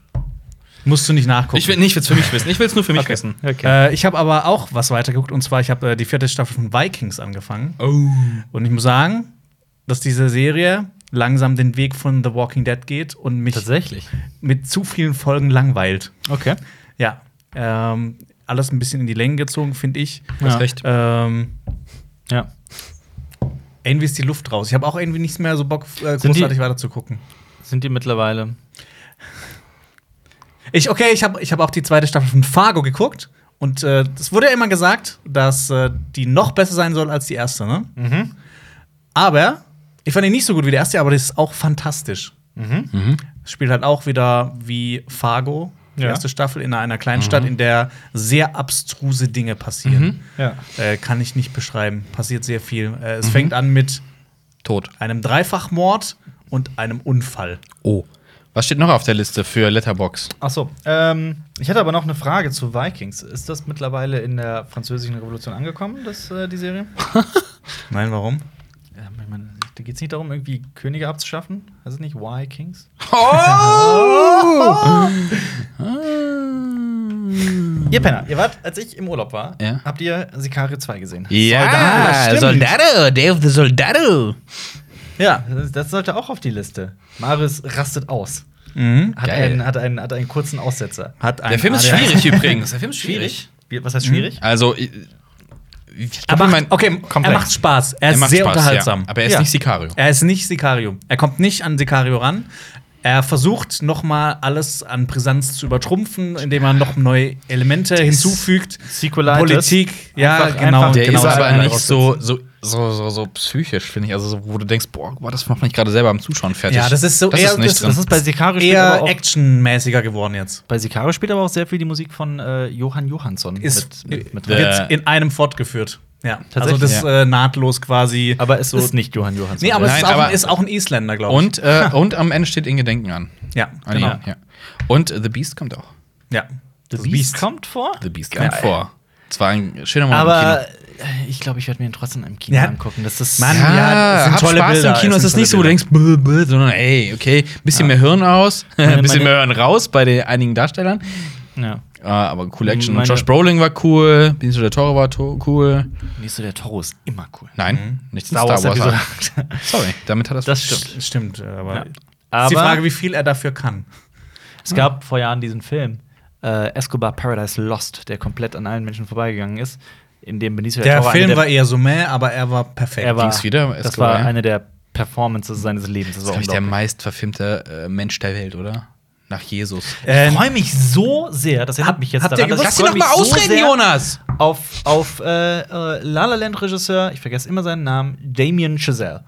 C: Musst du nicht nachgucken.
B: will nicht, will's für mich wissen. Ich will's nur für mich wissen.
A: Okay.
C: Äh, ich habe aber auch was weitergeguckt und zwar, ich habe äh, die vierte Staffel von Vikings angefangen.
B: Oh.
C: Und ich muss sagen, dass diese Serie langsam den Weg von The Walking Dead geht und mich
A: Tatsächlich.
C: mit zu vielen Folgen langweilt.
A: Okay.
C: Ja. Ähm, alles ein bisschen in die Länge gezogen, finde ich.
B: Hast
A: Ja.
B: recht.
C: Ähm,
A: Ja.
C: irgendwie ist die Luft raus. Ich habe auch irgendwie nichts mehr so Bock, äh,
A: Sind die-
C: großartig weiterzugucken.
A: Sind die mittlerweile?
C: Ich, okay, ich habe ich hab auch die zweite Staffel von Fargo geguckt. Und äh, es wurde ja immer gesagt, dass äh, die noch besser sein soll als die erste, ne?
A: Mhm.
C: Aber ich fand die nicht so gut wie die erste, aber die ist auch fantastisch.
A: Mhm.
C: Spielt halt auch wieder wie Fargo, die
A: Ja.
C: erste Staffel, in einer kleinen Stadt, in der sehr abstruse Dinge passieren.
A: Mhm. Ja.
C: Äh, kann ich nicht beschreiben. Passiert sehr viel. Äh, es fängt an mit
B: Tot.
C: einem Dreifachmord und einem Unfall.
B: Oh. Was steht noch auf der Liste für Letterbox?
A: Achso. Ähm, ich hatte aber noch eine Frage zu Vikings. Ist das mittlerweile in der Französischen Revolution angekommen, das, äh, die Serie?
C: Nein, warum?
A: Ähm, ich meine, da geht es nicht darum, irgendwie Könige abzuschaffen. Heißt es nicht Vikings?
B: Oh!
A: Ihr Penner, ihr wart, als ich im Urlaub war,
B: Ja.
A: habt ihr Sicario 2 gesehen. Ah,
B: ja,
C: stimmt.
B: Soldado, Dave the Soldado.
C: Ja.
A: Das das sollte auch auf die Liste. Marius rastet aus.
C: Mhm.
A: Hat
B: Geil.
A: einen, hat, einen, hat einen kurzen Aussetzer.
C: Hat
B: Der
C: ein
B: Film ist
C: ADHS
B: schwierig übrigens. Der Film ist
A: schwierig. Wie- Was heißt schwierig?
B: Also, ich, ich
C: Er
B: glaub, ich mein-
C: macht, okay, er
A: komplex.
C: macht Spaß. Er
B: er
C: ist
B: macht
C: sehr
B: Spaß,
C: unterhaltsam.
B: Ja. Aber er ist
A: Ja.
B: nicht Sicario.
C: Er ist nicht Sicario. Er kommt nicht an Sicario ran. Er versucht noch mal alles an Brisanz zu übertrumpfen, indem er noch neue Elemente hinzufügt.
A: Sequelitis.
C: Politik, ja,
A: Einfach-
C: genau.
A: einfach-
B: Der
C: genau,
B: ist aber
C: das-
B: nicht so, so, so, so, so psychisch, finde ich. Also, so, wo du denkst, boah, boah, das macht mich gerade selber am Zuschauen fertig.
C: Ja, das ist so
B: das
C: eher-
B: ist nicht
C: das-
B: drin.
A: Das ist bei Sicario spielt
C: eher
A: aber auch,
C: actionmäßiger geworden jetzt.
A: bei Sicario spielt aber auch sehr viel die Musik von äh, Johann Johansson
C: Ist
A: mit, mit, mit
B: äh,
A: rein.
C: wird in einem fortgeführt. Ja, also
A: Tatsächlich,
C: das äh, nahtlos quasi.
A: Aber es ist
C: ist-
A: nicht Johann Johansson.
C: nee, aber es
B: Nein,
C: ist auch,
B: aber-
C: ist auch ein Isländer, glaube ich.
B: und, äh, und am Ende steht in Gedenken an.
C: Ja,
A: Ah,
B: An ihn,
C: genau.
B: ja. Und äh, The Beast kommt auch.
C: Ja.
A: The
C: Das
A: Beast, kommt vor.
B: The Beast
A: Geil.
B: kommt vor. Es war ein schöner Moment. im
A: Aber
B: Kino.
A: äh, ich glaube, ich werde mir ihn trotzdem im Kino
C: Ja.
A: angucken. Das ist
C: Mann,
B: ja,
C: ja, es sind
B: hab
C: tolle
B: Spaß
C: Bilder,
B: im Kino.
C: es
B: Es
C: sind
B: ist nicht so,
C: tolle
B: wo du denkst, bäh, bäh, sondern ey, okay, bisschen mehr Hirn aus,
A: Meine-
B: bisschen
A: meine-
B: mehr Hirn raus bei den einigen Darstellern.
A: ja.
B: Ah, aber coole Action.
A: Meine-
B: Und Josh Brolin war cool, Benicio del Toro war to cool.
A: Nächste der Toro ist immer cool.
B: Nein, nicht
A: Mhm. Star Wars
B: aber-
A: Episode.
B: Sorry, damit hat er
A: Das stimmt.
C: Das stimmt, aber.
A: Ja.
C: ist die
A: Aber-
C: Frage, wie viel er dafür kann.
A: Es gab vor Jahren diesen Film, äh, Escobar Paradise Lost, der komplett an allen Menschen vorbeigegangen ist, in dem Benicio del
C: Der
A: Toro eine
C: Film
A: der-
C: war Äh, eher so mäh, aber er war perfekt.
A: er war,
B: ging's wieder,
A: Das
B: Escobar,
A: war
B: ja?
A: eine der Performances seines Lebens. Das war
B: Das ist, glaube ich, der
A: unglaublich.
B: meistverfilmte äh, Mensch der Welt, oder? Nach Jesus.
C: Äh,
A: ich freue mich so sehr, das erinnert mich jetzt
C: habt ihr
A: daran. dass
C: gewusst,
A: ich freu mich so sehr
B: Jonas!
A: Auf, auf äh, äh, La La Land Regisseur, ich vergesse immer seinen Namen, Damien Chazelle.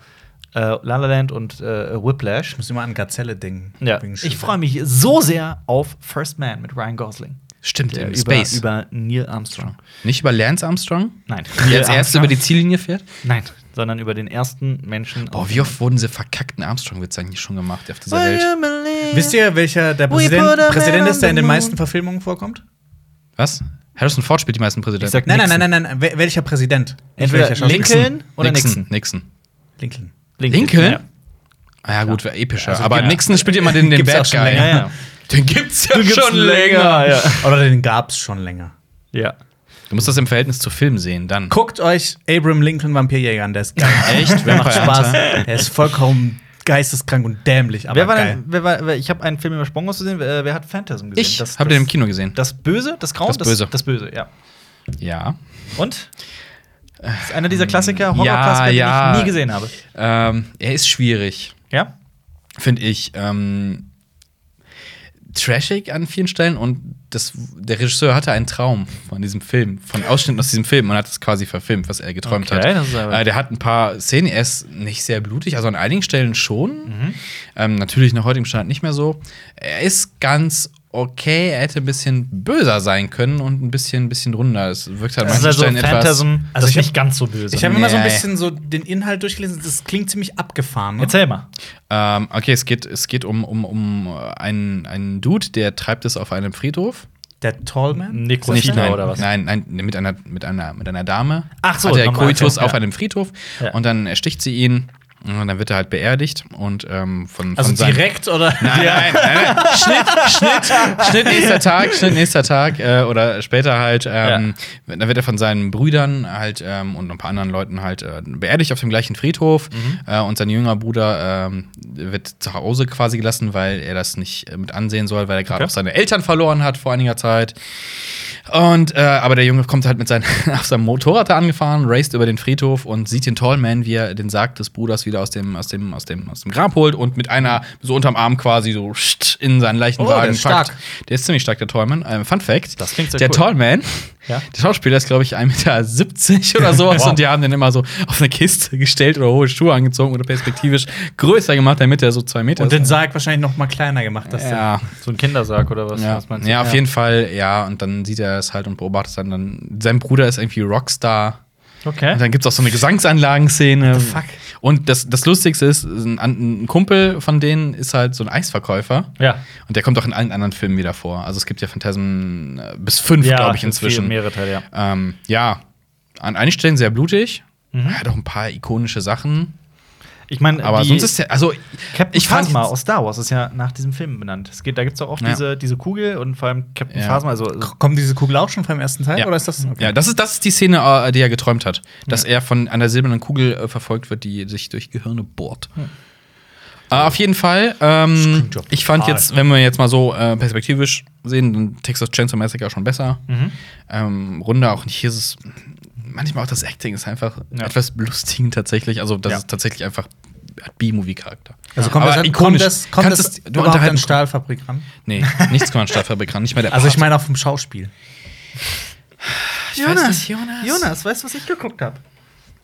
A: Äh, La La Land und äh, Whiplash.
C: Ich muss immer an Gazelle denken.
A: Ja.
C: Wegen
A: Ich freue mich so sehr auf First Man mit Ryan Gosling.
B: Stimmt,
A: Der
B: im
A: über,
B: Space.
A: über Neil Armstrong.
B: Nicht über Lance Armstrong,
A: Nein.
B: der als erster
A: Armstrong.
B: über die Ziellinie fährt.
A: Nein, sondern über den ersten Menschen.
B: Boah, wie oft wurden diese verkackten Armstrong-Witze eigentlich schon gemacht auf
A: Oh
B: dieser Welt?
C: Wisst ihr, welcher der
A: put a man
C: Präsident, Präsident
A: on
C: ist, der in
A: the
C: den
A: moon.
C: meisten Verfilmungen vorkommt?
B: Was? Harrison Ford spielt die meisten Präsidenten.
A: Ich sag-
C: Nein, nein,
A: Nixon.
C: nein, nein, nein. wel- Welcher Präsident? Nicht
A: Entweder
C: welcher Schauspieler.
A: Lincoln oder
B: Nixon. Nixon.
C: Lincoln.
B: Lincoln?
A: Ja.
B: Ah ja, gut, epischer.
C: Also,
B: Aber
C: ja.
B: Nixon spielt immer den, den
C: Gibt's auch
B: Bad
C: schon
B: Guy.
A: Ja, ja.
B: Den gibt's ja
A: gibt's
B: schon länger.
A: Ah, Ja,
C: Oder den gab's schon länger.
A: ja.
B: Du musst das im Verhältnis zu Film sehen, dann.
C: Guckt euch Abraham Lincoln Vampirjäger an, der ist geil.
B: Echt?
C: der macht
B: Vampire
C: Spaß. Der ist vollkommen geisteskrank und dämlich, aber
A: Wer war
C: geil.
A: denn, wer war, wer, ich habe einen Film übersprungen ausgesehen, wer, wer hat Phantasm gesehen?
B: Ich habe den im Kino gesehen.
A: Das Böse, das Grauen,
B: Das Böse.
A: Das, Böse, ja.
B: Ja.
A: Und? Das ist einer dieser Klassiker,
B: Ähm, Ja,
A: Horrorklassiker,
B: ja.
A: den ich nie gesehen habe.
B: Ähm, er ist schwierig,
A: Ja?
B: finde ich. Ähm, trashig an vielen Stellen und das, der Regisseur hatte einen Traum von diesem Film, von Ausschnitten aus diesem Film und hat es quasi verfilmt, was er geträumt
A: Okay,
B: hat.
A: das ist aber-
B: äh, der hat ein paar Szenen, er ist nicht sehr blutig, also an einigen Stellen schon.
A: Mhm.
B: Ähm, natürlich nach heutigem Stand nicht mehr so. Er ist ganz okay, er hätte ein bisschen böser sein können und ein bisschen, ein bisschen runder. Es wirkt halt an manchen
A: also
B: Stellen etwas.
A: das
C: Also
A: ist
C: ich hab-
A: nicht ganz so böse.
C: Ich habe immer so ein
B: Nee.
C: bisschen so den Inhalt durchgelesen, das klingt ziemlich abgefahren. Ne?
A: Erzähl mal.
B: Ähm, okay, es geht, es geht um, um, um äh, einen, einen Dude, der treibt es auf einem Friedhof.
C: Der Tallman?
A: Necro-
B: Nicht, nein,
A: oder was?
B: nein, nein, mit einer, mit einer, mit einer Dame.
A: Ach so,
B: hat er
A: nochmal,
B: Koitus
A: okay,
B: auf
A: ja.
B: einem Friedhof
A: Ja.
B: und dann ersticht sie ihn und dann wird er halt beerdigt und ähm, von, von
C: Also
B: seinem-
C: direkt oder?
B: Nein, nein, nein, nein. Schnitt, Schnitt, Schnitt nächster Tag, Schnitt nächster Tag äh, oder später halt. Ähm, Dann wird er von seinen Brüdern halt ähm, und noch ein paar anderen Leuten halt äh, beerdigt auf dem gleichen Friedhof
A: Mhm.
B: äh, und sein jüngerer Bruder ähm, wird zu Hause quasi gelassen, weil er das nicht äh, mit ansehen soll, weil er gerade
A: Okay.
B: auch seine Eltern verloren hat vor einiger Zeit. Und äh, aber der Junge kommt halt mit seinem auf seinem Motorrad da angefahren, raced über den Friedhof und sieht den Tallman, wie er den Sarg des Bruders wieder aus dem aus dem aus dem aus dem Grab holt und mit einer so unterm Arm quasi so scht in seinen
C: Oh, der
B: Leichenwagen
C: ist
B: packt.
C: stark.
B: Der ist ziemlich stark der Tallman. Ähm, Fun Fact:
A: Das klingt sehr
B: Der
A: cool.
B: Tallman,
A: Ja.
B: der Schauspieler ist glaube ich 1,70 Meter oder sowas
A: Wow.
B: und die haben den immer so auf eine Kiste gestellt oder hohe Schuhe angezogen oder perspektivisch größer gemacht, damit er so zwei Meter
C: Und
B: ist.
C: den Sarg wahrscheinlich noch mal kleiner gemacht. Dass der-
B: ja,
A: So ein Kindersarg oder was?
B: ja.
A: was meinst du?
B: ja, auf jeden Fall, ja. Und dann sieht er es halt und beobachtet es dann. dann. Sein Bruder ist irgendwie Rockstar. Und
A: Okay.
B: dann gibt es auch so eine Gesangsanlagenszene. Fuck. Und das, das Lustigste ist, ein, an- ein Kumpel von denen ist halt so ein Eisverkäufer.
A: Ja.
B: Und der kommt auch in allen anderen Filmen wieder vor. Also es gibt ja Phantasm äh, bis fünf,
A: Ja,
B: glaube
A: es
B: ich,
A: gibt
B: inzwischen.
A: mehrere Teile, ja.
B: Ähm, ja, an einigen Stellen sehr blutig.
A: Mhm.
B: Er hat auch ein paar ikonische Sachen.
A: Ich meine,
B: Aber
A: Äh, die-
B: sonst ist der. Also,
A: Captain
B: ich fand
A: Phasma aus Star Wars ist ja nach diesem Film benannt. Es geht, da gibt es doch auch
B: Ja.
A: diese, diese Kugel und vor allem Captain
B: Ja.
A: Phasma. Also,
C: Kommt diese Kugel auch schon vom ersten Teil?
B: Ja.
C: Oder ist das? okay.
B: Ja, das ist, das ist die Szene, äh, die er geträumt hat. Dass er von einer silbernen Kugel äh, verfolgt wird, die sich durch Gehirne bohrt.
A: Hm.
B: Äh, auf jeden Fall, ähm,
C: klingt ja
B: ich fand
C: brutal.
A: Ah,
B: jetzt, wenn wir jetzt mal so äh, perspektivisch sehen, dann Texas Chainsaw Massacre schon besser.
A: Mhm.
B: Ähm, Runde auch nicht. Hier ist es manchmal auch das Acting ist einfach
A: Ja.
B: etwas belustigend tatsächlich. Also das
A: Ja.
B: ist tatsächlich einfach hat B-Movie-Charakter.
C: Also kommt
B: Aber
C: das, an-
B: ikonisch.
C: kommt das, kommt
B: Kannst
C: das
B: es- du
C: überhaupt
B: unterhalten-
C: an Stahlfabrik ran?
B: Nee, nichts kann man Stadtfabrik ran. Nicht mal der
C: Also ich
B: Pate.
C: meine auch vom Schauspiel.
B: Ich weiß
A: Jonas,
B: nicht, Jonas.
A: Jonas, weißt du, was ich geguckt habe?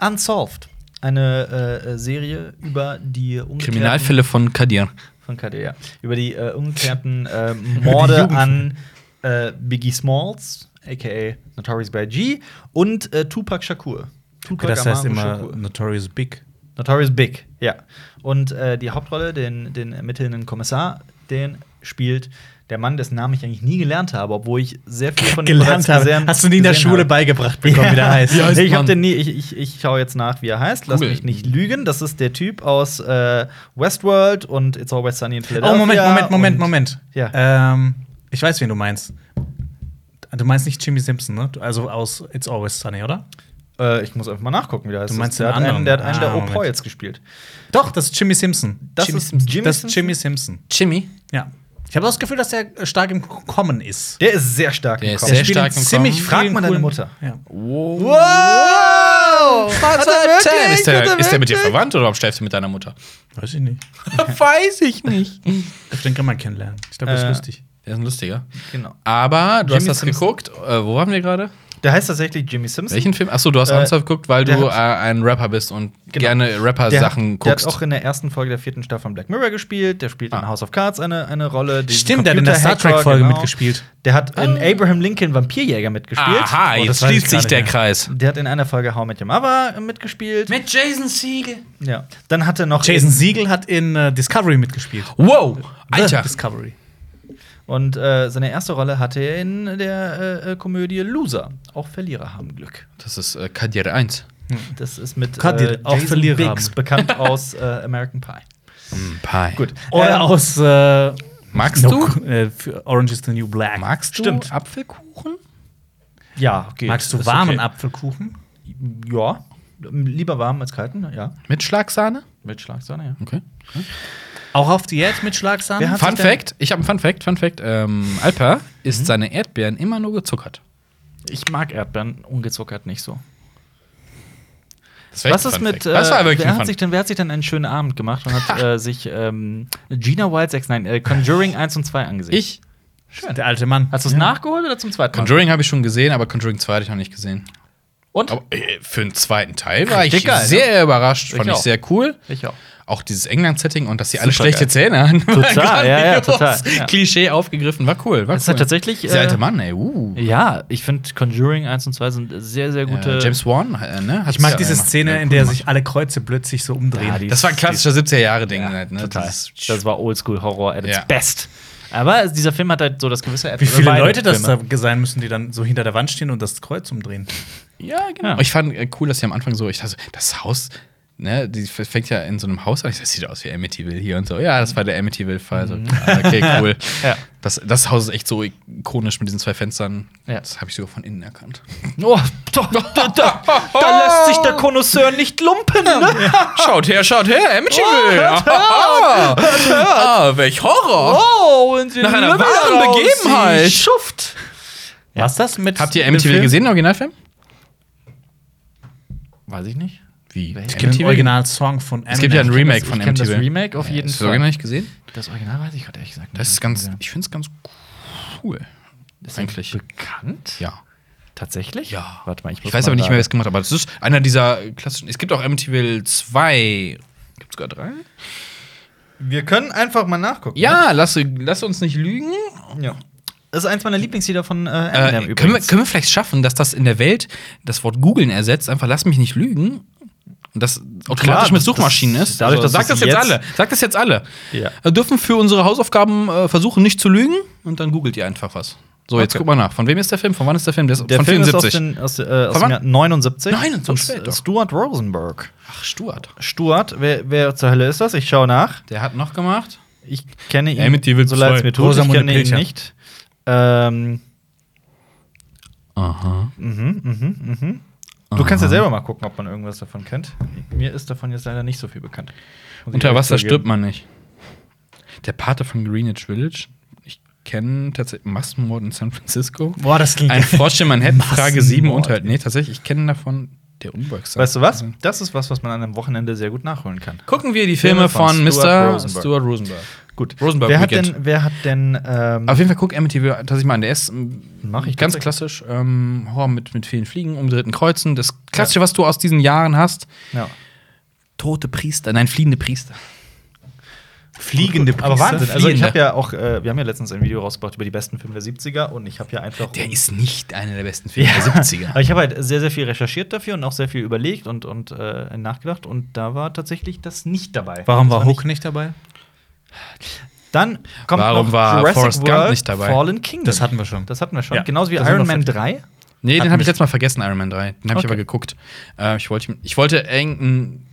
A: Unsolved. Eine äh, äh, Serie über die umgekehrten-
B: Kriminalfälle von Kadir.
A: von KD, ja. über die äh, umgekehrten äh, Morde an äh, Biggie Smalls, aka Notorious B.I.G. und äh, Tupac Shakur. Tupac
C: das
A: Amaru
C: heißt immer
A: Shakur.
C: Notorious Big.
A: Notorious Big, ja. Und äh, die Hauptrolle, den, den ermittelnden Kommissar, den spielt der Mann, dessen Namen ich eigentlich nie gelernt habe, obwohl ich sehr viel von ihm bereits gesehen-
C: Hast du nie in der
A: gesehen
C: Schule
A: habe.
C: beigebracht bekommen, wie der heißt?
B: Wie heißt
A: ich
B: man?
A: hab den nie, ich, ich, ich schaue jetzt nach, wie er heißt. Lass
B: Cool.
A: mich nicht lügen. Das ist der Typ aus äh, Westworld und It's Always Sunny in Philadelphia.
C: Oh, Moment, Moment, Moment,
A: und-
C: Moment.
A: Ja.
C: Ähm, ich weiß, wen du meinst. Du meinst nicht Jimmy Simpson, ne? Du- Also aus It's Always Sunny, oder?
A: Äh, ich muss einfach mal nachgucken, wie der heißt.
C: Du meinst
A: der hat
C: den
A: einen,
C: anderen?
A: der hat einen
C: Ah,
A: der
C: Moment.
A: Au jetzt gespielt.
C: Doch, das ist Jimmy Simpson.
A: Das
C: Jimmy
A: ist
C: Simpson.
A: Jimmy
C: das ist
A: Simpson?
C: Jimmy Simpson.
B: Jimmy.
C: Ja. Ich habe das Gefühl, dass der äh, stark im Kommen ist.
A: Der ist sehr stark
B: Der ist
A: Kopf.
B: sehr stark im
C: ziemlich
B: Kommen.
A: Frag
C: vielen
A: mal deine
C: coolen-
A: Mutter.
C: Ja.
A: Wow! Hat er wirklich?
B: Ist der,
A: Hat er
B: ist der mit dir
A: wirklich?
B: verwandt oder schläfst du mit deiner Mutter?
C: Weiß ich nicht.
B: Weiß ich nicht.
C: Ich denke mal kennenlernen. Ich glaube, das ist
A: Äh,
C: lustig.
B: Der ist ein lustiger.
A: Genau.
B: Aber du hast
A: Jimmy
B: das
A: Simpson.
B: geguckt. Äh, wo waren wir gerade?
A: Der heißt tatsächlich Jimmy Simpson.
B: Welchen Film? Achso, du hast
A: Äh,
B: Unsolved geguckt, weil du
A: der
B: äh,
A: hat- Genau.
B: ein Rapper bist und gerne
A: Der hat-
B: Rapper-Sachen
A: Der hat
B: guckst.
A: auch in der ersten Folge der vierten Staffel von Black Mirror gespielt. Der spielt in
B: Ah.
A: House of Cards eine, eine Rolle. diesen
C: Stimmt, der hat in der Star
A: Computerhacker,
C: Trek-Folge
A: genau.
C: mitgespielt. Ah.
A: Der hat in Abraham Lincoln Vampirjäger mitgespielt.
B: Aha,
C: Oh, das
B: jetzt
C: weiß ich
B: schließt
C: gar
B: sich
C: nicht
B: der
C: mehr.
B: Kreis.
A: Der hat in einer Folge How I Met Your Mother äh, mitgespielt.
B: Mit Jason Siegel.
A: Ja. Dann hat er noch
C: Jason Siegel hat in äh, Discovery mitgespielt.
B: Wow,
A: Äh,
C: The
B: Alter.
C: Discovery.
A: Und äh, seine erste Rolle hatte er in der äh, äh, Komödie Loser. Auch Verlierer haben Glück.
B: Das ist äh, Kadir 1.
A: Das ist mit äh,
C: Kadir, auch
A: Jason
C: Verlierer
A: Biggs,
C: haben.
A: bekannt aus äh, American Pie. Hm,
B: Pai.
A: Gut.
C: Oder
A: Ähm,
C: aus äh,
B: Magst
C: No,
B: du?
C: äh, für Orange is the New Black.
B: Magst du
A: Stimmt.
B: Apfelkuchen?
A: Ja, okay.
C: Magst du
A: Ist
C: warmen
A: okay.
C: Apfelkuchen?
A: Ja. Lieber warm als kalten, ja.
B: Mit Schlagsahne?
A: Mit Schlagsahne, ja.
B: Okay.
C: Auch auf Diät mit Schlagsahne?
A: Wer hat-
B: Fun
A: sich denn-
B: Fact, ich habe einen Fun Fact, Fun Fact, ähm,
A: Mhm.
B: Alper isst seine Erdbeeren immer nur gezuckert.
A: Ich mag Erdbeeren ungezuckert nicht so.
B: Das
A: Was ist mit. Äh,
B: das war wirklich
A: wer,
B: ein
A: hat
B: Fun
A: sich denn, wer hat sich denn einen schönen Abend gemacht und hat äh, sich ähm, Gina Wild 6, nein, äh, Conjuring 1 und 2 angesehen?
B: Ich,
A: Schön.
C: Der alte Mann.
A: Hast du es nachgeholt oder zum zweiten Mal?
B: Conjuring habe ich schon gesehen, aber Conjuring 2 hatte ich noch nicht gesehen.
A: Und?
B: Aber äh, für den zweiten Teil war ich
A: Richtig geil, ne?
B: sehr überrascht,
A: Ich
B: fand ich
A: auch.
B: sehr cool.
A: Ich auch.
B: Auch dieses England-Setting und dass sie alle
A: Supergeil.
B: schlechte Zähne hatten.
A: Total, ja, ja, total, ja.
B: Klischee aufgegriffen, war cool. War
A: Das ist
B: cool.
A: halt tatsächlich,
B: Dieser
A: äh,
B: alte Mann, ey, uh.
A: Ja, ich finde Conjuring 1 und 2 sind sehr, sehr gute.
B: äh, James Wan, äh, ne? hat's
C: Ich mag
B: ja
C: diese
B: gemacht.
C: Szene,
B: Ja,
C: in
B: cool
C: der
B: gemacht.
C: sich alle Kreuze plötzlich so umdrehen.
A: Ja, die-
B: Das war ein klassischer 70er-Jahre-Ding
A: Ja,
B: halt, ne?
A: Total.
B: Dieses-
A: Das war Oldschool-Horror at its
B: Ja.
A: best. Aber dieser Film hat halt so das gewisse
C: Wie viele
A: Beide
C: Leute das
A: Filme.
C: da sein müssen, die dann so hinter der Wand stehen und das Kreuz umdrehen.
B: Ja, genau.
A: Ja.
B: Ich fand äh, cool, dass sie am Anfang so, ich dachte, so, das Haus, ne, die f- fängt ja in so einem Haus an. Ich dachte, das sieht aus wie Amityville hier und so. Ja, das war der Amityville-Fall. So, ah, okay, cool.
A: Mhm. Ja.
B: das, das Haus ist echt so ikonisch mit diesen zwei Fenstern.
A: Ja.
B: Das habe ich sogar von innen erkannt.
A: Oh, da, da, da, da lässt sich der
B: Oh!
A: Konnoisseur nicht lumpen, ne?
B: Schaut her, schaut her,
A: Oh,
B: Amityville. Ah, ah, welch Horror.
A: Oh, und
B: Nach einer wahren Begebenheit.
A: Schuft.
C: Was das mit.
B: Habt ihr
C: dem
B: Amityville
C: Film?
B: gesehen, den Originalfilm?
A: Weiß ich nicht.
B: Wie?
A: Welchen?
C: Ich kenne den
B: Amityville?
C: Original-Song von Eminem.
B: Es gibt ja ein
A: kenn
B: Remake
A: das-
B: von
A: ich kenn das
B: Amityville.
A: Remake auf
B: Ja,
A: jeden
B: hast
A: Fall.
B: du das Original nicht gesehen?
A: Das Original weiß ich gerade ehrlich gesagt nicht.
B: Das ist ganz, ich finde es ganz cool. Ist eigentlich.
A: bekannt?
B: Ja.
A: Tatsächlich?
B: Ja.
A: Warte mal, ich muss
B: Ich weiß
A: mal
B: aber nicht mehr, wer es
A: gerade-
B: gemacht hat, aber das ist einer dieser klassischen. Es gibt auch Amityville 2. Gibt sogar drei?
A: Wir können einfach mal nachgucken.
B: Ja, lass, lass uns nicht lügen.
A: ja. Das ist eins meiner Lieblingslieder von äh,
B: Äh,
A: Eminem
B: können, wir,
A: übrigens.
B: können wir vielleicht schaffen, dass das in der Welt das Wort googeln ersetzt? Einfach lass mich nicht lügen. Und das automatisch
A: Klar, das-
B: mit Suchmaschinen
A: das-
B: ist. Also
A: dadurch, dass
B: sag
A: das
B: das jetzt,
A: jetzt-
B: alle. Sag das jetzt alle.
A: Ja.
B: Wir dürfen für unsere Hausaufgaben äh, versuchen, nicht zu lügen. Und dann googelt ihr einfach was. So, jetzt
A: Okay.
B: guck mal nach. Von wem ist der Film? Von wann ist der Film? Der ist
A: Der
B: von
A: Film ist aus, den, aus, äh, aus
B: Von
A: dem
B: wann?
A: Jahr 79.
B: Nein, so
A: Von
B: spät
A: S-
B: doch.
A: Stuart Rosenberg.
B: Ach, Stuart.
A: Stuart, wer, wer zur Hölle ist das? Ich schaue nach.
B: Der hat noch gemacht.
A: Ich kenne ihn,
B: Amityville
A: so leid es
B: 2.
A: mir tut,
C: Rosamunde
A: ich kenne
C: Pilcher.
A: ihn nicht. Ähm,
B: Aha.
A: Mhm. du kannst ja selber mal gucken, ob man irgendwas davon kennt. Mir ist davon jetzt leider nicht so viel bekannt. Muss ich
B: Unter
A: ehrlich
B: Wasser
A: zugeben.
B: stirbt man nicht. Der Pate von Greenwich Village? Ich kenne tatsächlich Massenmord in San Francisco.
C: Boah, das klingt
B: Ein Frosch in Manhattan, Frage 7
C: Massenmord.
B: Unterhalt. Nee, tatsächlich, ich kenne davon der Unbeugsame.
A: Weißt du was?
B: Mhm.
A: Das ist was, was man an einem Wochenende sehr gut nachholen kann.
B: Gucken wir die Filme,
A: Filme von
B: von,
A: Stuart
B: Mr.
A: Rosenberg.
B: Stuart Rosenberg.
A: Gut.
B: Rosenberg
A: wer hat
B: Weekend.
A: denn, wer hat denn, ähm,
B: Auf jeden Fall guck MTV tatsächlich mal an. Der ist ähm,
A: Mach ich
B: ganz klassisch. Ähm, Horror mit, mit vielen Fliegen, umdrehten Kreuzen. Das Klassische, was du aus diesen Jahren hast.
A: ja.
B: Tote Priester, nein, fliegende Priester.
C: fliegende
A: Aber Wahnsinn. Also ich
B: Fliegende.
A: habe ja auch, äh, wir haben ja letztens ein Video rausgebracht über die besten Filme der 70er und ich habe ja einfach.
B: Der ist nicht einer der besten Filme der 70er.
A: Aber ich habe halt sehr, sehr viel recherchiert dafür und auch sehr viel überlegt und, und äh, nachgedacht und da war tatsächlich das nicht dabei.
C: Warum war
A: Das
C: Hook nicht dabei?
A: Dann kommt
B: Warum
A: noch
B: war
A: Jurassic
B: Forrest Gump
A: World
B: nicht dabei?
A: Fallen Kingdom.
C: Das hatten wir schon.
A: Das hatten wir schon.
C: Ja,
A: Genauso wie
C: das haben
A: Iron
C: wir
A: Man 3.
B: Nee,
A: Hat
B: den habe
A: mich-
B: ich letztes Mal vergessen, Iron Man 3. Den habe ich
A: Okay.
B: aber geguckt. Äh, ich, wollte, ich wollte irgendeinen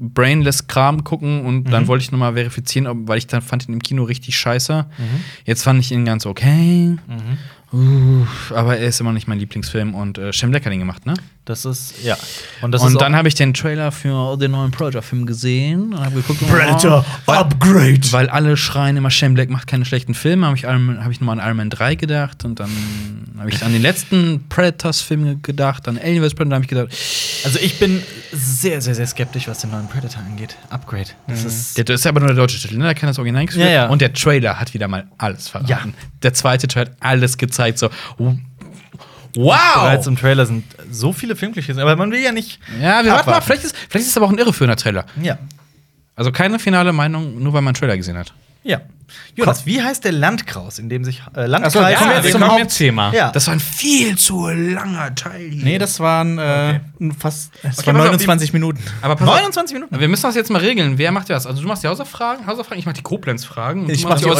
B: brainless Kram gucken und
A: Mhm.
B: dann wollte ich nochmal verifizieren, ob, weil ich dann fand ihn im Kino richtig scheiße.
A: Mhm.
B: Jetzt fand ich ihn ganz okay.
A: Mhm.
B: Uff, aber er ist immer nicht mein Lieblingsfilm und äh, Shem Lecker hat ihn gemacht, ne?
A: Das ist, ja. Und, das ist
B: und
A: auch-
B: dann habe ich den Trailer für den neuen Predator-Film gesehen und habe geguckt, oh,
C: Upgrade.
B: weil alle schreien immer, Shane Black macht keine schlechten Filme, habe ich, Iron Man- hab ich nochmal an Iron Man 3 gedacht und dann habe ich an den letzten Predators-Film gedacht, an Alien vs. Predator habe ich gedacht,
A: also ich bin sehr, sehr, sehr skeptisch, was den neuen Predator angeht. Upgrade. Das ist.
B: der, das ist aber nur der deutsche Titel, ne? da kann das Original nichts für.
A: Ja, ja.
B: Und der Trailer hat wieder mal alles verraten.
A: Ja.
B: Der zweite Trailer hat alles gezeigt, so
A: Bereits
B: wow!
A: im Trailer sind so viele Filmklischees, aber man will ja nicht.
B: Ja, wir warten mal,
A: Abwarten.
B: vielleicht ist, vielleicht ist es aber auch ein irreführender Trailer.
A: Ja.
B: Also keine finale Meinung, nur weil man einen Trailer gesehen hat.
A: Ja. Jonas, wie heißt der Landkraus, in dem sich äh, Landkreis.
B: Ach so, ja,
A: kommen wir
B: wir
A: jetzt
B: kommen
A: zum
B: jetzt-
C: Hauptthema.
A: Ja.
B: Das war ein viel zu langer Teil hier.
C: Nee, das waren äh, fast das
B: Okay,
C: waren
B: pass auf,
C: 29 Minuten.
B: aber pass auf.
A: 29 Minuten.
B: Wir müssen das jetzt mal regeln. Wer macht das? Also du machst die Hausaufgaben, Hausaufgaben, ich mach die Koblenz-Fragen und
C: Ich
B: du
C: mach
B: machst
C: die
A: Du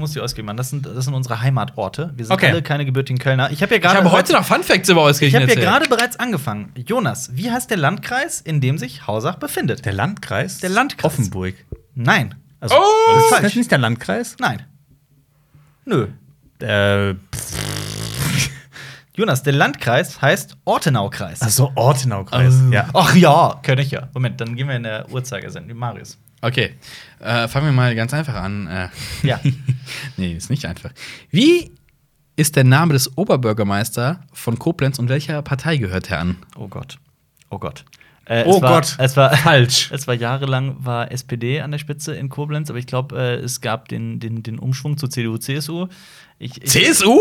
A: musst die Euskirchen machen. Das sind, das sind unsere Heimatorte. Wir sind
C: Okay.
A: alle keine gebürtigen Kölner. Ich habe ja
B: Ich
A: gerade.
B: habe heute noch Funfacts über
A: Ich
B: Euskirchen
A: habe ja
B: erzählt.
A: gerade bereits angefangen. Jonas, wie heißt der Landkreis, in dem sich Hausach befindet?
C: Der Landkreis?
A: Der Landkreis.
C: Offenburg.
A: Nein.
C: Also,
B: Oh!
C: das ist
A: Falsch.
C: das nicht der Landkreis?
A: Nein. Nö.
C: Äh,
A: Jonas, der Landkreis heißt Ortenaukreis.
C: also Ortenaukreis.
A: Oh.
B: Ähm.
C: Ja.
A: Ach ja, kenne ich ja. Moment, dann gehen wir in der Uhrzeigersendung. wie Marius.
B: Okay, äh, fangen wir mal ganz einfach an. Äh,
A: Ja.
B: nee, ist nicht einfach. Wie ist der Name des Oberbürgermeisters von Koblenz und welcher Partei gehört er an?
A: Oh Gott. Oh Gott. Äh,
C: Oh
A: es war,
C: Gott.
A: Es war,
C: Falsch.
A: es war jahrelang war SPD an der Spitze in Koblenz, aber ich glaube, äh, es gab den, den, den Umschwung zu CDU, CSU. Ich, ich,
B: CSU?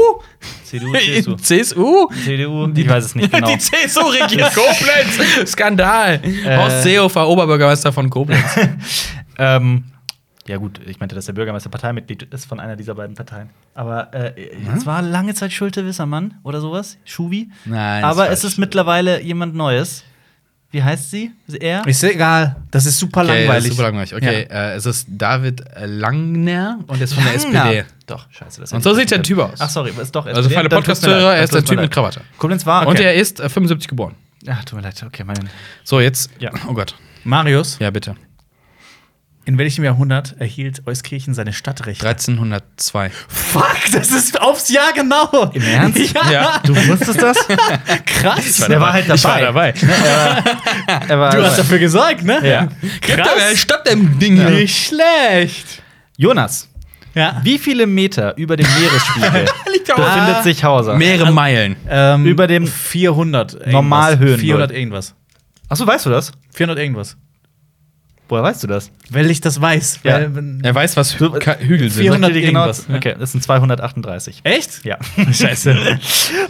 A: CDU, CSU.
B: CSU?
A: CDU, ich weiß es nicht genau. Äh.
B: Die CSU regiert Koblenz. Skandal. Horst Seehofer, Oberbürgermeister von
A: Ah,
B: Koblenz.
A: Ähm, ja, gut, ich meinte, dass der Bürgermeister Parteimitglied ist von einer dieser beiden Parteien. Aber äh, es war lange Zeit Schulte Wissermann oder sowas, Schubi.
B: Nein, das
A: Aber
B: war
A: es ist
B: Schulte.
A: mittlerweile jemand Neues. Wie heißt sie? Er?
C: Ist egal. Das ist super
B: Okay, das
C: langweilig.
B: ist super langweilig. Okay, äh, es ist David äh, Langner und er ist von der
A: Langner.
B: SPD.
A: Doch, scheiße. Das
B: Und
A: hätte
B: so
A: ich
B: sieht der
A: nicht
B: Typ
A: können.
B: aus.
A: Ach, sorry, ist doch SPD.
B: Also für alle
A: Dann tut's mir
B: Podcast-Hörer,
A: leid,
B: er ist
A: dann
B: der
A: tut's mir
B: Typ mit
A: leid.
B: Krawatte.
A: Koblenz war.
B: Und er ist äh, 75 geboren.
A: Ach, tut mir leid, okay, mein.
B: So, jetzt.
A: Ja.
B: Oh Gott.
C: Marius,
B: Ja, bitte.
C: in welchem Jahrhundert erhielt Euskirchen seine Stadtrechte?
B: 1302.
C: Fuck, das ist aufs Jahr genau. Im
A: Ernst?
C: Ja,
A: Du wusstest das?
C: krass.
A: Der war halt dabei.
C: Ich war dabei.
A: Er war
C: Du hast dafür gesorgt, ne?
A: Ja.
C: Krass.
B: stoppt dem Ding
C: Nicht schlecht.
A: Jonas,
C: Ja.
A: wie viele Meter über dem Meeresspiegel befindet sich Hauser?
B: Mehrere Meilen.
C: Ähm,
A: Über dem
C: 400 irgendwas.
A: Normalhöhennull.
C: 400 irgendwas.
A: Achso, weißt du das?
C: 400 irgendwas.
A: Woher weißt du das?
C: Weil ich das weiß.
A: Ja.
C: Weil, wenn-
B: Er weiß, was Hü
A: So, äh,
B: Ka- Hügel sind. ne?
C: 400
A: Sag dir die genaue-
C: irgendwas, ja.
A: genau, Okay, das sind 238.
C: Echt?
A: Ja.
C: Scheiße.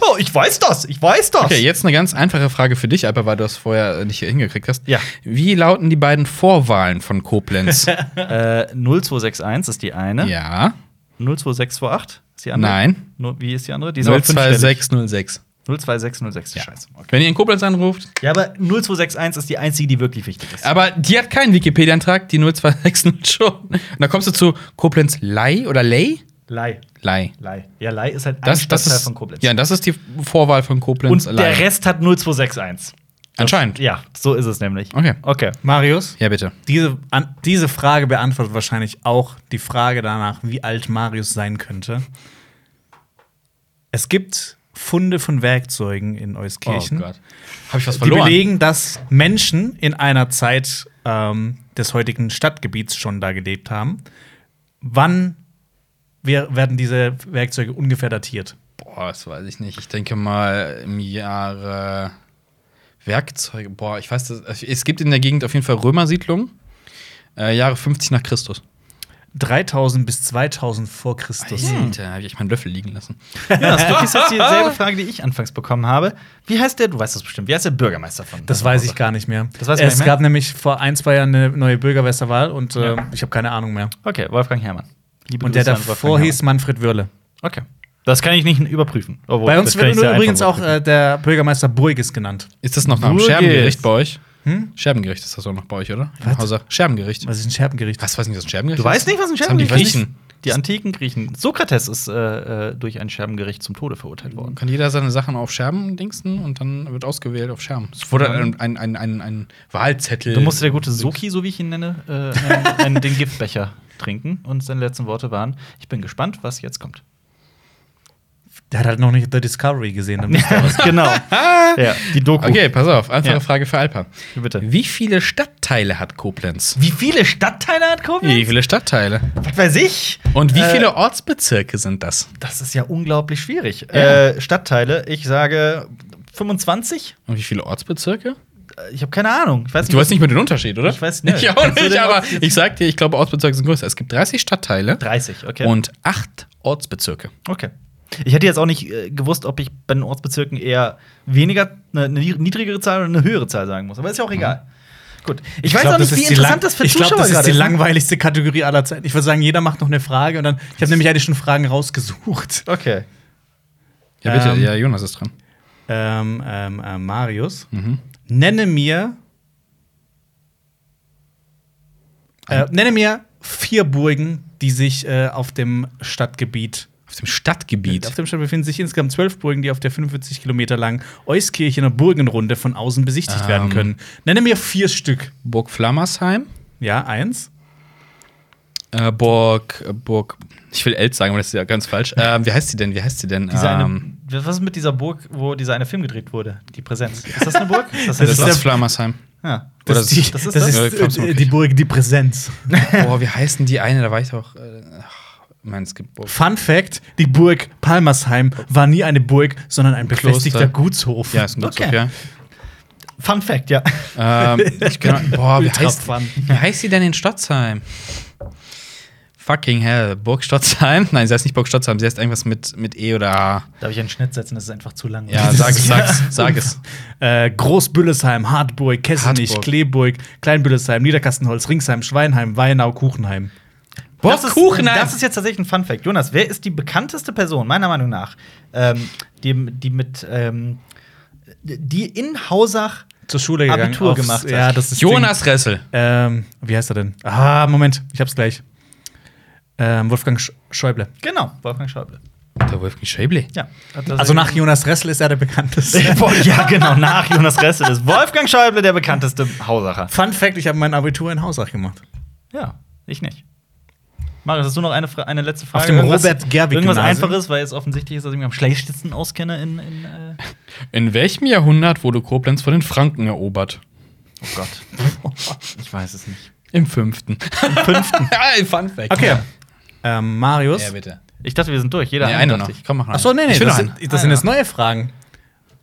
A: oh, ich weiß das, ich weiß das.
B: Okay, jetzt eine ganz einfache Frage für dich, aber weil du das vorher äh, nicht hier hingekriegt hast.
A: Ja.
B: Wie lauten die beiden Vorwahlen von Koblenz?
A: Äh, 0261 ist die eine.
B: ja.
A: 02628 ist die andere.
B: Nein.
A: Nu- wie ist die andere? Die ist aber fünfstellig.
B: 02606.
A: 02606, scheiße. Okay.
B: Wenn ihr in Koblenz anruft.
A: Ja, aber 0261 ist die einzige, die wirklich wichtig ist.
B: Aber die hat keinen Wikipedia-Eintrag, die 026 schon. Und dann kommst du zu Koblenz Lei oder Lei?
A: Lei.
B: Lei.
A: Lei. Ja, Lei ist halt ein
B: Das, das
A: Stadtteil
B: ist,
A: von Koblenz.
B: Ja, das ist die Vorwahl von Koblenz
A: Und der Rest hat 0261.
B: Anscheinend.
A: Ja, so ist es nämlich.
B: Okay.
A: Okay.
C: Marius,
B: Ja, bitte.
C: diese, an, diese Frage beantwortet wahrscheinlich auch die Frage danach, wie alt Marius sein könnte. Es gibt Funde von Werkzeugen in
A: Oh
C: Euskirchen,
B: Habe ich was
C: die
B: verloren?
C: belegen, dass Menschen in einer Zeit ähm, des heutigen Stadtgebiets schon da gelebt haben. Wann wer- werden diese Werkzeuge ungefähr datiert?
B: Boah, das weiß ich nicht. Ich denke mal im Jahre Werkzeuge. Boah, ich weiß, das, es gibt in der Gegend auf jeden Fall Römersiedlungen. Äh, Jahre 50 nach Christus.
C: 3000 bis 2000 vor Christus.
B: Alter, habe ich meinen Löffel liegen lassen.
A: Jonas, du kriegst jetzt dieselbe Frage, die ich anfangs bekommen habe. Wie heißt der, du weißt das bestimmt, wie heißt der Bürgermeister von?
C: Das weiß ich gar nicht mehr.
A: Oh Das weiß ich
C: es
A: nicht mehr?
C: gab nämlich vor ein, zwei Jahren eine neue Bürgermeisterwahl und äh, ich habe keine Ahnung mehr.
A: Okay, Wolfgang Herrmann. Liebe
C: Und der
A: Grüße an
C: davor
A: Wolfgang
C: hieß Manfred Würle.
A: Herrmann. Okay. Das kann ich nicht überprüfen. Obwohl,
C: Bei uns
A: Oh, das kann
C: wird
A: ich sehr
C: übrigens
A: einfach
C: auch äh, der Bürgermeister Burgis genannt.
B: Ist das noch nach dem
A: Burgess.
B: Scherbengericht bei euch?
A: Hm?
B: Scherbengericht ist das auch noch bei euch, oder?
C: Was?
B: Hauser. Scherbengericht.
C: Was ist ein Scherbengericht?
B: Was weiß nicht, was ein Scherbengericht
A: Du weißt nicht, was ein
B: Das haben die
A: Scherbengericht ist?
B: Griechen.
A: Die antiken Griechen. Sokrates ist äh, äh, durch ein Scherbengericht zum Tode verurteilt worden.
B: Kann jeder seine Sachen auf Scherben dingsen und dann wird ausgewählt auf Scherben. Es wurde ein, ein, ein, ein, ein Wahlzettel.
A: Du musste der gute Soki, so wie ich ihn nenne, äh, einen, einen, den Giftbecher trinken. Und seine letzten Worte waren: Ich bin gespannt, was jetzt kommt.
C: Der hat halt noch nicht The Discovery gesehen. Dann wisst ihr was.
A: genau. Ja, die Doku.
B: Okay, pass auf. Einfache
A: Ja.
B: Frage für Alpa.
A: Bitte.
B: Wie viele Stadtteile hat Koblenz?
A: Wie viele Stadtteile hat
B: Wie
A: Koblenz?
B: viele Stadtteile?
A: Was weiß ich?
B: Und wie
A: Äh,
B: viele Ortsbezirke sind das?
A: Das ist ja unglaublich schwierig.
B: Ja.
A: Äh, Stadtteile, ich sage 25?
B: Und wie viele Ortsbezirke?
A: Äh, Ich habe keine Ahnung. Ich weiß
B: Du weißt nicht mehr den Unterschied, oder?
A: Ich weiß nicht.
B: Ich auch
A: Kannst du
B: nicht,
A: den
B: aber
A: Ortsbezirk-
B: ich sag dir, ich glaube, Ortsbezirke sind größer. Es gibt 30 Stadtteile
A: 30, okay.
B: und 8 Ortsbezirke.
A: Okay. Ich hätte jetzt auch nicht äh, gewusst, ob ich bei den Ortsbezirken eher weniger ne, eine, eine niedrigere Zahl oder eine höhere Zahl sagen muss. Aber ist ja auch egal. Gut. Ich, weiß
C: Mhm. glaub,
A: auch nicht,
C: das
A: wie
C: ist die lang-
A: interessant das für
C: Ich glaube,
A: Zuschauer
C: das ist
A: gerade
C: die
A: ist. ne?
C: langweiligste Kategorie aller Zeiten. Ich würde sagen, jeder macht noch eine Frage und dann. Ich habe nämlich eigentlich schon Fragen rausgesucht.
A: Okay.
B: Ja, bitte.
C: Ähm,
B: ja, Jonas ist dran. Mhm.
C: Ähm, ähm, äh, Marius, nenne mir. Äh, nenne mir vier Burgen, die sich äh, auf dem Stadtgebiet.
B: Auf dem Stadtgebiet.
C: Auf dem Stadt befinden sich insgesamt zwölf Burgen, die auf der 45 Kilometer langen Euskirchener Burgenrunde von außen besichtigt
B: Ähm.
C: werden können. Nenne mir vier Stück.
B: Burg Flammersheim.
C: Ja, eins.
B: Äh, Burg, äh, Burg. Ich will Elz sagen, aber das ist ja ganz falsch. Ähm, wie heißt sie denn? Wie heißt sie denn?
A: Diese
B: Ähm,
A: eine, was ist mit dieser Burg, wo dieser eine Film gedreht wurde? Die Präsenz. Ist das eine Burg? Ist das,
B: das, ist
A: eine
B: das
A: Burg?
B: Flammersheim.
A: ja.
B: Oder
C: Das, ist die,
A: das ist
C: das ist,
A: das?
B: Ja, ich glaub's
C: äh,
B: wirklich.
C: die Burg, die Präsenz.
B: Boah, wie heißt denn die eine? Da war ich doch. Äh, ach, mein, es gibt Burg.
C: Fun Fact: Die Burg Palmersheim war nie eine Burg, sondern ein befestigter
B: Kloster.
C: Gutshof.
B: Ja, ist ein Gutshof,
A: Okay.
B: ja.
A: Fun Fact, ja.
B: Ähm, ich kann, boah, wie
C: Ultra
B: heißt,
C: fun.
B: wie heißt sie denn in Stotzheim? Fucking hell. Burg Stotzheim? Nein, sie heißt nicht Burg Stotzheim, sie heißt irgendwas mit, mit E oder A.
A: Darf ich einen Schnitt setzen? Das ist einfach zu lang.
B: Ja, sag es, sag es, sag es.
C: Äh, Großbüllesheim, Hartburg, Kessenich,
B: Hartburg.
C: Kleeburg, Kleinbüllesheim, Niederkastenholz, Ringsheim, Schweinheim, Weinau, Kuchenheim.
B: Burg
A: das ist,
B: Kuchenheim.
A: Das ist jetzt tatsächlich ein Fun Fact. Jonas, wer ist die bekannteste Person, meiner Meinung nach, ähm, die, die mit ähm, die in Hausach
C: Zur Schule gegangen.
A: Abitur
C: aufs-
A: gemacht hat.
C: Ja, das ist
B: Jonas Ressel.
C: Ding. Ähm, wie heißt er denn? Ah, Moment, ich hab's gleich. Ähm, Wolfgang Sch Schäuble.
A: Genau, Wolfgang Schäuble.
B: Der Wolfgang Schäble.
A: Ja.
C: Also nach Jonas Ressel ist er der bekannteste.
A: Boah, ja, genau, nach Jonas Ressel ist Wolfgang Schäuble der bekannteste Hausacher.
C: Fun Fact: Ich habe mein Abitur in Hausach gemacht.
A: Ja, ich nicht. Marius, hast du noch eine, Fra- eine letzte Frage?
C: Auf dem
A: Irgendwas-
C: Robert-Gerwig-Gymnasium?
A: Irgendwas Einfaches, weil es offensichtlich ist, dass ich mich am schlechtesten auskenne in. in äh
B: In welchem Jahrhundert wurde Koblenz von den Franken erobert?
A: oh Gott. ich weiß es nicht.
B: Im fünften. Im fünften. ja, Fun Fact.
C: Okay. Ähm, Marius.
B: Ja, bitte.
A: Ich dachte, wir sind durch. Jeder
B: Nee,
A: einen,
B: eine
A: dachte
B: noch.
A: ich.
B: Komm, mach noch.
C: Achso, nee, nee,
B: Ich will
C: das
B: noch
C: sind,
B: eine.
C: das sind
A: Ah, ja.
C: jetzt neue Fragen.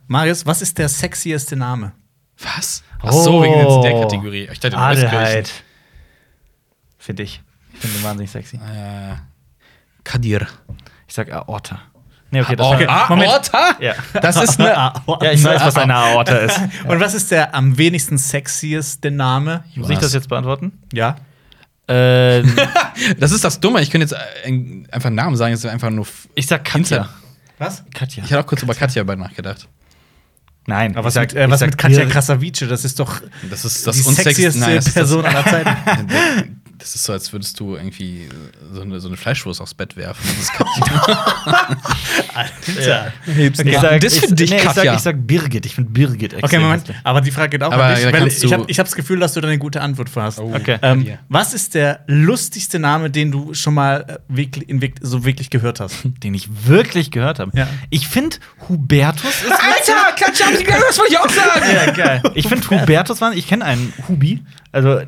C: Marius, was ist der sexieste Name?
B: Was? Ach so, wegen
A: Oh.
B: der Kategorie. Ich dachte,
A: Adelheid. Finde ich. Ich finde den wahnsinnig sexy.
B: Euskirchen. Äh, Kadir.
A: Ich sag äh, Aorta. Nee, okay, das
B: Oh,
A: war-
B: ah,
C: Moment.
B: Orta?
A: Ja.
B: Das ist ne- eine.
A: ja, ich weiß, was eine Aorta ist.
C: Und was ist der am wenigsten sexieste Name?
A: Muss ich das jetzt beantworten?
C: Ja.
A: Ähm,
B: Das ist das Dumme. Ich könnte jetzt äh, ein- einfach einen Namen sagen. Es ist einfach nur. F-
A: ich sag Katja.
B: Inter-
C: Was?
A: Katja.
B: Ich hatte auch kurz über Katja bei nachgedacht.
A: Nein.
C: Aber
A: ich
C: was
A: sag-
C: mit, äh,
A: ich
C: was
A: sag
C: mit Katja
A: Dirk.
C: Krasavice? Das ist doch
B: Das ist
C: die sexieste
B: Nein, das ist das-
C: Person aller Zeiten.
B: Das ist so, als würdest du irgendwie so eine, so eine Fleischwurst aufs Bett werfen. Das ist Katja.
C: Alter.
A: Ich
B: Ja,
A: sag,
B: das
A: ich,
B: für dich,
A: nee, ich sag,
B: Katja.
A: ich sag Birgit. Ich finde Birgit
C: Okay,
A: extrem
C: Moment.
A: hässlich.
C: Aber die Frage geht auch
B: Aber
C: an dich,
B: da
C: weil
B: kannst
C: ich
B: du- Oh,
C: habe ich hab das Gefühl, dass du da eine gute Antwort für hast.
A: Okay.
C: Ähm,
B: Kadir.
C: was ist der lustigste Name, den du schon mal äh, wirklich, in, wirk- so wirklich gehört hast?
A: Den ich wirklich gehört habe.
C: Ja.
A: Ich finde Hubertus ist.
B: Alter, Katja, hab ich gedacht, das wollte ich auch sagen.
A: ja, geil. Ich finde Hubertus war. Ich kenne einen Hubi. Also, äh,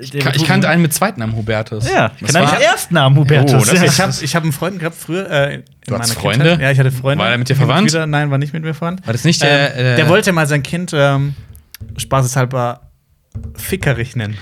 B: Ich, kan- ich kannte einen mit zweiten Namen Hubertus.
A: Ja, ich
B: das
A: kenne
B: war,
A: einen ersten Namen
B: Oh,
A: Hubertus.
B: das
A: ja.
B: ist-
C: Ich habe ich hab einen Freund gehabt früher. Äh, in
B: Du hattest
C: meiner
B: Freunde?
C: Kindheit. Ja, ich hatte Freunde.
B: War der mit dir
C: Hin und
B: verwandt?
C: Wieder, nein, war nicht mit mir verwandt.
B: war das nicht der.
C: ähm,
B: äh,
C: der wollte mal sein Kind ähm, spaßeshalber Fickerich nennen.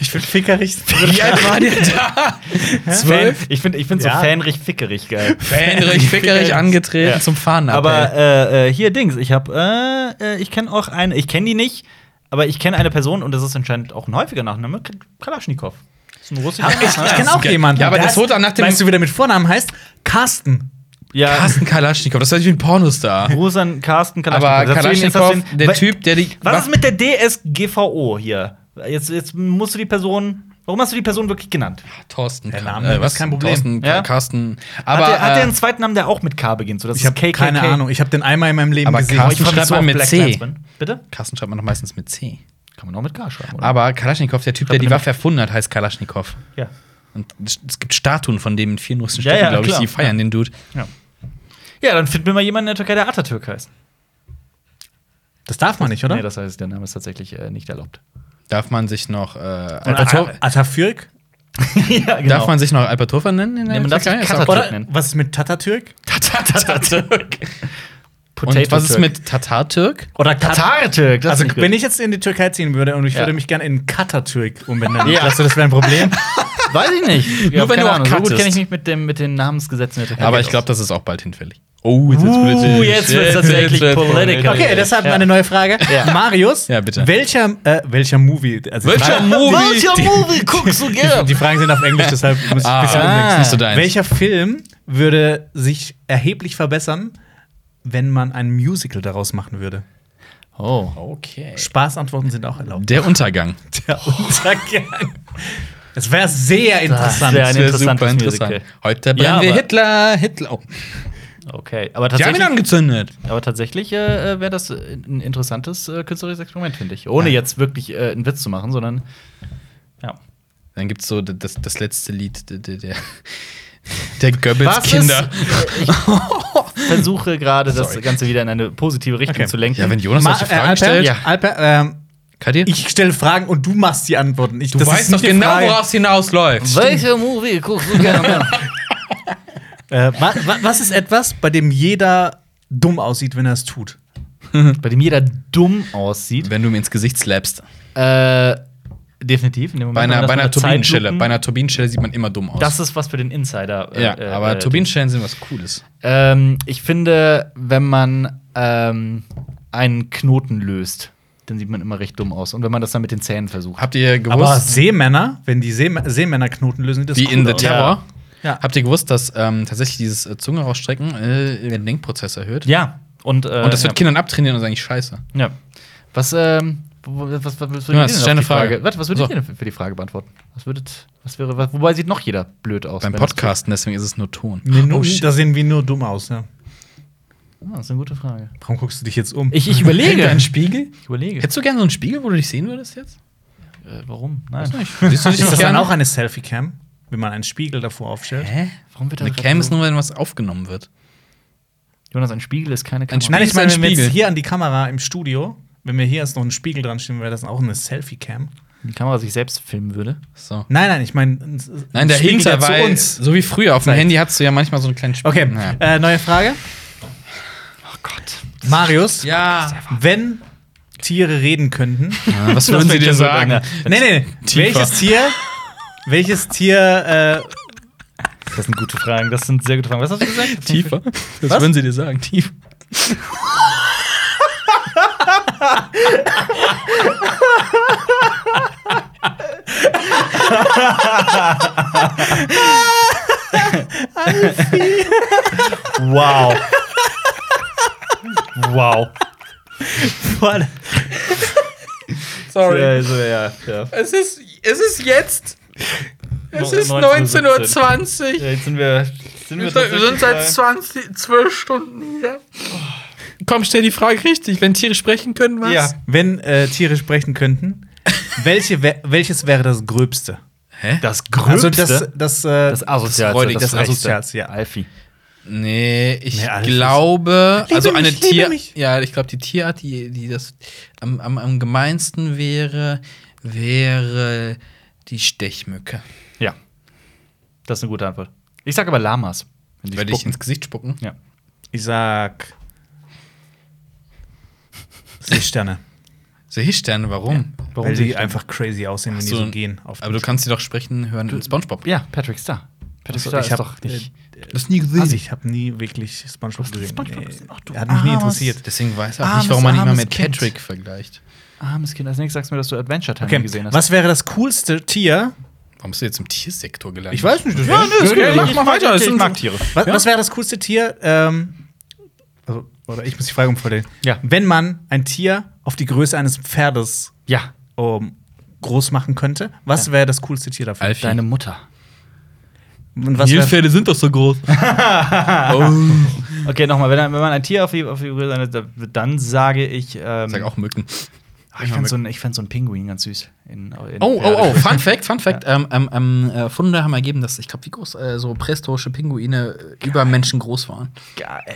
C: Ich finde Fickerich.
B: Wie alt war der da?
A: Fan,
B: Zwölf?
A: ich finde ich find so
C: Ja.
A: Fanrich Fickerich geil.
B: Fähnrich, fickerich angetreten
A: Ja.
B: zum Fahnen.
A: Aber äh, äh, hier Dings, ich habe, äh, äh, ich kenne auch eine, ich kenne die nicht, aber ich kenne eine Person und das ist anscheinend auch ein häufiger Nachname, K- Kalaschnikow. Das ist ein russischer
C: ich ich kenne auch
B: Ja,
C: jemanden.
B: aber
C: der
B: das
C: heißt-
B: wurde dann nach dem-
C: Weißt du, wie der mit Vornamen heißt? Carsten.
A: Ja,
B: Carsten Kalaschnikow, das hört sich wie ein Pornostar.
A: Rusan Carsten
B: Aber
A: Dazu ist das
B: Kalaschnikow,
A: den-
B: der
A: Wa-
B: Typ, der die.
A: Was ist mit der DSGVO hier? Jetzt, jetzt musst du die Person. Warum hast du die Person wirklich genannt?
B: Thorsten.
C: Der
B: Ka- äh,
C: Name ist
B: was?
C: kein Problem.
B: Thorsten, Ka-
A: Ja?
B: Carsten. Aber,
A: hat der, hat der
B: äh,
A: einen zweiten Namen, der auch mit K Oh, beginnt? So, das
C: Ich habe
A: ist KKK.
C: keine Ahnung. Ich habe den einmal in meinem Leben
B: Aber
C: gesehen.
A: Aber
B: Carsten-
A: ich fand
B: schreibt
A: das so
B: man
A: auf
B: mit
A: Black
B: C.
A: Lives Matter. Bitte?
B: Carsten schreibt man doch meistens mit C.
A: Kann man auch mit K schreiben, oder?
B: Aber Kalaschnikow, der Typ, der die Waffe erfunden hat, heißt Kalaschnikow.
A: ja.
B: Und es es gibt Statuen von dem in vielen russischen
A: Ja,
B: Städten,
A: ja,
B: glaube ich,
A: klar.
B: die feiern den Dude.
A: ja. Ja, dann finden wir mal jemanden in der Türkei, der Atatürk heißt.
C: Das darf man nicht, oder?
A: Nee, das heißt, der Name ist tatsächlich äh, nicht erlaubt.
B: Darf man sich noch äh,
C: Und
B: Alpator
C: Ata- Atatürk?
A: ja, genau.
B: Darf man sich noch Alpatorfer nennen in der
A: Nee, man darf sich
B: Türkei? Ist auch-
A: Katatürk
C: Oder
A: nennen.
C: was ist mit Tatatürk?
B: Tatartürk. Und
A: Potato
B: was ist
A: Türk.
B: mit Tatartürk?
C: Oder Kat-
A: Tatartürk? Das
C: Also,
A: ist nicht
C: wenn
A: gut.
C: ich jetzt in die Türkei ziehen würde und ich
B: Ja.
C: würde mich gerne in Katatürk umbenennen,
A: Ja.
C: glaubst du, das wäre ein Problem?
A: Weiß ich nicht.
B: Nur wenn
A: keine
B: du auch
A: Ahnung. So gut
B: cuttest.
A: kenne ich mich mit, dem, mit den Namensgesetzen der Türkei.
B: Aber ich glaube, das ist auch bald hinfällig. Oh, jetzt wird's
A: Uh, jetzt wird's tatsächlich political.
C: Okay, deshalb
A: Ja.
C: meine neue Frage.
A: Ja.
C: Marius,
B: Ja, bitte.
C: Welcher, äh, welcher Movie? Also die
B: Welcher
C: Fragen-
B: Movie?
A: Welcher Movie guckst du
C: Die, die Fragen sind auf Englisch, deshalb muss ich
B: Ah,
C: ein bisschen
B: ah,
C: umdenken.
B: ist nicht so deins.
C: Welcher Film würde sich erheblich verbessern, wenn man ein Musical daraus machen würde?
A: Oh.
B: Okay.
C: Spaßantworten sind auch erlaubt.
B: Der Untergang.
C: Der Untergang. Das wäre sehr interessant.
A: wär ein
B: wär
A: interessantes Musical.
B: Heute brennen
A: Ja,
B: wir
A: aber-
B: Hitler, Hitler. Oh,
A: Okay, aber
B: die haben ihn
A: tatsächlich,
B: angezündet.
A: aber tatsächlich äh, wäre das äh, ein interessantes äh, künstlerisches Experiment, finde ich. Ohne
B: Ja.
A: jetzt wirklich äh, einen Witz zu machen, sondern ja.
B: Dann gibt's so d- das, das letzte Lied der, der, der- der Goebbels Kinder.
A: Ist, äh, ich versuche gerade das
B: Sorry.
A: Ganze wieder in eine positive Richtung
C: Okay.
A: zu lenken.
B: Ja, wenn Jonas
A: äh,
B: solche Fragen
C: äh, Alper,
B: stellt.
C: ja. Alper, ähm,
B: Kadir,
C: ich stelle Fragen und du machst die Antworten. Ich,
B: du weißt doch genau, worauf es hinausläuft.
A: Welcher Movie guckst du gerne?
C: Äh, wa wa was ist etwas, bei dem jeder dumm aussieht, wenn er es tut?
A: Bei dem jeder dumm aussieht.
B: Wenn du mir ins Gesicht slappst.
A: Äh, definitiv. In dem Moment,
B: Mhm. Bei
A: wenn man
B: einer, bei
A: das
B: einer
A: mit Zeitlupen-
B: Turbinenschelle. Bei einer Turbinenschelle sieht man immer dumm aus.
A: Das ist was für den Insider. äh,
B: ja,
A: äh,
B: aber
A: äh,
B: Turbinenschellen sind was Cooles.
A: Ähm, ich finde, wenn man ähm, einen Knoten löst, dann sieht man immer recht dumm aus. Und wenn man das dann mit den Zähnen versucht.
B: Habt ihr
C: Aber
B: gewusst,
C: Seemänner, wenn die Seem Seemänner Knoten lösen, sieht das
B: wie in
C: cool
B: The
C: aus.
B: Terror,
C: Ja.
B: habt ihr gewusst, dass ähm, tatsächlich dieses äh, Zunge rausstrecken äh, den Denkprozess erhöht?
A: Ja. Und, äh,
B: Und das wird
A: ja.
B: Kindern abtrainieren und ist eigentlich scheiße.
A: ja. Was, ähm, wo- was, was, was würdet ihr
B: Jonas,
A: denn auf
B: stell eine
A: die
B: Frage.
A: Warte, was würdet
B: So.
A: ihr denn für die Frage beantworten? Was würdet, was wäre, was, wobei sieht noch jeder blöd aus.
B: Beim
A: wenn das-
B: Podcasten, deswegen ist es nur Ton.
C: Nee, nur,
B: Oh, shit.
C: da sehen wir nur dumm aus. Ja.
A: Ah, das ist eine gute Frage.
C: Warum guckst du dich jetzt um?
A: Ich, ich überlege.
B: Ein Spiegel?
A: Ich überlege.
B: Hättest du gerne so einen Spiegel, wo du dich sehen würdest jetzt?
A: äh, warum? Nein.
B: Siehst du dich
C: ist das dann
B: gerne?
C: auch eine Selfie-Cam, wenn man einen Spiegel davor aufstellt?
B: Hä?
A: Warum wird da
B: Eine
A: grad
B: Cam
A: so-
B: ist nur, wenn was aufgenommen wird.
A: Jonas, ein Spiegel ist keine Kamera.
B: Ein Spiegel-
C: Nein, ich
B: ist ein
C: meine, wenn wir jetzt
B: Spiegel.
C: hier an die Kamera im Studio, wenn wir hier jetzt noch einen Spiegel dran stehen, wäre das auch eine Selfie-Cam.
A: Wenn die Kamera sich selbst filmen würde.
B: So.
C: Nein, nein, ich meine. ein-
B: Nein,
C: ein Spiegel,
B: dahinter,
C: der zu
B: weil,
C: uns.
B: so wie früher, auf dem Handy hattest du ja manchmal so einen kleinen Spiegel.
C: Okay,
B: Naja.
C: äh, neue Frage.
A: Oh Gott.
C: Marius,
B: Ja.
C: wenn Tiere reden könnten,
B: ja. Was würden sie dir sagen?
C: Nee, nee.
B: Tiefer.
C: Welches Tier? Welches Tier? Äh,
A: Das sind gute Fragen. Das sind sehr gute Fragen. Was hast du gesagt?
B: Tiefer. Was, würden sie dir sagen? Tief.
A: Wow. wow.
C: äh,
B: Sorry.
A: Also, ja, ja.
B: Es ist, es ist jetzt. Es
A: No-
B: ist
A: 19:17.
B: 19.20 Uhr.
A: Jetzt sind wir. Sind
B: Wir sind halt seit 20, 12 Stunden hier. Komm, stell die Frage richtig. Wenn Tiere sprechen können, was?
A: Ja.
C: wenn äh, Tiere sprechen könnten, welche wär, welches wäre das Gröbste?
B: Hä?
A: das Gröbste.
C: Also das, das, äh,
A: das Asozialste.
B: Freudig, das
A: Frechste.
C: Asozialste, ja.
A: Alfie.
B: Nee, ich
C: Nee, alles
B: glaube, also
C: Liebe
B: eine
C: mich, liebe
B: Tier,
C: mich.
B: ja, ich glaube die Tierart, die, die das am, am, am gemeinsten wäre, wäre die Stechmücke.
A: Ja. Das ist eine gute Antwort. Ich sage aber Lamas. wenn die
B: Würde ich
A: spucken.
B: ins Gesicht spucken?
A: ja.
C: Ich sag. Seesterne.
B: Seesterne, warum?
A: Warum
C: weil
A: sehe
C: die
A: ich denn-
C: einfach crazy aussehen,
B: Ach
C: wenn die
B: so,
C: so gehen. Auf
B: Aber du kannst sie doch sprechen hören in Spongebob.
A: Ja, Patrick Star. Patrick
C: Achso,
A: Star
C: Also ich
A: ist
C: hab-
A: doch nicht.
B: Das nie
C: Ach,
B: gesehen.
C: ich habe nie wirklich SpongeBob
A: hast nie
C: gesehen.
A: SpongeBob
C: Nee.
A: gesehen? Ach, du
C: hat mich nie
A: armes-
C: interessiert.
B: Deswegen weiß ich auch
A: Armes,
B: nicht, warum man ihn mal
A: armes
B: mit
A: Kind.
B: Patrick vergleicht.
A: Armes Kind, als nächstes sagst du mir, dass du Adventure Time
C: Okay.
A: gesehen hast.
C: Was wäre das coolste Tier?
B: Warum bist du jetzt im Tiersektor gelandet?
C: Ich weiß nicht. Das
A: Ja, nö, das geht- ich mag- ich
C: ist ein-
A: mag Tiere.
C: Was, was wäre das coolste Tier? Ähm, also, oder ich muss die Frage umformulieren.
A: Ja.
C: Wenn man ein Tier auf die Größe eines Pferdes
A: Ja,
C: ähm, groß machen könnte, was wäre das coolste Tier dafür?
B: Alfie.
A: deine Mutter.
C: Und was wär-
B: Nilpferde sind doch so groß. oh.
A: Okay, nochmal, wenn, wenn man ein Tier auf die, auf die Größe eines, dann sage ich. Ähm,
B: Sag auch Mücken.
A: ah, ich fand so einen so ein Pinguin ganz süß. In, in
B: Oh, oh, oh, Fun Fact, Fun Fact. Ähm, ähm, ähm, äh, Funde haben ergeben, dass, ich glaube, wie groß äh, so prähistorische Pinguine äh, über Menschen groß waren.
A: Geil.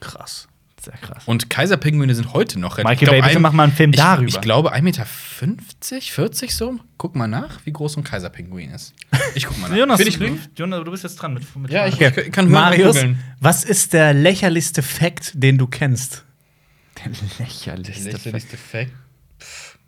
C: krass.
A: Sehr krass.
B: Und Kaiserpinguine sind heute noch
A: Michael Bay, bitte mach mal einen Film
B: ich,
A: darüber.
B: Ich glaube 1,50 Meter, 40 so. Guck mal nach, wie groß so ein Kaiserpinguin ist. Ich guck mal nach.
A: Jonas,
B: Will ich
A: du-
B: lügen?
A: Jonas, du bist jetzt dran mit, mit
B: Ja, ich-
A: Fragen.
B: kann hören,
C: Marius,
B: googeln.
C: was ist der lächerlichste Fact, den du kennst?
A: Der lächerlichste.
B: Lächerlichste Fact. Pff,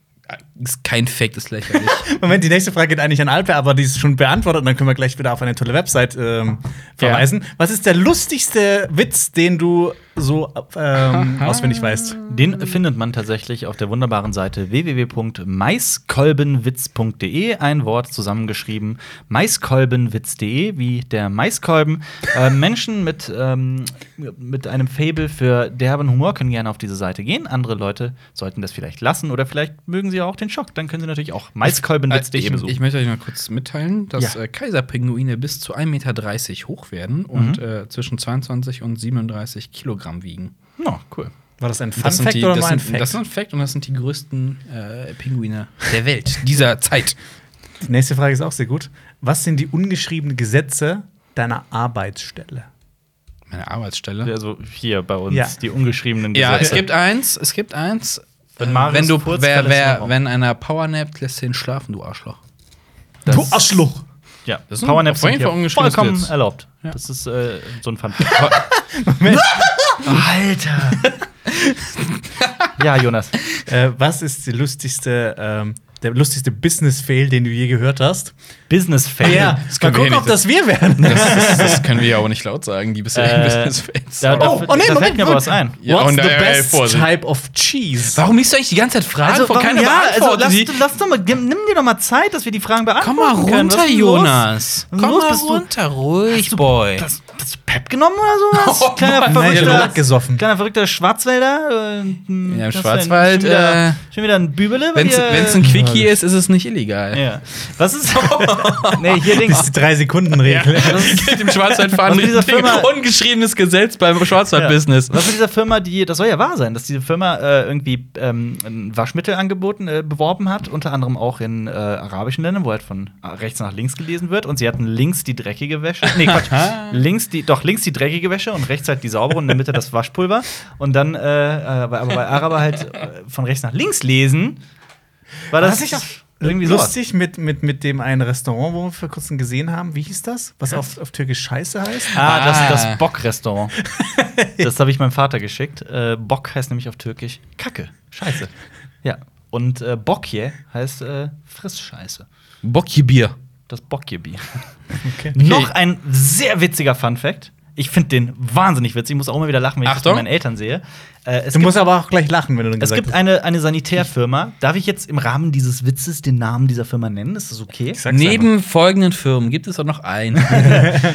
B: Ist kein Fake, ist lächerlich.
C: Moment, die nächste Frage geht eigentlich an Alper, aber die ist schon beantwortet und dann können wir gleich wieder auf eine tolle Website ähm, verweisen. Was ist der lustigste Witz, den du so ähm, auswendig weißt?
A: Den findet man tatsächlich auf der wunderbaren Seite www.maiskolbenwitz.de. Ein Wort zusammengeschrieben: maiskolbenwitz.de, wie der Maiskolben. äh, Menschen mit, ähm, mit einem Fable für derben Humor können gerne auf diese Seite gehen. Andere Leute sollten das vielleicht lassen oder vielleicht mögen sie auch den Schock. Dann können sie natürlich auch maiskolbenwitz.de
B: Äh, ich,
A: besuchen.
B: ich möchte euch mal kurz mitteilen, dass
A: Ja.
B: äh, Kaiserpinguine bis zu 1,30 Meter hoch werden und äh, zwischen 22 und 37 Kilogramm wiegen.
A: Ja, cool.
C: War das ein Fun
B: das sind
C: Fact
B: die,
C: oder
B: das
C: nur ein
B: sind,
C: Fact?
B: Das ist ein Fact und das sind die größten äh, Pinguine der Welt dieser Zeit.
C: die nächste Frage ist auch sehr gut. Was sind die ungeschriebenen Gesetze deiner Arbeitsstelle?
B: Meine Arbeitsstelle.
A: Also hier bei uns
C: Ja.
A: die ungeschriebenen
B: Ja,
A: Gesetze.
B: es gibt eins, es gibt eins.
A: Wenn
B: Äh,
A: Marius
B: wenn du,
A: furzt,
B: wer,
A: verlässt den
B: wer,
A: Raum.
B: wenn einer powernappt, lässt du ihn schlafen, du Arschloch.
A: Das-
C: Arschloch!
A: Ja,
B: Das
A: das
B: ist ein-
A: Powernaps
B: auf jeden
A: sind hier
B: Fall ungeschützt
A: vollkommen
B: jetzt.
A: erlaubt.
B: Ja.
A: Das ist äh, so ein Fun Alter! ja, Jonas.
C: Äh, was ist die lustigste, ähm, der lustigste Business-Fail, den du je gehört hast?
A: Business Fail.
B: das können
C: mal
B: wir
C: gucken,
B: nicht.
C: ob das wir werden.
B: Das, das, das können wir ja auch nicht laut sagen, die bisher
A: Äh,
B: Business-Fans.
A: Da, da,
C: Oh, oh,
A: da
C: nee,
A: fällt
C: Moment,
A: mir aber was
C: Moment.
A: ein.
B: Ja,
C: What's
B: und,
C: the
B: äh, äh,
C: best
B: Vorsicht.
C: type of cheese?
B: Warum liest du eigentlich die ganze Zeit Fragen vor?
A: warum-
B: Keine
A: ja, also,
B: beantwortet
A: lass,
B: die.
A: lass doch mal, nimm dir doch mal Zeit, dass wir die Fragen beantworten.
B: Komm mal
A: können. Was
B: runter,
A: ist denn los?
B: Jonas.
A: Was ist
B: Komm
A: los?
B: mal
A: Bist du-
B: runter, ruhig, Boy.
A: Hast du- hast du Pep genommen oder sowas?
B: Oh, Mann,
C: nein, ich hab Lack gesoffen.
A: kleiner verrückter Schwarzwälder. Äh, m,
B: Ja, im
A: das ist
B: Schwarzwald,
A: Schon wieder,
B: äh,
A: schon wieder ein Bübele. bei
B: Wenn es
A: dir.
B: ein Quickie ist, ist es nicht illegal.
A: Ja. Was ist. nee, hier
C: Das
A: Dings.
C: ist die Drei-Sekunden-Regel.
B: Gilt im Schwarzwaldfahren
A: Was mit dieser
B: richtig.
A: Firma-
B: ungeschriebenes Gesetz beim Schwarzwaldbusiness.
A: Was mit dieser Firma, die, das soll ja wahr sein, dass diese Firma äh, irgendwie ähm, ein Waschmittel angeboten, äh, beworben hat, unter anderem auch in äh, arabischen Ländern, wo halt von rechts nach links gelesen wird. Und sie hatten links die dreckige Wäsche. Nee, Quatsch. links die, doch, links die dreckige Wäsche und rechts halt die saubere und in der Mitte das Waschpulver. Und dann, äh, äh, aber aber weil Araber halt äh, von rechts nach links lesen, war das,
C: das nicht auch
A: irgendwie sowas.
C: Lustig mit, mit, mit dem einen Restaurant, wo wir vor kurzem gesehen haben. Wie hieß das? Was auf, auf Türkisch Scheiße heißt?
A: Ah, das,
B: Ah.
A: das Bock-Restaurant. das habe ich meinem Vater geschickt. Äh, Bock heißt nämlich auf Türkisch Kacke. Scheiße. Ja. Und äh, Bokje heißt äh, Frissscheiße.
B: Bockiebier.
A: Das Bokjebier.
C: Okay.
A: Noch ein sehr witziger Fun-Fact. Ich finde den wahnsinnig witzig. Ich muss auch immer wieder lachen, wenn ich das
B: Achtung.
A: bei meinen Eltern sehe. Äh, es
C: Du
A: gibt,
C: musst aber auch gleich lachen, wenn du dann
A: es
C: gesagt
A: gibt
C: hast.
A: eine, eine Sanitärfirma. Darf ich jetzt im Rahmen dieses Witzes den Namen dieser Firma nennen? Ist das okay?
C: Ich sag's einfach.
B: Neben folgenden Firmen gibt es auch noch einen.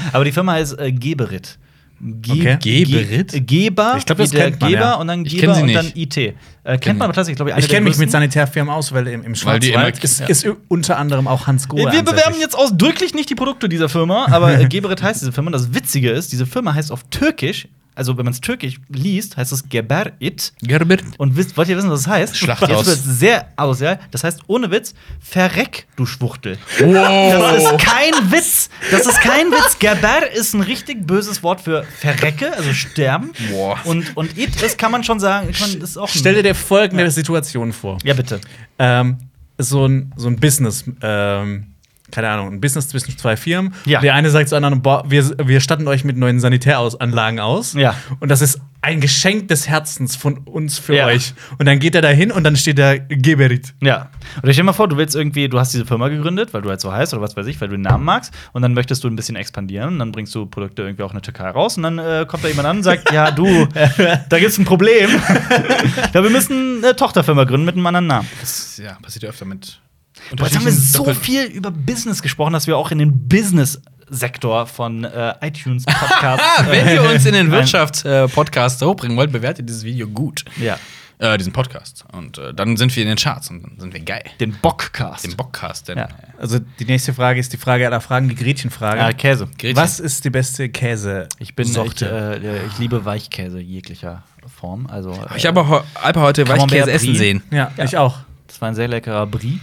A: Aber die Firma heißt äh, Geberit. Ge
C: Okay.
B: Geberit?
A: Ge Geber,
C: Ich glaub,
A: wie
C: das
A: der
C: kennt man,
A: Geber
C: ja.
A: und dann
B: Ich
A: Geber
B: kenn sie
A: und dann
B: nicht.
A: IT. Äh, kennt man aber tatsächlich, glaube ich, eine
C: Ich kenne mich mit
A: größten-
C: Sanitärfirmen aus, weil im, im
B: Weil die immer-
C: Schwarzwald ist,
B: ja.
C: ist unter anderem auch Hans Grohe.
A: Wir bewerben
C: ansässig.
A: jetzt ausdrücklich nicht die Produkte dieser Firma, aber äh, Geberit heißt diese Firma. Und das Witzige ist, diese Firma heißt auf Türkisch, also wenn man es türkisch liest, heißt es Geberit.
B: Gerbert.
A: Und wisst, wollt ihr wissen, was das heißt?
B: Schlachthaus.
A: Jetzt wird sehr aus, ja? Das heißt, ohne Witz, verreck, du Schwuchtel. Das ist kein Witz. Das ist kein Witz. Gerber ist ein richtig böses Wort für verrecke, also sterben.
B: Boah.
A: Und, und it ist, kann man schon sagen, kann, ist auch ein
C: Stell dir folgende Situation vor.
A: Ja, bitte.
C: Ähm, ist so ein, so ein Business, ähm, keine Ahnung, ein Business zwischen zwei Firmen.
A: Ja.
C: Der eine sagt zu anderen, boah, wir, wir statten euch mit neuen Sanitäranlagen aus.
A: Ja.
C: Und das ist ein Geschenk des Herzens von uns für
A: Ja.
C: euch. Und dann geht er dahin und dann steht da Geberit.
A: Ja. Oder stell dir mal vor, du willst irgendwie, du hast diese Firma gegründet, weil du halt so heißt oder was weiß ich, weil du den Namen magst und dann möchtest du ein bisschen expandieren und dann bringst du Produkte irgendwie auch in der Türkei raus und dann äh, kommt da jemand an und sagt, ja, du, da gibt's ein Problem. ja, wir müssen eine Tochterfirma gründen mit einem anderen Namen.
B: Das ja, passiert ja öfter mit.
A: Und jetzt haben wir
B: unterschiedlichen
A: so
B: Doppel-
A: viel über Business gesprochen, dass wir auch in den Business Sektor von äh, iTunes äh, Podcasts.
B: Ah, wenn ihr uns in den
A: Nein.
B: Wirtschaftspodcast hochbringen wollt, bewertet dieses Video gut.
A: ja,
B: Äh, diesen Podcast. Und äh, dann sind wir in den Charts und dann sind wir geil.
A: den Bockcast.
B: Den Bockcast. Denn,
A: Ja.
C: Also die nächste Frage ist die Frage aller Fragen, die Gretchenfrage.
A: Ah, Käse.
B: Gretchen.
C: Was ist die beste Käse?
A: Ich bin ich,
C: Sorte?
A: äh, ich liebe Weichkäse jeglicher Form. Also äh,
B: Ich habe auch he- Alpa heute
A: Camembert
B: Weichkäse essen
A: Brie.
B: sehen.
C: ja, ich auch.
A: äh, das war ein sehr leckerer Brie.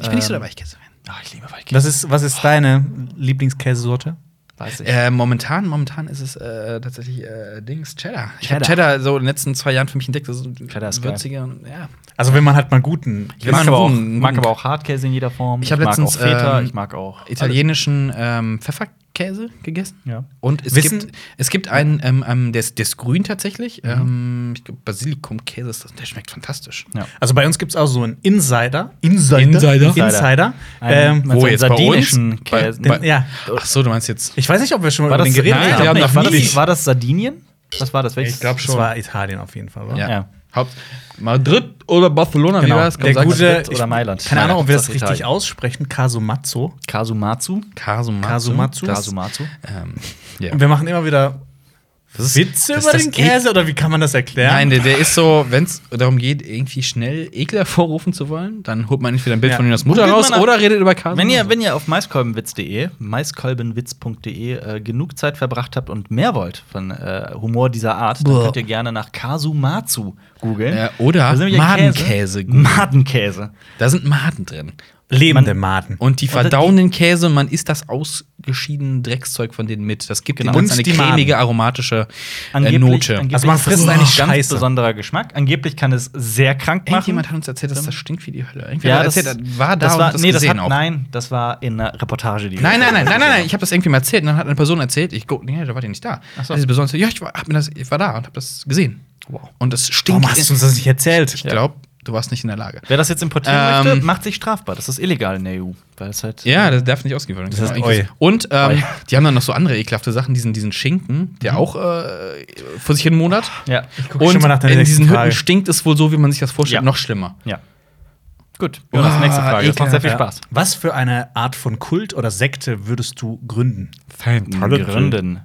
B: Ich bin nicht so der Weichkäse-Fan.
A: Ach, ich liebe Weichkäse.
C: Was ist, was ist deine Lieblingskäsesorte?
A: Weiß ich.
B: Äh, momentan, momentan ist es äh, tatsächlich äh, Dings Cheddar. Ich habe
A: Cheddar.
B: Cheddar so in den letzten zwei Jahren für mich entdeckt. Das ist so
A: Cheddar ist geil.
B: würziger und ja.
C: Also, wenn man halt mal guten.
A: Ich mag
B: mag
A: aber, auch,
B: guten-
A: mag
B: guten-
A: aber auch Hartkäse in jeder Form.
B: Ich hab
A: mag
B: letztens,
A: auch Feta,
B: ähm,
A: ich mag auch
B: italienischen ähm, Pfefferkäse gegessen.
A: Ja.
B: Und es
C: Wissen-
B: gibt, es gibt einen, ähm, ähm, der, ist, der ist grün tatsächlich.
A: Mhm.
B: Ähm, ich glaube, Basilikumkäse ist das. Der schmeckt fantastisch.
A: Ja.
C: Also, bei uns gibt es auch so einen Insider. Insider?
B: Insider?
C: Insider. Insider.
A: Einen-
C: Ähm,
A: Wo
B: Wo
A: jetzt
B: Oh, jetzt
A: bei uns?
B: Bei,
A: Also Käse.
B: bei,
C: Den- ja.
B: Ach so, du meinst jetzt.
C: ich weiß nicht, ob wir schon mal
A: War
C: über
A: das,
C: den geredet
B: Nein,
C: haben.
B: wir haben
A: nein,
B: noch
A: war,
B: nie.
A: das, war das Sardinien? Was war das? Welches?
B: Ich glaube
C: Das
B: schon.
C: war Italien auf jeden Fall, oder?
B: ja.
A: Ja.
B: Haupt Madrid oder Barcelona,
C: Genau.
B: wie war's? Komm,
C: Der
B: sag's.
C: gute,
A: Madrid oder Mailand.
C: Keine Ahnung, ob wir das
A: Hauptsache
C: richtig
A: Italien.
C: aussprechen. Casomazzo.
A: Kasumatsu.
B: Kasumatsu.
C: Kasumatsu.
A: Kasumatsu.
B: Ähm, ja.
C: Und wir machen immer wieder
B: Das ist-
C: Witze
B: das-
C: über
B: das
C: den
B: geht-
C: Käse oder wie kann man das erklären?
B: Nein, der, der ist so, wenn es darum geht, irgendwie schnell Ekel hervorrufen zu wollen, dann holt man entweder ein Bild
C: Ja.
B: von Jonas Mutter
A: Googelt
B: raus
A: man-
B: oder redet über Kasen.
A: Wenn ihr, wenn ihr auf maiskolbenwitz.de, maiskolbenwitz.de äh, genug Zeit verbracht habt und mehr wollt von äh, Humor dieser Art, dann
B: Boah.
A: könnt ihr gerne nach Kasumatsu googeln.
B: Äh, oder
A: Da sind wir ja
B: Madenkäse
A: Käse.
B: googeln.
A: Madenkäse.
B: da sind Maden drin.
C: Lebende Maden.
B: Und die
A: das-
B: verdauen den Käse und man isst das ausgeschiedene Dreckszeug von denen mit. Das gibt
A: Genau.
B: genau. ganz
C: Und
B: eine
C: die Maden.
B: cremige, aromatische äh,
A: Angeblich,
B: Note.
A: angeblich
C: Also man
A: ist
C: frisst
A: das
C: eigentlich
A: ein ganz
C: Scheiße.
A: besonderer Geschmack. Angeblich kann es sehr krank machen.
B: Irgendjemand hat uns erzählt, dass das stinkt wie die Hölle. Irgendwer
A: Ja,
B: hat
A: das,
B: erzählt, war da
A: das
B: und
A: war,
B: hat das
A: nee, das
B: gesehen
A: hat,
B: auch.
A: Nein, das war in einer Reportage, die wir
B: Nein, nein, nein, nein, nein, nein, ich habe das irgendwie mal erzählt. Und dann hat eine Person erzählt, ich guck, nee, da war die nicht da.
A: Ach so.
B: Also die Person erzählt, ja, ich war, hab mir das, ich war da und habe das gesehen. Wow. Und das stinkt.
C: Warum hast du uns das nicht erzählt?
B: ich glaube, du warst nicht in der Lage.
A: Wer das jetzt importieren
B: Ähm,
A: möchte, macht sich strafbar. Das ist illegal in der EU. Weil es halt
B: Ja, das darf nicht ausgeliefert werden.
C: Das heißt,
B: Genau, irgendwie- Und
A: Oi.
B: ähm, die haben dann noch so andere ekelhafte Sachen, diesen, diesen Schinken, der auch äh, vor sich hin monat.
A: Ja. Ich
C: Mhm. guck schon mal nach der
B: in
C: nächsten
B: diesen
C: Frage.
B: Hütten stinkt es wohl so, wie man sich das vorstellt,
A: Ja.
B: noch schlimmer.
A: ja. Gut. Jonas,
B: Uah,
A: nächste Frage. Das macht sehr viel
C: Ja.
A: Spaß.
C: Was für eine Art von Kult oder Sekte würdest du gründen?
A: Gründen.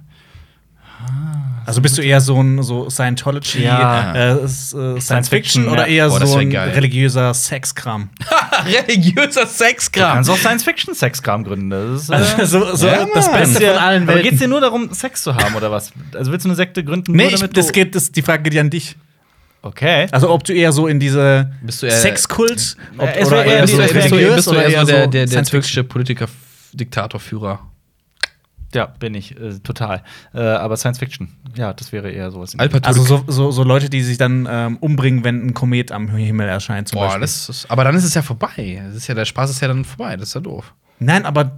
C: Also bist du eher so ein so Scientology,
A: Ja.
C: äh, s- äh,
A: Fiction,
C: Science Fiction oder
A: ja.
C: eher
B: Boah, das
C: so
B: wär
C: ein
B: geil.
C: religiöser Sexkram?
B: Religiöser
A: Du
B: Sexkram.
A: kannst auch Science-Fiction-Sexkram gründen. Das ist, äh,
C: so, so
B: Ja,
C: das
B: Mann.
C: Beste von allen
A: aber geht's
C: Welten.
A: dir nur darum, Sex zu haben oder was? Also willst du eine Sekte gründen,
C: Nee,
A: nur
C: ich,
A: damit
C: das
A: du-
C: geht, das, die Frage geht ja an dich.
A: Okay.
C: Also ob du eher so in diese
B: Bist du eher-
C: Sexkult ob-
A: es
C: oder
A: wär eher
C: eher so
B: bist, du, bist, du,
C: religiös
B: bist du
C: oder
B: eher so der, der, der
C: Science Fiction? Also
B: türkische Politiker, Diktator, Führer?
A: Ja, bin ich, äh, total. Äh, aber Science-Fiction, ja, das wäre eher sowas. in die
B: Alpatürk.
C: Also so, so, so Leute, die sich dann ähm, umbringen, wenn ein Komet am Himmel erscheint zum
B: Boah,
C: Beispiel.
B: das ist, aber dann ist es ja vorbei. Das ist ja, der Spaß ist ja dann vorbei. Das ist ja doof.
C: Nein, aber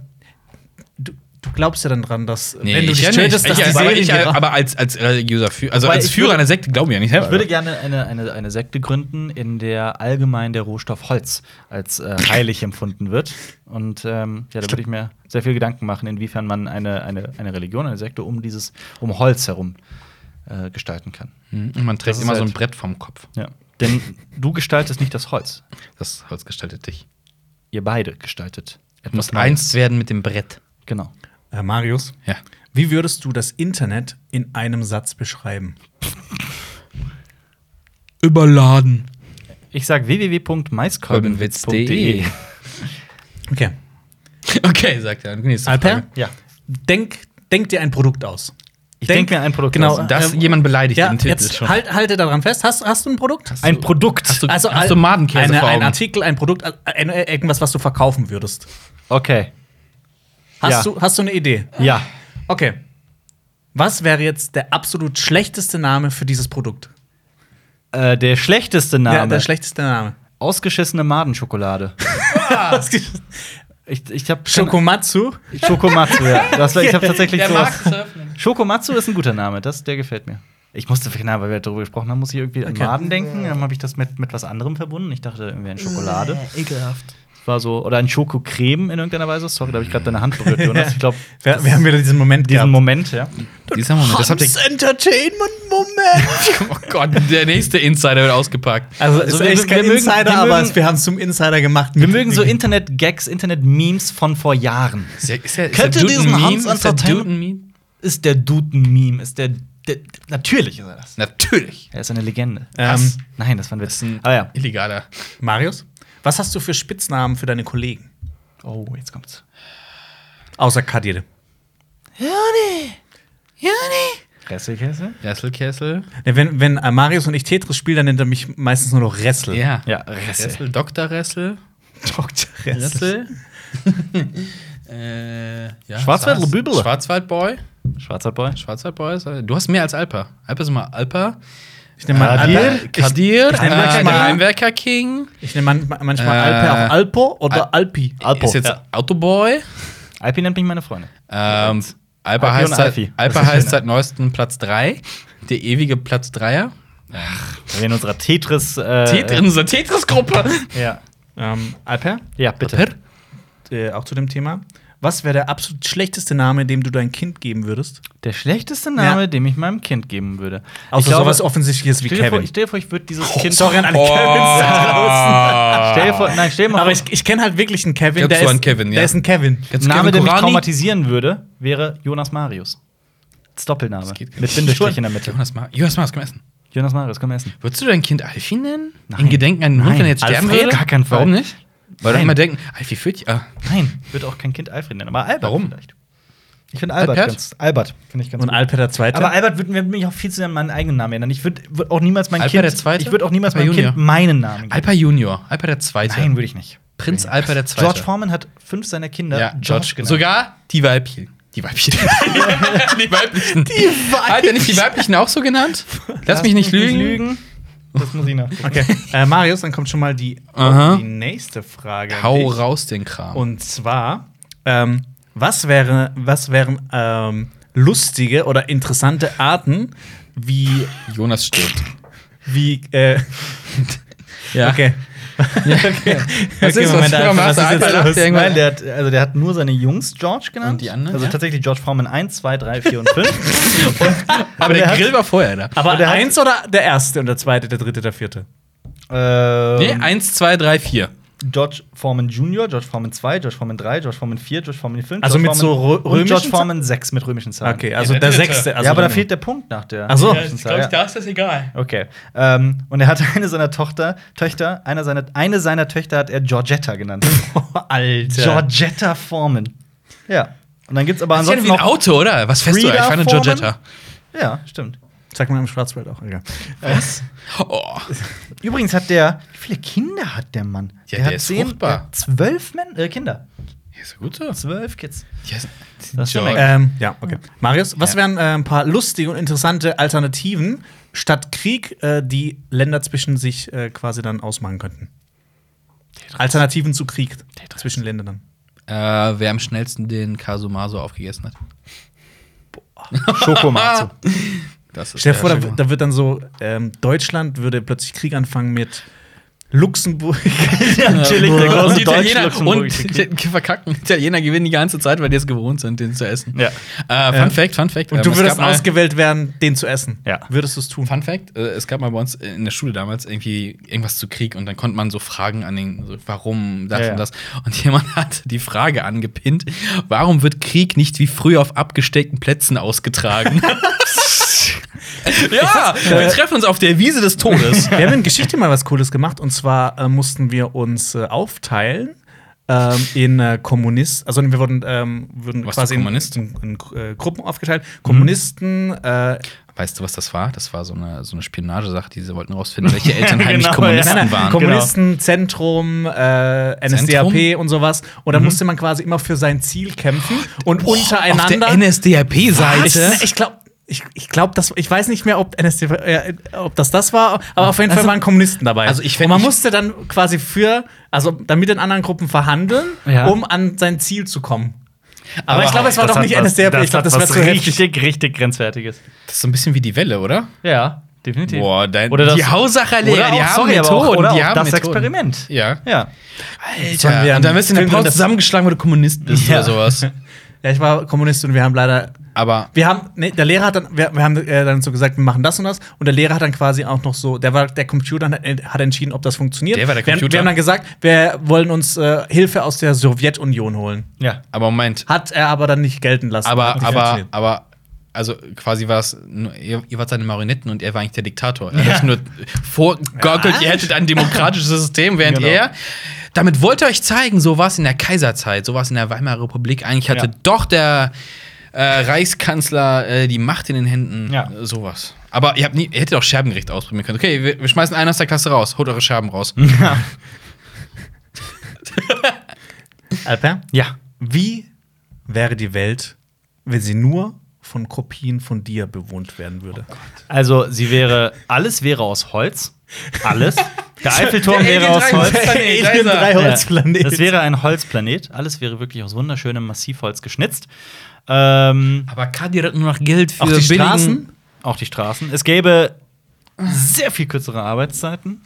C: du, du glaubst ja dann dran, dass wenn du dich
B: ja nicht.
C: tötest, dass
B: ich,
C: die
B: aber,
C: Seelen
B: ich,
C: dir-
B: aber als, als religiöser Führer, also
A: Wobei,
B: als
A: ich
B: Führer
A: würde-
B: einer Sekte glauben wir ja nicht selber.
A: Ich würde gerne eine, eine, eine Sekte gründen, in der allgemein der Rohstoff Holz als äh, heilig empfunden wird. Und ähm, ja, da würde ich mir sehr viel Gedanken machen, inwiefern man eine, eine, eine Religion, eine Sekte um dieses, um Holz herum äh, gestalten kann.
B: Mhm. Und man
A: Das
B: trägt
A: ist
B: immer so ein
A: halt-
B: Brett vom Kopf.
A: Ja. Denn du gestaltest nicht das Holz.
B: Das Holz gestaltet dich.
A: Ihr beide gestaltet
B: Du
A: etwas
B: musst
A: Neues.
B: eins werden mit dem Brett.
A: Genau.
C: Äh, Marius,
B: Ja.
C: wie würdest du das Internet in einem Satz beschreiben?
B: Überladen.
A: Ich sage
B: E.
A: www.maiskolbenwitz.de.
C: Okay.
B: Okay, sagt er. Nächste
C: Alper,
B: Frage.
A: Ja.
C: denk, denk dir ein Produkt aus.
A: Ich denke mir ein Produkt
C: genau,
A: aus.
B: Dass
C: ähm,
B: jemand beleidigt
C: Ja,
B: den Titel
C: jetzt halt, halte daran fest. Hast, hast du ein Produkt?
A: Ein Produkt.
B: Hast du-
C: all-
B: du Madenkäse
C: eine,
B: vor
C: ein
B: Augen?
C: Artikel, ein Produkt, äh, ein, äh, irgendwas, was du verkaufen würdest.
A: okay.
C: Hast,
A: Ja.
C: du, hast du eine Idee?
A: Ja.
C: Okay. Was wäre jetzt der absolut schlechteste Name für dieses Produkt?
A: Äh, der schlechteste Name.
C: Ja, der schlechteste Name.
A: Ausgeschissene Madenschokolade.
B: Ja.
A: Ich, ich habe
C: Schokomatsu.
A: Schokomatsu, ja. Das war, ich habe tatsächlich
B: Der
A: sowas.
B: mag es öffnen.
A: Schokomatsu ist ein guter Name, das, der gefällt mir. Ich musste, genau, weil wir darüber gesprochen haben, muss ich irgendwie
C: Okay.
A: an Maden denken. Dann habe ich das mit, mit was anderem verbunden. Ich dachte irgendwie an Schokolade.
C: ekelhaft.
A: War so, oder an Schokocreme in irgendeiner Weise. Sorry, da habe ich gerade deine Hand berührt, Jonas. Ich glaube,
C: Wir, wir haben wieder diesen Moment
A: diesen
C: gehabt.
A: Moment, ja.
B: Dieser Moment, das habt ihr.
C: Entertainment-Moment.
B: Oh Gott, der nächste Insider wird ausgepackt.
C: Also,
A: Also,
C: ist
A: wir-
C: echt kein
A: wir mögen-
C: Insider,
A: wir
C: aber
A: mögen-
C: es- wir haben es zum Insider gemacht.
A: Wir mögen so Internet-Gags, Internet-Memes von vor Jahren.
B: Ist der, ist der, ist der
A: Kennt ihr
B: Dude
A: diesen
B: ein
A: Hans
B: Meme? Ist der
A: Entertainment?
B: Dude ein Meme?
A: Ist der Dude ein Meme? Ist der, der. Natürlich ist er das.
B: Natürlich.
A: Er ist eine Legende.
C: Ähm,
A: Nein, das war ein
B: Das
A: Witz.
B: ist ein
A: Aber ja.
B: illegaler.
C: Marius, was hast du für Spitznamen für deine Kollegen?
A: Oh, jetzt kommt's.
C: Außer Kadide.
A: Resselkäse?
B: Resselkessel.
C: Ne, Wenn, wenn äh, Marius und ich Tetris spielen, dann nennt er mich meistens nur noch Ressel.
B: Ja.
A: Ja, Ressel.
B: Ressel. Dr. Ressel.
C: Dr.
B: Ressel. äh, ja,
A: Schwarzwald-
B: saß-
A: Bübele.
B: Schwarzwaldboy.
A: Schwarzer Boy.
B: Schwarzwaldboy ist. Du hast mehr als Alpa. Alpa ist immer Alpa.
C: Ich nenne mal
A: Kadir?
C: Alper- ich-
B: Kadir.
C: ich nenne
B: äh,
C: manchmal-
B: der Heimwerker King.
C: Ich nenne man, manchmal
B: Äh,
C: Alper auf Alpo oder Alpi.
A: Alpo,
B: Ist jetzt
A: ja.
B: Autoboy.
A: Alpi nennt mich meine Freundin.
B: Ähm,
A: Alpi
B: Alpa heißt,
A: und Alfi.
B: seit,
A: Das
B: Alpa
A: ist
B: heißt
A: schön.
B: seit neuestem Platz 3. Der ewige Platz 3er.
A: Wenn wir in unserer Tetris. Äh,
B: Tetris, in unserer Tetris-Gruppe.
A: Äh, ja.
C: Ähm, Alper,
A: ja, bitte.
B: Per?
C: äh, auch zu dem Thema. Was wäre der absolut schlechteste Name, dem du dein Kind geben würdest?
A: Der schlechteste Name,
C: Ja.
A: den ich meinem Kind geben würde.
C: Außer
A: ich glaube,
C: sowas Offensichtliches wie
A: stell dir vor, ich
C: Kevin.
A: stell dir vor, ich würde dieses
C: Oh,
A: Kind.
C: sorry an alle
B: Oh.
C: Kevins da
A: Stell dir vor, nein, stell dir
C: draußen.
A: mal
C: Aber
A: vor,
C: ich, ich kenne halt wirklich einen Kevin.
B: Glaubst
C: der
B: du
C: ist,
B: an Kevin,
C: Der
B: ja?
C: ist ein Kevin.
A: ein Name, der
B: Kevin
A: mich
B: Kurani?
A: traumatisieren würde, wäre Jonas Marius. Das ist Doppelname.
B: Das geht gar
A: Mit
B: nicht.
A: Bindestrich in der Mitte.
B: Jonas, Ma Jonas Mars, komm essen.
A: Jonas Marius, komm essen.
B: Würdest du dein Kind Alfie nennen?
A: Nein.
B: In Gedenken an den Hund,
A: Nein.
B: wenn er jetzt sterben
A: Alfred?
B: würde?
A: Gar keinen Fall.
B: Warum nicht? Weil
A: Nein.
B: du immer denken, Alfie führt dich. Ah.
A: Nein, ich würde auch kein Kind Alfred nennen, aber Albert
B: Warum?
A: vielleicht. Ich finde
B: Albert?
A: Albert ganz. Albert finde ich ganz
C: Und
A: gut.
C: Alper der Zweite.
A: Aber Albert würde mir mich auch viel zu sehr an meinen eigenen Namen erinnern. Ich würde würd auch niemals mein
B: Alper
A: Kind.
B: der Zweite?
A: Ich würde auch niemals
B: Alper
A: meinem Kind
B: Junior.
A: meinen Namen geben.
B: Ah, Alper Junior, Alper der Zweite.
A: Nein, würde ich nicht.
B: Prinz Alper der Zweite.
A: George genau. Foreman hat fünf seiner Kinder
B: Ja, George,
A: genannt.
B: Sogar die Weibchen. Die Weibchen. die Weiblichen. Die Weiblichen. Hat er nicht die Weiblichen auch so genannt? Lass mich nicht lügen.
A: Das muss ich nachgucken.
C: okay. äh, Marius, dann kommt schon mal die,
B: Aha.
C: die nächste Frage. an
B: Hau
C: dich.
B: raus den Kram.
C: Und zwar, ähm, was, wäre, was wären ähm, lustige oder interessante Arten, wie.
B: Jonas stirbt.
C: wie äh,
B: Ja.
C: okay. okay.
B: Was ist, was
C: Moment,
B: für-
C: Alper,
B: was
C: was ist
B: Alper
C: jetzt
B: lacht
C: los?
B: der irgendwann?
A: Nein, der hat, also der hat nur seine Jungs George genannt.
B: Und die anderen,
A: Also
B: ja.
A: tatsächlich George Foreman 1, 2, 3, 4 und 5.
B: Aber der,
A: der hat- Ähm,
B: Grill war vorher da.
C: Aber
A: Und der hat-
C: eins oder der erste und der zweite, der dritte, der vierte?
B: Nee,
A: ähm,
B: eins, zwei, drei, vier.
A: George Foreman Jr., George Foreman 2, George Foreman 3, George Foreman 4, George Foreman 5.
C: Also
A: George
C: mit
A: Foreman
C: so rö-
A: Und George
C: römischen
A: Foreman 6 mit römischen Zahlen.
C: Okay, also
B: Ja,
C: der,
B: der dritte.
C: sechste. Also
A: ja, aber da
C: dann-
A: fählt der Punkt nach der.
C: Ach so.
A: römischen Zahl, ja.
B: ist das egal.
A: Okay. Ähm, und er hat eine seiner Tochter, Töchter, einer seiner, eine seiner Töchter hat er Georgetta genannt.
C: Alter.
A: Georgetta Foreman. Ja. Und dann gibt's aber
B: Das ist ja
A: ansonsten
B: wie ein
A: noch.
B: Auto, oder? Was fährst du?
A: Frieda
B: Ich fahre eine
A: Foreman?
B: Georgetta.
A: Ja, stimmt.
C: Sag mal im Schwarzwald auch. Egal.
A: Was?
B: Oh.
A: Übrigens hat der. Wie viele Kinder hat der Mann?
B: Ja,
A: hat
B: der ist fruchtbar.
A: der hat zwölf Men äh, Kinder.
B: Ja, Ist gut so.
A: Zwölf Kids.
B: Ja, ist-
A: Das ist schon
B: George.
C: Ähm, ja, okay. Marius, was wären äh, ein paar lustige und interessante Alternativen statt Krieg, äh, die Länder zwischen sich äh, quasi dann ausmachen könnten? Alternativen zu Krieg zwischen Ländern. dann.
B: äh, wer am schnellsten den Kasumaso aufgegessen hat.
A: Schokomatsu.
B: Das ist
C: Stell dir vor, da,
B: der-
C: da wird dann so, ähm, Deutschland würde plötzlich Krieg anfangen mit Luxemburg.
A: ja, natürlich, der
B: und
A: große
B: die Italiener,
A: Deutsch-Luxemburgische
B: und
A: Krieg.
B: die verkackten Italiener gewinnen die ganze Zeit, weil die es gewohnt sind, den zu essen.
A: Ja.
B: Äh, Fun Fact, Fun Fact.
C: Und
B: ähm,
C: du
B: es
C: würdest
B: gab mal-
C: ausgewählt werden, den zu essen.
A: Ja.
C: Würdest du es tun?
B: Fun Fact, äh, es gab mal bei uns in der Schule damals irgendwie irgendwas zu Krieg und dann konnte man so Fragen an den, so, warum das
A: Ja, ja.
B: und das. Und jemand hat die Frage angepinnt, warum wird Krieg nicht wie früher auf abgesteckten Plätzen ausgetragen? ja, wir treffen uns auf der Wiese des Todes.
C: Wir haben in Geschichte mal was Cooles gemacht und zwar äh, mussten wir uns äh, aufteilen ähm, in äh, Kommunisten, also wir wurden, ähm, wurden
B: Was
C: quasi
B: für Kommunisten?
C: in, in, in äh, Gruppen aufgeteilt. Kommunisten, äh,
B: weißt du, was das war? Das war so eine, so eine Spionagesache, die sie wollten rausfinden, welche Eltern heimlich
A: Genau,
B: Kommunisten
A: ja.
B: waren.
A: Kom-
C: Kommunisten, Zentrum, äh, NSDAP und sowas. Und da musste man quasi immer für sein Ziel kämpfen und
B: Mhm. Genau. Auf
C: untereinander.
B: der NSDAP-Seite.
C: ne, ich glaube, Ich, ich glaube, das, ich weiß nicht mehr, ob NSDAP, äh, ob das das war, aber auf jeden
B: Also-
C: Fall waren Kommunisten dabei.
B: Also ich fänd-
C: Und man
B: ich-
C: musste dann quasi für, also dann mit den anderen Gruppen verhandeln,
A: Ja.
C: um an sein Ziel zu kommen. Aber,
B: Aber
C: ich glaube, es war
A: Das
C: doch
A: hat
C: nicht
A: was-
C: NSDAP, ich glaube,
A: hat
C: das wäre
A: was
C: zu heftig.
A: richtig, richtig grenzwertiges.
B: Das ist so ein bisschen wie die Welle, oder?
A: Ja, definitiv.
B: Boah, dein,
A: Oder das-
B: die Hausacher Lehrer,
A: oder
B: die
A: auch-
B: haben
A: sorry, aber auch-
B: Methoden,
A: oder
B: die
A: auch
B: haben
A: das
B: Methoden.
A: Experiment.
B: Ja.
A: Ja.
C: Sollen wir
B: Alter. Und dann wirst du in
C: einen
B: der
C: Film
B: Pause
C: das-
B: zusammengeschlagen, weil du Kommunist bist
A: Ja.
B: oder sowas.
C: Ja, ich war Kommunist und wir haben leider
B: Aber
C: Wir haben, nee, der Lehrer hat dann, wir, wir haben äh, dann so gesagt, wir machen das und das. Und der Lehrer hat dann quasi auch noch so, der war der Computer hat, äh, hat entschieden, ob das funktioniert.
B: Der war der
C: Wir haben-
B: Computer.
C: Wir haben dann gesagt, wir wollen uns äh, Hilfe aus der Sowjetunion holen.
A: Ja.
B: Aber Moment,
C: Hat er aber dann nicht gelten lassen. Hat
B: aber,
C: nicht
B: aber,
C: funktioniert.
B: aber, also quasi war es, nur- ihr, ihr wart seine Marionetten und er war eigentlich der Diktator. Er hat euch nur vorgoggelt, ihr hättet ein demokratisches System, während
A: Genau.
B: er. Damit wollte er euch zeigen, so war es in der Kaiserzeit, so war es in der Weimarer Republik. Eigentlich hatte
A: Ja.
B: doch der äh, Reichskanzler äh, die Macht in den Händen.
A: Ja.
B: Äh, Sowas. Aber ihr, habt nie, ihr hättet auch Scherbengericht ausprobieren können. Okay, wir, wir schmeißen einen aus der Klasse raus, holt eure Scherben raus.
A: Hm.
C: Alper,
A: Ja.
C: wie wäre die Welt, wenn sie nur von Kopien von dir bewohnt werden würde?
A: Also, sie wäre, alles wäre aus Holz. Alles. Der Eiffelturm
B: Der
A: wäre
B: Alien
A: aus
B: drei
A: Holz.
B: Holzplanet, da ist er.
C: drei Holzplanet.
A: Ja, das wäre ein Holzplanet. Alles wäre wirklich aus wunderschönem Massivholz geschnitzt. Ähm,
B: Aber Kadir hat nur noch Geld für
C: Auch die
B: billigen-
C: Straßen?
A: auch die Straßen. Es gäbe sehr viel kürzere Arbeitszeiten.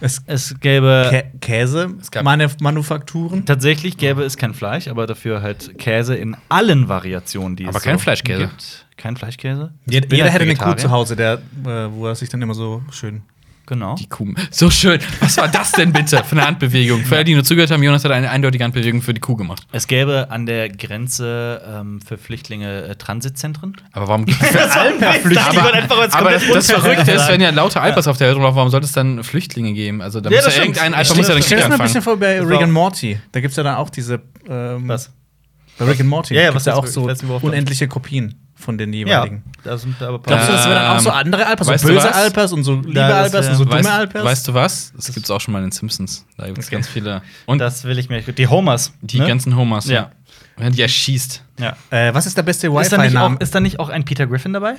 C: Es-
A: es gäbe
C: Kä Käse,
B: gab-
C: Manu- Manufakturen.
A: Tatsächlich gäbe es kein Fleisch, aber dafür halt Käse in allen Variationen, die es
B: Aber kein Fleischkäse.
A: gibt. Kein Fleischkäse.
C: Jeder, jeder hätte eine Kuh
A: Vegetarier.
C: zu Hause, der, äh, wo er sich dann immer so schön
A: Genau.
B: Die Kuh. So schön. Was war das denn bitte für eine Handbewegung? Für alle, die nur zugehört haben, Jonas hat eine eindeutige Handbewegung für die Kuh gemacht.
A: Es gäbe an der Grenze ähm, für Flüchtlinge äh, Transitzentren.
B: Aber warum gibt es das?
A: Flüchtlinge
B: aber aber das, das Verrückte ist, wenn ja lauter Alpers auf der Welt rumlaufen, warum sollte es dann Flüchtlinge geben? Also da
A: Ja,
B: muss
A: das
B: ja
A: stimmt.
B: irgendein
A: Ja,
B: Alper muss ja den
C: Stell
B: Krieg
C: dir mal ein bisschen
B: anfangen.
C: vor bei
A: Das
C: Rick
A: war-
C: and Morty. Da gibt es ja dann auch diese. Ähm,
A: Was?
C: Bei Rick and Morty.
A: Ja, ja,
C: gibt's
A: was
C: ja auch
A: jetzt-
C: so
A: ich weiß nicht, worauf du-
C: unendliche Kopien von den
A: Ja,
C: jeweiligen.
A: da sind aber
C: Glaubst du, das wären dann auch so
B: Ähm,
C: andere Alpers,
B: weißt
C: so
B: du
C: böse
B: was?
C: Alpers und so liebe
A: Ja, das
C: Alpers und so
A: wär-
C: dumme
B: Weißt,
C: Alpers?
B: weißt du was? Das gibt es auch schon mal in den Simpsons. Da gibt es ganz viele. Und
A: das will ich mir. Die Homers.
B: die
A: ne?
B: ganzen Homers.
A: Ja.
B: Wenn die erschießt.
A: Ja.
C: äh, was ist der beste
A: Ist, da nicht
C: Wi-Fi-Name?
A: auch, ist da nicht auch ein Peter Griffin dabei?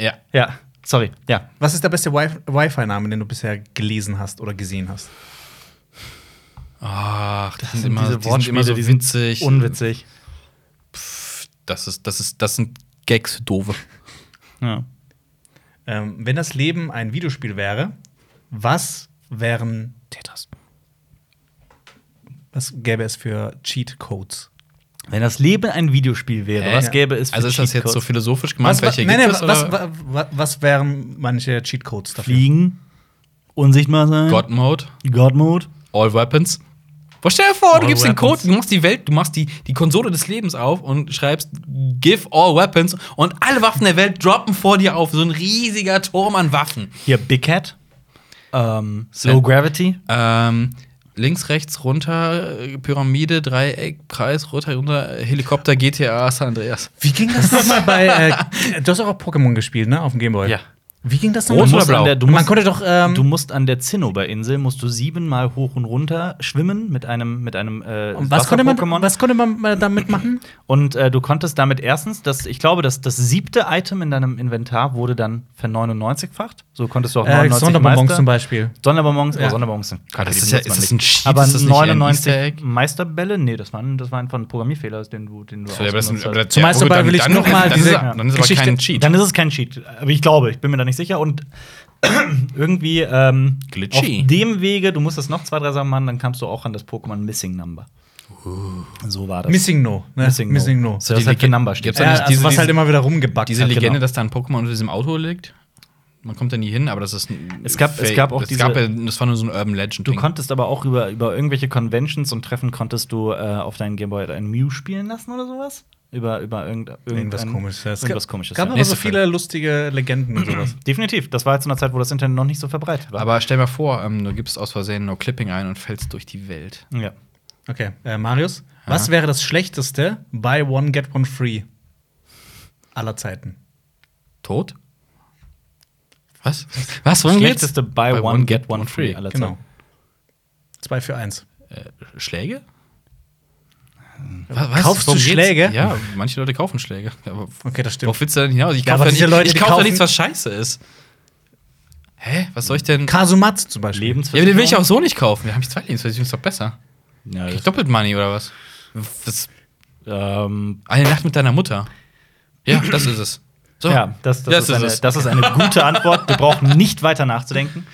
B: Ja.
A: Ja. Sorry. Ja.
C: Was ist der beste Wi- Wi-Fi-Name, den du bisher gelesen hast oder gesehen hast?
B: Ach, das, sind
A: sind
B: immer,
A: diese
B: die sind immer
A: Wortspiele,
B: so
A: die sind
B: witzig.
A: Unwitzig.
B: das, ist, das, ist, das sind Gags für Doofe.
A: Ja.
C: Ähm, wenn das Leben ein Videospiel wäre, was wären.
B: Tetris.
C: Was gäbe es für Cheat-Codes?
A: Wenn das Leben ein Videospiel wäre,
B: Äh,
A: was gäbe es für
B: Also ist das jetzt
A: Cheatcodes?
B: so philosophisch gemeint?
C: was,
B: welche
C: nein,
B: gibt
C: nein,
B: es?
C: was,
B: oder?
C: wa- wa- was wären manche Cheat-Codes dafür?
A: Fliegen, unsichtbar sein,
B: God Mode,
A: God Mode.
B: All Weapons. Was stell dir vor, du
C: All
B: gibst den
C: Weapons.
B: Code, du machst die Welt, du machst die, die Konsole des Lebens auf und schreibst Give All Weapons und alle Waffen der Welt droppen vor dir auf. So ein riesiger Turm an Waffen.
A: Hier Big Cat. Ähm,
B: Sam.
A: Low Gravity.
B: Ähm, links, rechts, runter, äh, Pyramide, Dreieck, Kreis, runter, runter, Helikopter, GTA, San Andreas.
C: Wie ging das nochmal bei. Äh, du hast doch auch Pokémon gespielt, ne? Auf dem Gameboy.
A: Ja.
C: Wie ging das
B: Rot
A: Du
C: nochmal?
B: oder
A: musst an
B: blau?
A: Der, du,
C: Man
A: musst,
C: konnte doch. Ähm,
A: du musst an der Zinnoberinsel musst du siebenmal hoch und runter schwimmen mit einem mit einem äh,
C: und was, konnte man,
A: Wasser-Pokémon.
C: was konnte man äh, damit machen?
A: Und äh, du konntest damit erstens, das, ich glaube, dass das siebte Item in deinem Inventar wurde dann ver 99-facht. So konntest
B: Äh,
A: du auch
C: Äh,
A: 99 Meister-
C: Beispiel.
A: Sonderbonbons,
C: Ja.
A: oh, Sonderbonbons sind.
B: Ah, das
A: die
B: ist ja-
A: benutzt man
B: ist
A: nicht.
B: das ein Cheat?
A: Aber
B: Ist das nicht ein Easter
A: 99
B: Egg?
A: Meisterbälle? Nee, das war, ein- das war einfach ein Programmierfehler, den du, den du ausgenutzt hast.
C: Zum meisten dabei will ich noch mal diese
B: Dann ist aber
C: Geschichte-
B: kein Cheat.
A: Dann ist es kein Cheat. Aber ich glaube, ich bin mir da nicht sicher. Und irgendwie ähm,
B: Glitchy.
A: auf dem Wege, du musst das noch zwei, drei Sachen machen, dann kamst du auch an das Pokémon Missing Number.
B: Uh.
A: So war das.
C: Missing No. Ne?
A: Missing No.
C: Missing No.
A: So, das halt für Number steht.
B: Gibt's
C: Ja,
B: da nicht
C: also,
B: diese,
C: was halt
B: diese-
C: immer wieder rumgebackt
B: Diese
C: hat,
B: Legende,
C: genau.
B: dass da ein Pokémon unter diesem Auto liegt. Man kommt da nie hin, aber das ist ein
A: Es gab- es gab auch
B: das
A: diese-
B: Gab ja, das war nur so ein Urban Legend.
A: Du konntest aber auch über, über irgendwelche Conventions und Treffen konntest du äh, auf deinen Gameboy ein Mew spielen lassen oder sowas? Über, über irgend,
C: Irgendwas
A: irgendein-
C: komisches. Ja. Es
A: Irgendwas
C: gab-
A: komisches.
C: gab
A: ja.
C: aber so
B: Nächste
C: viele lustige Legenden und sowas.
A: Definitiv. Das war zu einer Zeit, wo das Internet noch nicht so verbreitet war.
B: aber stell mal vor, ähm, du gibst aus Versehen No Clipping ein und fällst durch die Welt.
A: ja.
C: Okay, äh, Marius, was wäre das schlechteste Buy One, Get One Free aller Zeiten?
B: Tot? Was? Was? Worum geht's?
A: Schlechteste Buy One, Get One Free aller Zeiten.
C: Genau. Zwei für eins.
B: Schläge? Wa- Äh, was?
C: Kaufst
B: Worum
C: du
B: geht's?
C: Schläge?
B: Ja, manche Leute kaufen Schläge. Aber
C: Okay, das stimmt.
B: worauf willst du denn hinaus? Ich
C: Ja,
B: kaufe
C: aber
B: ja,
C: diese
B: nicht-
C: Leute,
B: ich
C: die
B: kauf ja
C: kaufen-
B: nichts, was scheiße ist. Hä? Was soll ich denn.
C: Kasumatsu zum Beispiel.
B: Ja, aber den will ich auch so nicht kaufen. Wir haben ich zwei Lebensversicherungen, ist doch besser.
D: Ja,
B: Krieg ich
D: das,
B: doppelt Money oder was? Das,
D: ähm,
B: eine Nacht mit deiner Mutter. Ja, das ist es. So.
A: Ja, das, das,
B: Ja,
A: ist eine, das ist eine gute Antwort. Wir brauchen nicht weiter nachzudenken.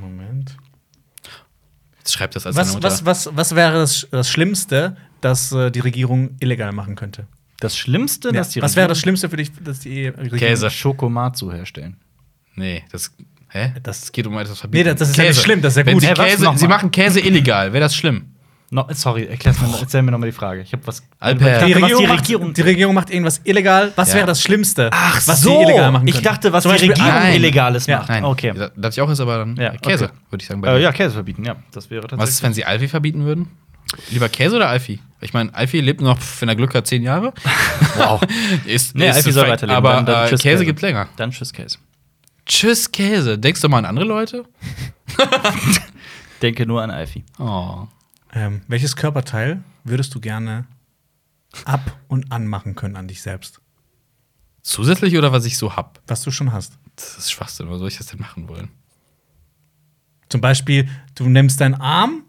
C: Moment.
B: Jetzt schreibt das als deine
C: Was,
B: Mutter.
C: was, was, was wäre das, Sch- das Schlimmste, das äh, die Regierung illegal machen könnte?
A: Das Schlimmste, dass die
C: Ja. Was wäre das
A: Regierung
C: Schlimmste für dich, dass die Regierung.
B: Käse.
A: Schokomatsu herstellen.
B: Nee, das. Hä?
C: Das-
B: es geht um etwas verbieten.
C: Nee, das- das ist ja nicht schlimm, das ist ja
B: Wenn
C: gut.
B: Sie,
A: Hä, was?
B: Käse,
A: Nochmal.
B: Sie machen Käse illegal, wäre das schlimm?
A: No, sorry, erklär's mir, erzähl mir nochmal die Frage. Ich habe was.
B: Alper.
C: Die
A: Ich dachte,
C: Regierung,
A: was die Regierung.
C: macht, die Regierung macht irgendwas illegal. Was
B: Ja.
C: wäre das Schlimmste,
A: Ach
C: was
A: so,
C: sie illegal machen
A: ich
C: können?
A: dachte, was
C: Zum
A: die
C: Beispiel-
A: Regierung
B: Nein.
A: illegales
C: Ja,
A: macht.
B: Nein.
A: Okay.
B: Da- Darf ich auch ist, aber dann
A: Ja,
B: äh, Käse,
A: okay.
B: würde ich sagen. bei
A: Äh,
B: dir.
A: ja, Käse verbieten, ja. Das wäre
B: Was ist, wenn Sie Alfie verbieten würden? Lieber Käse oder Alfie? Ich meine, Alfie lebt noch, pf, wenn er Glück hat, zehn Jahre. Wow. ist,
A: Nee,
B: ist
A: Alfie
B: ein
A: soll
B: Fact,
A: weiterleben.
B: Aber
A: Dann- dann
B: äh,
A: tschüss,
B: Käse
A: Käse.
B: gibt länger.
A: Dann Tschüss Käse.
B: Tschüss, Käse. Denkst du mal an andere Leute?
A: Denke nur an Alfie.
B: Oh.
C: Ähm, welches Körperteil würdest du gerne ab- und anmachen können an dich selbst?
B: Zusätzlich oder was ich so hab?
C: Was du schon hast.
B: Das ist Schwachsinn. Was soll ich das denn machen wollen?
C: Zum Beispiel, du nimmst deinen Arm,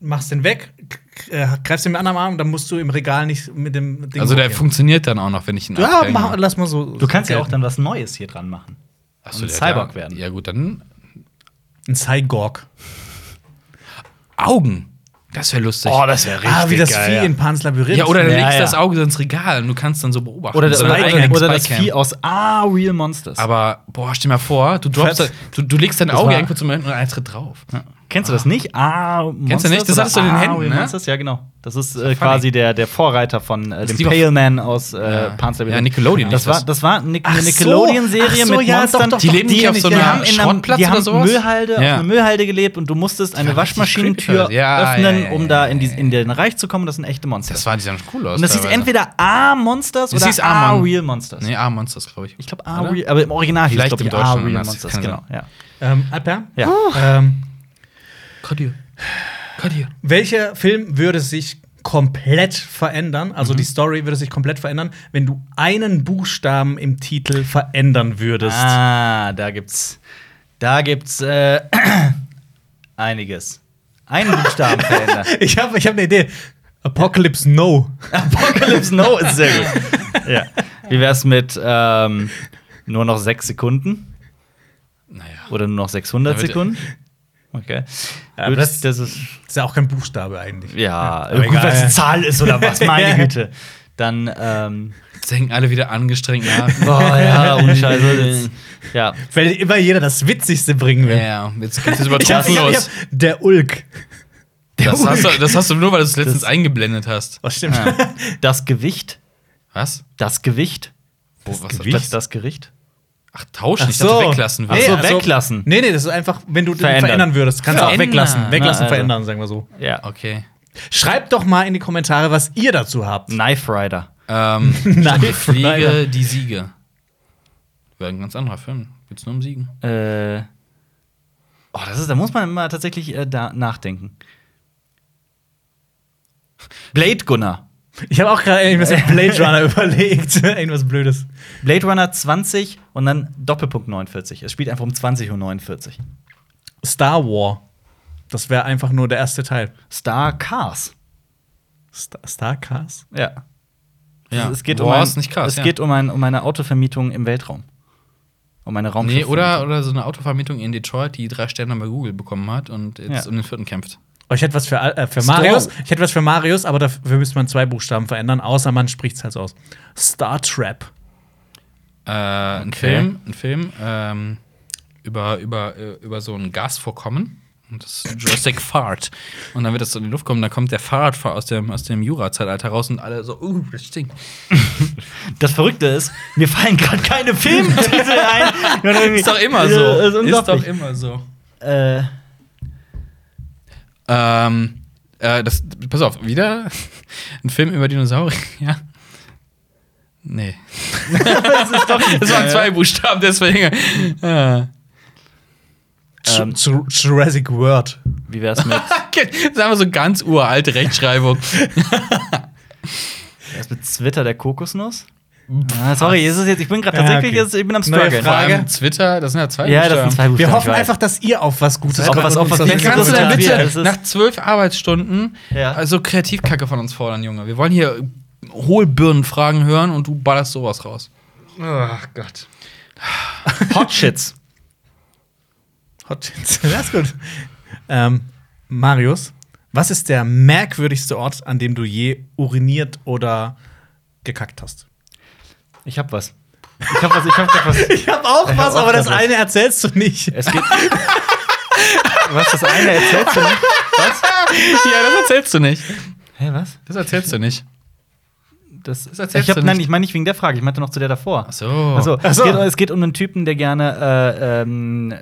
C: machst den weg, k- äh, greifst den mit dem anderen Arm und dann musst du im Regal nicht mit dem Ding.
B: also, der
C: hochgehen.
B: funktioniert dann auch noch, wenn ich ihn
C: Ja,
B: abhänge.
C: mach, lass mal so.
A: Du kannst ja auch
C: gelten.
A: dann was Neues hier dran machen.
B: Ach so,
A: und
B: der-
A: Cyborg
B: ja,
A: werden.
B: Ja, gut, dann
C: Ein Cyborg.
B: Augen. Das wäre lustig.
A: das wäre
C: Ah, wie das Vieh in Pans Labyrinth.
B: ja, oder du
A: Oh, Ja,
B: legst
A: ja.
B: das Auge so ins Regal und du kannst dann so beobachten.
A: Oder,
B: so
A: oder,
B: eine
A: oder,
B: eigene
A: oder das
B: Spycam.
A: Vieh aus Ah, Real Monsters.
B: Aber, boah, stell mal vor, du droppst,
C: Fett.
B: da- du, du legst dein
A: Das
B: Auge
A: war-
B: irgendwo zum Moment und einer tritt drauf.
A: Kennst du das nicht? Ah, Monsters
B: nicht? Das
A: oder
B: hattest du in den
A: Ah,
B: Händen,
A: Real
B: ne?
A: Monsters? Ja, genau. Das ist äh,
B: ja funny.
A: quasi der, der Vorreiter von äh, dem
B: lieber-
A: Pale Man aus äh,
B: Ja.
A: Pan's Labyrinth.
B: Ja, Nickelodeon
A: Das
B: hieß
A: war,
B: das.
A: das war Nic-
C: Ach
A: eine
C: so,
A: Nickelodeon-Serie
C: ach so,
A: mit
C: ja, doch,
A: Monstern.
C: doch,
B: Die leben nicht auf so
A: die
B: einem
A: haben in einem,
B: Schrottplatz
A: die haben
B: oder sowas?
A: Müllhalde, auf
B: Ja.
A: eine Müllhalde gelebt und du musstest eine
B: war richtig
A: Waschmaschinentür
B: creepy. Ja,
A: öffnen,
B: ja, ja,
A: um
B: ja,
A: da
B: ja,
A: in, die,
B: ja.
A: in den Reich zu kommen. Das sind echte Monster.
B: Das war die dann cool aus.
A: und das hieß
B: teilweise.
A: entweder A Monsters
B: Das
A: oder
B: hieß
A: A
B: Amon.
A: Real Monsters.
B: Nee, A-Monsters, glaube ich.
A: Ich glaube A
B: Oder?
A: Real, aber im Original hieß es
B: Vielleicht
A: glaub
B: im
A: ich A
B: Deutschen
A: Real
B: anders,
A: Monsters,
B: kann
A: genau. Ja.
C: Ähm, Alper?
A: Ja.
C: Ähm,
B: Kodier. Kodier.
C: welcher Film würde sich komplett verändern?
A: Mhm.
C: Also die Story würde sich komplett verändern, wenn du einen Buchstaben im Titel verändern würdest.
A: Ah, da gibt's. Da gibt's äh, einiges. Einen Buchstaben verändern.
C: Ich habe ich hab eine Idee. Apocalypse No.
A: Apocalypse No ist sehr gut. Ja. Wie wär's mit ähm, nur noch sechs Sekunden?
B: Naja.
A: Oder nur noch 600
B: Damit-
A: Sekunden? Okay.
C: Ja,
A: Gut,
C: aber das-
A: ist.
C: Ist ja auch kein Buchstabe eigentlich.
A: Ja,
C: aber
A: gut,
C: egal.
A: wenn es eine Zahl ist oder was, meine
C: Ja.
A: Güte. Dann, ähm,
B: Jetzt hängen alle wieder angestrengt nach.
A: boah, ja, ohne Scheiße. ja.
C: Weil immer jeder das Witzigste bringen
B: ja,
C: will.
B: ja, jetzt geht's über
C: Ich hab,
B: Tropfen
C: ich hab, ich
B: los.
C: hab, der Ulk.
B: Das hast, du, das hast du nur, weil du es letztens
A: Das-
B: eingeblendet hast.
C: Was stimmt?
A: Ah. Das Gewicht,
B: Was?
A: das Gewicht,
B: Wo, was
C: Gewicht?
A: das, das Gericht.
B: Ach, tauschen. Ich dachte, weglassen
A: Ach
B: willst.
A: so, weglassen.
C: Nee, nee, das ist einfach, wenn du verändern,
A: Verändern.
C: verändern würdest. Kannst du auch
B: Verändern.
C: weglassen. Weglassen,
A: Na, also.
C: verändern, sagen wir so.
A: Ja.
B: Okay.
C: Schreibt doch mal in die Kommentare, was ihr dazu habt.
A: Knife Rider.
B: Ähm,
C: Nein,
B: die
C: leider.
B: Fliege, die Siege. Wäre ein ganz anderer Film. Geht's nur um Siegen.
A: Äh, oh, das ist, da muss man immer tatsächlich äh, da nachdenken. Blade Gunner.
C: Ich habe auch gerade irgendwas mit Blade Runner überlegt. irgendwas Blödes.
A: Blade Runner 20 und dann Doppelpunkt 49. Es spielt einfach um 20.49 Uhr.
C: Star War. Das wäre einfach nur der erste Teil.
A: Star Cars.
C: Star, Star Cars?
A: Ja.
B: Ja.
A: Es geht,
B: Boah,
A: um, ein,
B: ist nicht krass,
A: es
B: ja.
A: geht um, ein, um eine Autovermietung im Weltraum. Um eine Raumschiff.
B: Nee, oder, oder so eine Autovermietung in Detroit, die drei Sterne bei Google bekommen hat und jetzt
A: Ja.
B: um den vierten kämpft.
C: Oh, ich hätte was für, Al- äh, für
A: Star-
C: Marius. Ich hätte was für Marius, aber dafür müsste man zwei Buchstaben verändern, außer man spricht es halt so aus. Star Trap.
B: Äh, Ein Film, ein Film ähm, über, über, äh, über so ein Gasvorkommen. Und das ist Jurassic Fart. Und dann wird das so in die Luft kommen, dann kommt der Fahrradfahrer aus dem, aus dem Jura-Zeitalter raus und alle so, uh, das stinkt.
A: Das Verrückte ist, mir fallen gerade keine Filmtitel ein.
B: Ist doch immer so.
A: Äh, Ist, unglaublich.
B: immer so.
A: äh,
B: Ähm, äh, das, pass auf, wieder ein Film über Dinosaurier. Ja. Nee.
A: das ist doch
B: Das waren zwei Buchstaben, deswegen. Äh,
A: Ähm,
C: Ju- Ju- Jurassic World.
A: wie wär's mit,
B: Sagen wir so ganz uralte Rechtschreibung.
A: wär's mit Twitter der Kokosnuss? Ah, sorry, ist es jetzt, ich bin gerade
C: Ja,
A: tatsächlich,
C: okay.
A: jetzt, ich bin am
C: Neue
A: Struggle.
B: Vor
C: Frage.
B: allem Twitter, das sind ja zwei
A: Ja, das
B: Buchstaben.
A: sind zwei Buchstaben.
C: Wir
A: ich
C: hoffen
A: weiß.
C: einfach, dass ihr auf was Gutes
A: Auf was- auf was
B: Dann
A: Besseres
B: kannst du
A: Kommentar.
B: dann
A: Ja, das
B: bitte
A: ist-
B: nach zwölf Arbeitsstunden
A: Ja.
B: also Kreativkacke von uns fordern, Junge. Wir wollen hier Hohlbirnenfragen hören und du ballerst sowas raus.
C: Ach Gott.
A: Hot Shits.
C: Hot Chance. Das ist gut. Ähm, Marius, was ist der merkwürdigste Ort, an dem du je uriniert oder gekackt hast?
A: Ich hab was. Ich hab was, ich hab grad was.
C: Ich habe auch
A: Ich hab
C: was,
A: auch
C: aber das
A: was.
C: eine erzählst du nicht.
A: Es geht. was das eine erzählt du nicht? Was?
B: ja, das erzählst du nicht.
A: Hä, was?
B: Das erzählst du nicht.
A: Das,
B: Das erzählst
A: ich hab,
B: du nicht.
A: Nein, ich meine nicht wegen der Frage, ich meinte noch zu der davor.
B: Oh. Ach so.
A: Also,
C: Ach so.
A: Es, geht, es geht um einen Typen, der gerne. Äh, ähm,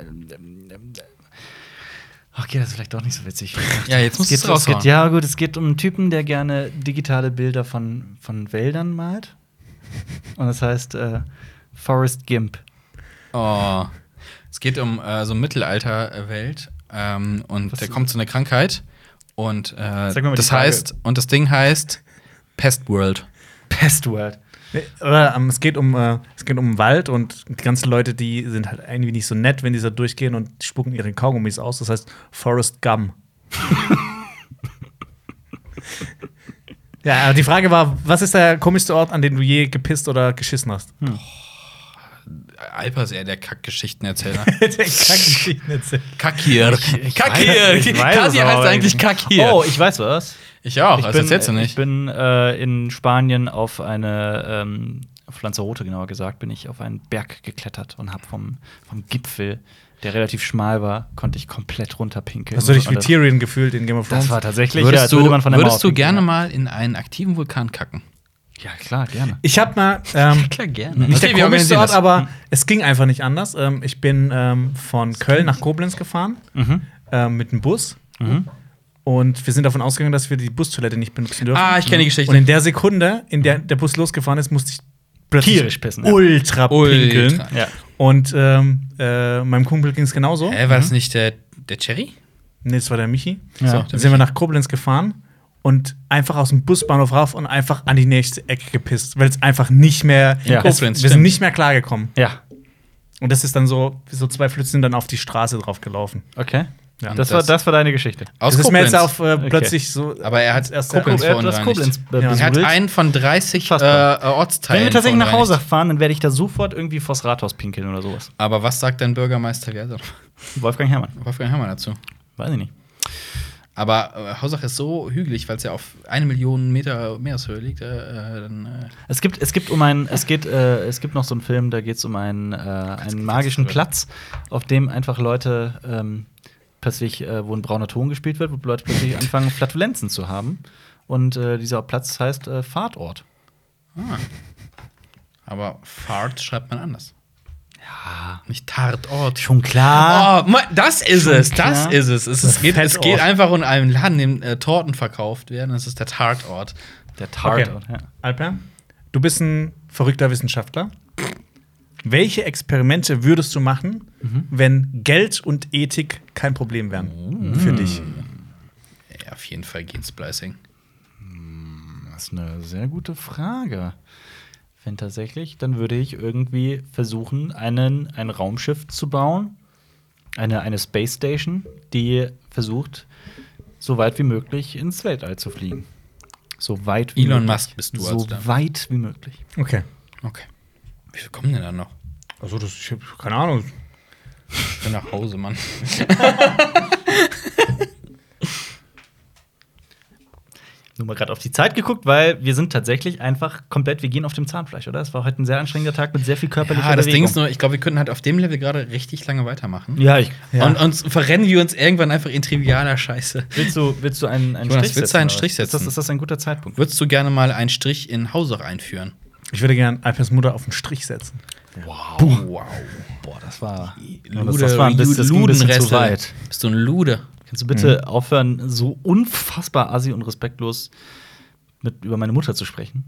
A: okay, das ist vielleicht doch nicht so witzig.
B: Ja, jetzt musst
A: geht,
B: du's raushauen.
A: geht, Ja, gut, es geht um einen Typen, der gerne digitale Bilder von, von Wäldern malt. Und das heißt äh, Forest Gimp.
B: Oh. Es geht um äh, so Mittelalterwelt ähm, und
A: Was
B: der
A: ist-
B: kommt zu einer Krankheit und äh,
A: Sag mir mal die
B: das
A: Frage.
B: heißt und das Ding heißt Pest World.
A: Best World.
C: Nee, Oder, ähm, es, geht um, äh, es geht um den Wald und die ganzen Leute, die sind halt irgendwie nicht so nett, wenn die da durchgehen und die spucken ihre Kaugummis aus. Das heißt Forest Gum. ja, aber die Frage war, was ist der komischste Ort, an dem du je gepisst oder geschissen hast?
B: Alper ist eher der Kackgeschichtenerzähler.
C: der Kackgeschichten
B: Kakir.
A: ich weiß es,
B: Kakir.
A: ich weiß es
B: Kasi
A: aber
B: heißt eigentlich
A: nicht.
B: Kakir.
A: Oh, ich weiß was.
B: ich auch, also
A: ich
B: das
A: bin,
B: erzählst du
A: Ich
B: nicht.
A: bin äh, in Spanien auf eine, ähm, auf Lanzarote genauer gesagt, bin ich auf einen Berg geklettert und habe vom, vom Gipfel, der relativ schmal war, konnte ich komplett runterpinkeln.
C: Hast du dich wie
A: Und das-
C: Tyrion gefühlt in Game of Thrones?
A: Das war tatsächlich, ja,
B: Würdest
A: als
B: du,
A: würde man von der
B: würdest
A: Mauer
B: du gerne
A: pinkeln,
B: mal in einen aktiven Vulkan kacken?
A: Ja, Ja, klar, gerne.
C: ich habe mal ähm,
B: Klar, gerne.
C: Nicht
B: okay,
C: der
B: wir
C: komischste
B: organisieren
C: Ort,
B: das.
C: aber es ging einfach nicht anders. Ähm, ich bin ähm, von Köln nach Koblenz gefahren
A: Mhm.
C: ähm, mit dem Bus.
A: Mhm.
C: Und wir sind davon ausgegangen, dass wir die Bustoilette nicht benutzen dürfen. Mhm.
B: Ah, ich kenne die Geschichte.
C: Und in der Sekunde, in der der Bus losgefahren ist, musste ich plötzlich
A: Tierisch pissen, ja.
C: ultra pinkeln.
B: Ultra.
A: Ja.
C: Und ähm, äh, meinem Kumpel ging es genauso.
B: Hä, war
A: Mhm.
B: das nicht der, der Cherry?
C: Nee, das war der Michi.
A: Ja.
C: Dann sind wir nach Koblenz gefahren und einfach aus dem Busbahnhof rauf und einfach an die nächste Ecke gepisst, weil es einfach nicht mehr
A: Ja.
C: es,
B: Koblenz,
C: wir sind
B: stimmt.
C: nicht mehr klargekommen.
A: ja,
C: Und das ist dann so, so zwei Flüsse sind dann auf die Straße drauf gelaufen.
A: okay.
C: Ja.
A: das, war, das war deine Geschichte.
B: Aus
C: das ist mir
B: Koblenz.
C: jetzt auf äh,
A: Okay.
C: plötzlich so.
B: aber er hat
C: als erster-
B: Koblenz
A: Oh, er hat das
B: verunreinigt.
A: Koblenz äh,
C: Ja.
B: Er hat
A: besudelt.
B: einen von 30 äh,
A: Fassbar.
B: Ortsteilen
A: Wenn wir tatsächlich nach Hause
B: verunreinigt.
A: fahren, dann werde ich da sofort irgendwie vors Rathaus pinkeln oder sowas.
B: Aber was sagt dein Bürgermeister wie heißt er?
A: Wolfgang Herrmann.
B: Wolfgang Hammer dazu?
A: Weiß ich nicht.
B: Aber äh, Hausach ist so hügelig, weil es ja auf eine Million Meter Meereshöhe liegt. Äh, äh, dann, äh,
A: Es gibt, es gibt um einen, es geht, äh, es gibt noch so einen Film, da geht es um einen, äh, einen magischen Platz, auf dem einfach Leute ähm, plötzlich, äh, wo ein brauner Ton gespielt wird, wo Leute plötzlich anfangen, Flatulenzen zu haben. Und äh, dieser Platz heißt äh, Fahrtort.
B: ah. Aber Fahrt schreibt man anders.
A: Ja,
B: Nicht Tatort.
A: schon klar.
B: Oh, ma- das ist
A: Ah. Schon
B: es,
A: klar.
B: das ist es. Es, es, geht, es
C: Fettort.
B: geht einfach um einen Laden, dem äh, Torten verkauft werden. Das ist der Tatort.
A: Der Tatort. Ja.
C: Alper, du bist ein verrückter Wissenschaftler. Welche Experimente würdest du machen, wenn Geld und Ethik kein Problem wären für dich?
B: Ja, auf jeden Fall geht Splicing.
A: Das ist eine sehr gute Frage. Wenn tatsächlich, dann würde ich irgendwie versuchen, einen, ein Raumschiff zu bauen, eine, eine Space Station, die versucht, so weit wie möglich ins Weltall zu fliegen. So weit wie
B: Elon
A: möglich.
B: Musk bist du
A: So
B: also da.
A: weit wie möglich.
C: Okay.
B: Okay. Wie viel kommen denn da noch?
C: Also, das, ich habe keine Ahnung.
B: Ich bin nach Hause, Mann.
A: Nur mal gerade auf die Zeit geguckt, weil wir sind tatsächlich einfach komplett, wir gehen auf dem Zahnfleisch, oder? Es war heute ein sehr anstrengender Tag mit sehr viel körperlicher
B: Ja, Ah, das Ding
A: Bewegung.
B: ist nur, ich glaube, wir könnten halt auf dem Level gerade richtig lange weitermachen.
A: ja, ich,
C: Ja.
B: Und uns verrennen wir uns irgendwann einfach in trivialer Scheiße.
A: willst du, willst du einen, einen
B: Jonas,
A: Strich
B: willst du einen
A: oder was?
B: Strich
A: Ist das,
B: setzen?
A: ist das ein guter Zeitpunkt?
B: Würdest du gerne mal einen Strich in Hausach einführen?
C: Ich würde gerne Alpers Mutter auf den Strich setzen.
B: Wow.
A: Boah, das war.
B: Lude,
A: das war ein bisschen, das ging ein bisschen zu
B: Ludenreste.
A: weit.
B: Bist du ein Lude?
A: Kannst du bitte aufhören, so unfassbar assi und respektlos mit, über meine Mutter zu sprechen?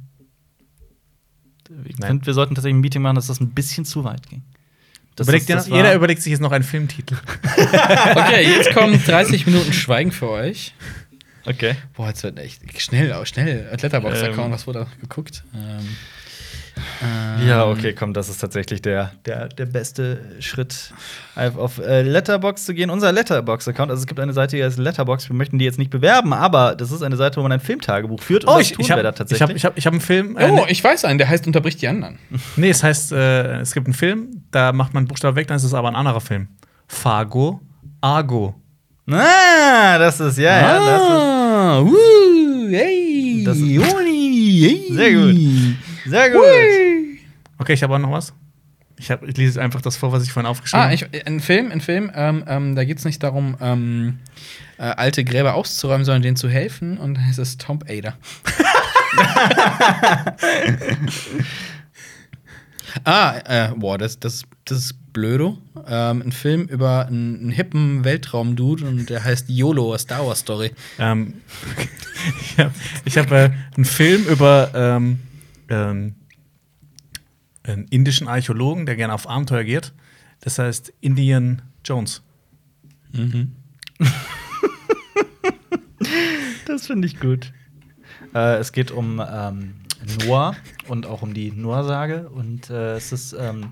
A: Ich
C: Nein.
A: finde, wir sollten tatsächlich ein Meeting machen, dass das ein bisschen zu weit ging. Dass
C: Überlegt
A: das, das
C: dir, jeder
A: war-
C: überlegt sich jetzt noch einen Filmtitel.
B: Okay, jetzt kommen 30 Minuten Schweigen für euch.
A: Okay.
B: Boah, jetzt wird echt schnell, schnell. Letterboxd-Account,
A: Ähm.
B: was wurde da geguckt? Ähm,
A: Ja, okay, komm, das ist tatsächlich der, der, der beste Schritt, auf, auf äh, Letterbox zu gehen. Unser Letterbox-Account, also es gibt eine Seite, die heißt Letterbox. Wir möchten die jetzt nicht bewerben, aber das ist eine Seite, wo man ein Filmtagebuch führt.
C: Oh,
A: das
C: ich,
A: tun
C: ich
A: wir
C: habe
A: da
C: ich hab,
A: tatsächlich.
C: ich hab, ich hab einen Film. Äh,
B: Oh, ich weiß einen, der heißt Unterbricht die anderen.
C: Nee, es heißt, äh, es gibt einen Film, da macht man Buchstaben weg, dann ist es aber ein anderer Film. Fargo, Argo.
A: ah, das ist, ja, ja, das ist.
B: ah, wuh, hey,
A: Das ist-
B: Joni, hey.
A: Sehr gut. Sehr gut.
B: Hui.
C: Okay, ich habe auch noch was. Ich, hab, ich lese einfach das vor, was ich vorhin aufgeschrieben
B: Ah,
C: habe.
B: ich, ein Film, ein Film, ähm, ähm, da geht es nicht darum, ähm, äh, alte Gräber auszuräumen, sondern denen zu helfen. Und es ist Tom Ada. ah, äh, boah, das, das, das ist Blödo. Ähm, ein Film über einen, einen hippen Weltraumdude und der heißt YOLO, A Star Wars Story.
C: Ähm, ich habe ich hab, äh, einen Film über ähm, ähm, einen indischen Archäologen, der gerne auf Abenteuer geht. Das heißt Indian Jones.
B: Mhm.
A: Das finde ich gut. Äh, es geht um ähm, Noah und auch um die Noah-Sage. Und äh, es ist, ähm,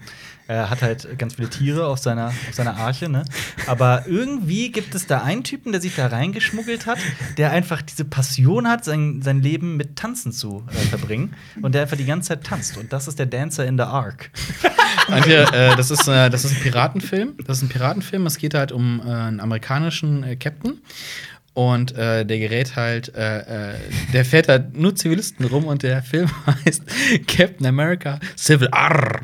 A: er hat halt ganz viele Tiere auf seiner, auf seiner Arche, ne? Aber irgendwie gibt es da einen Typen, der sich da reingeschmuggelt hat, der einfach diese Passion hat, sein, sein Leben mit Tanzen zu äh, verbringen. Und der einfach die ganze Zeit tanzt. Und das ist der Dancer in the Ark.
B: Und hier, äh, das, ist, äh, das ist ein Piratenfilm. Das ist ein Piratenfilm. Es geht halt um äh, einen amerikanischen äh, Captain. Und äh, der gerät halt, äh, äh, der fährt halt nur Zivilisten rum und der Film heißt Captain America Civil War.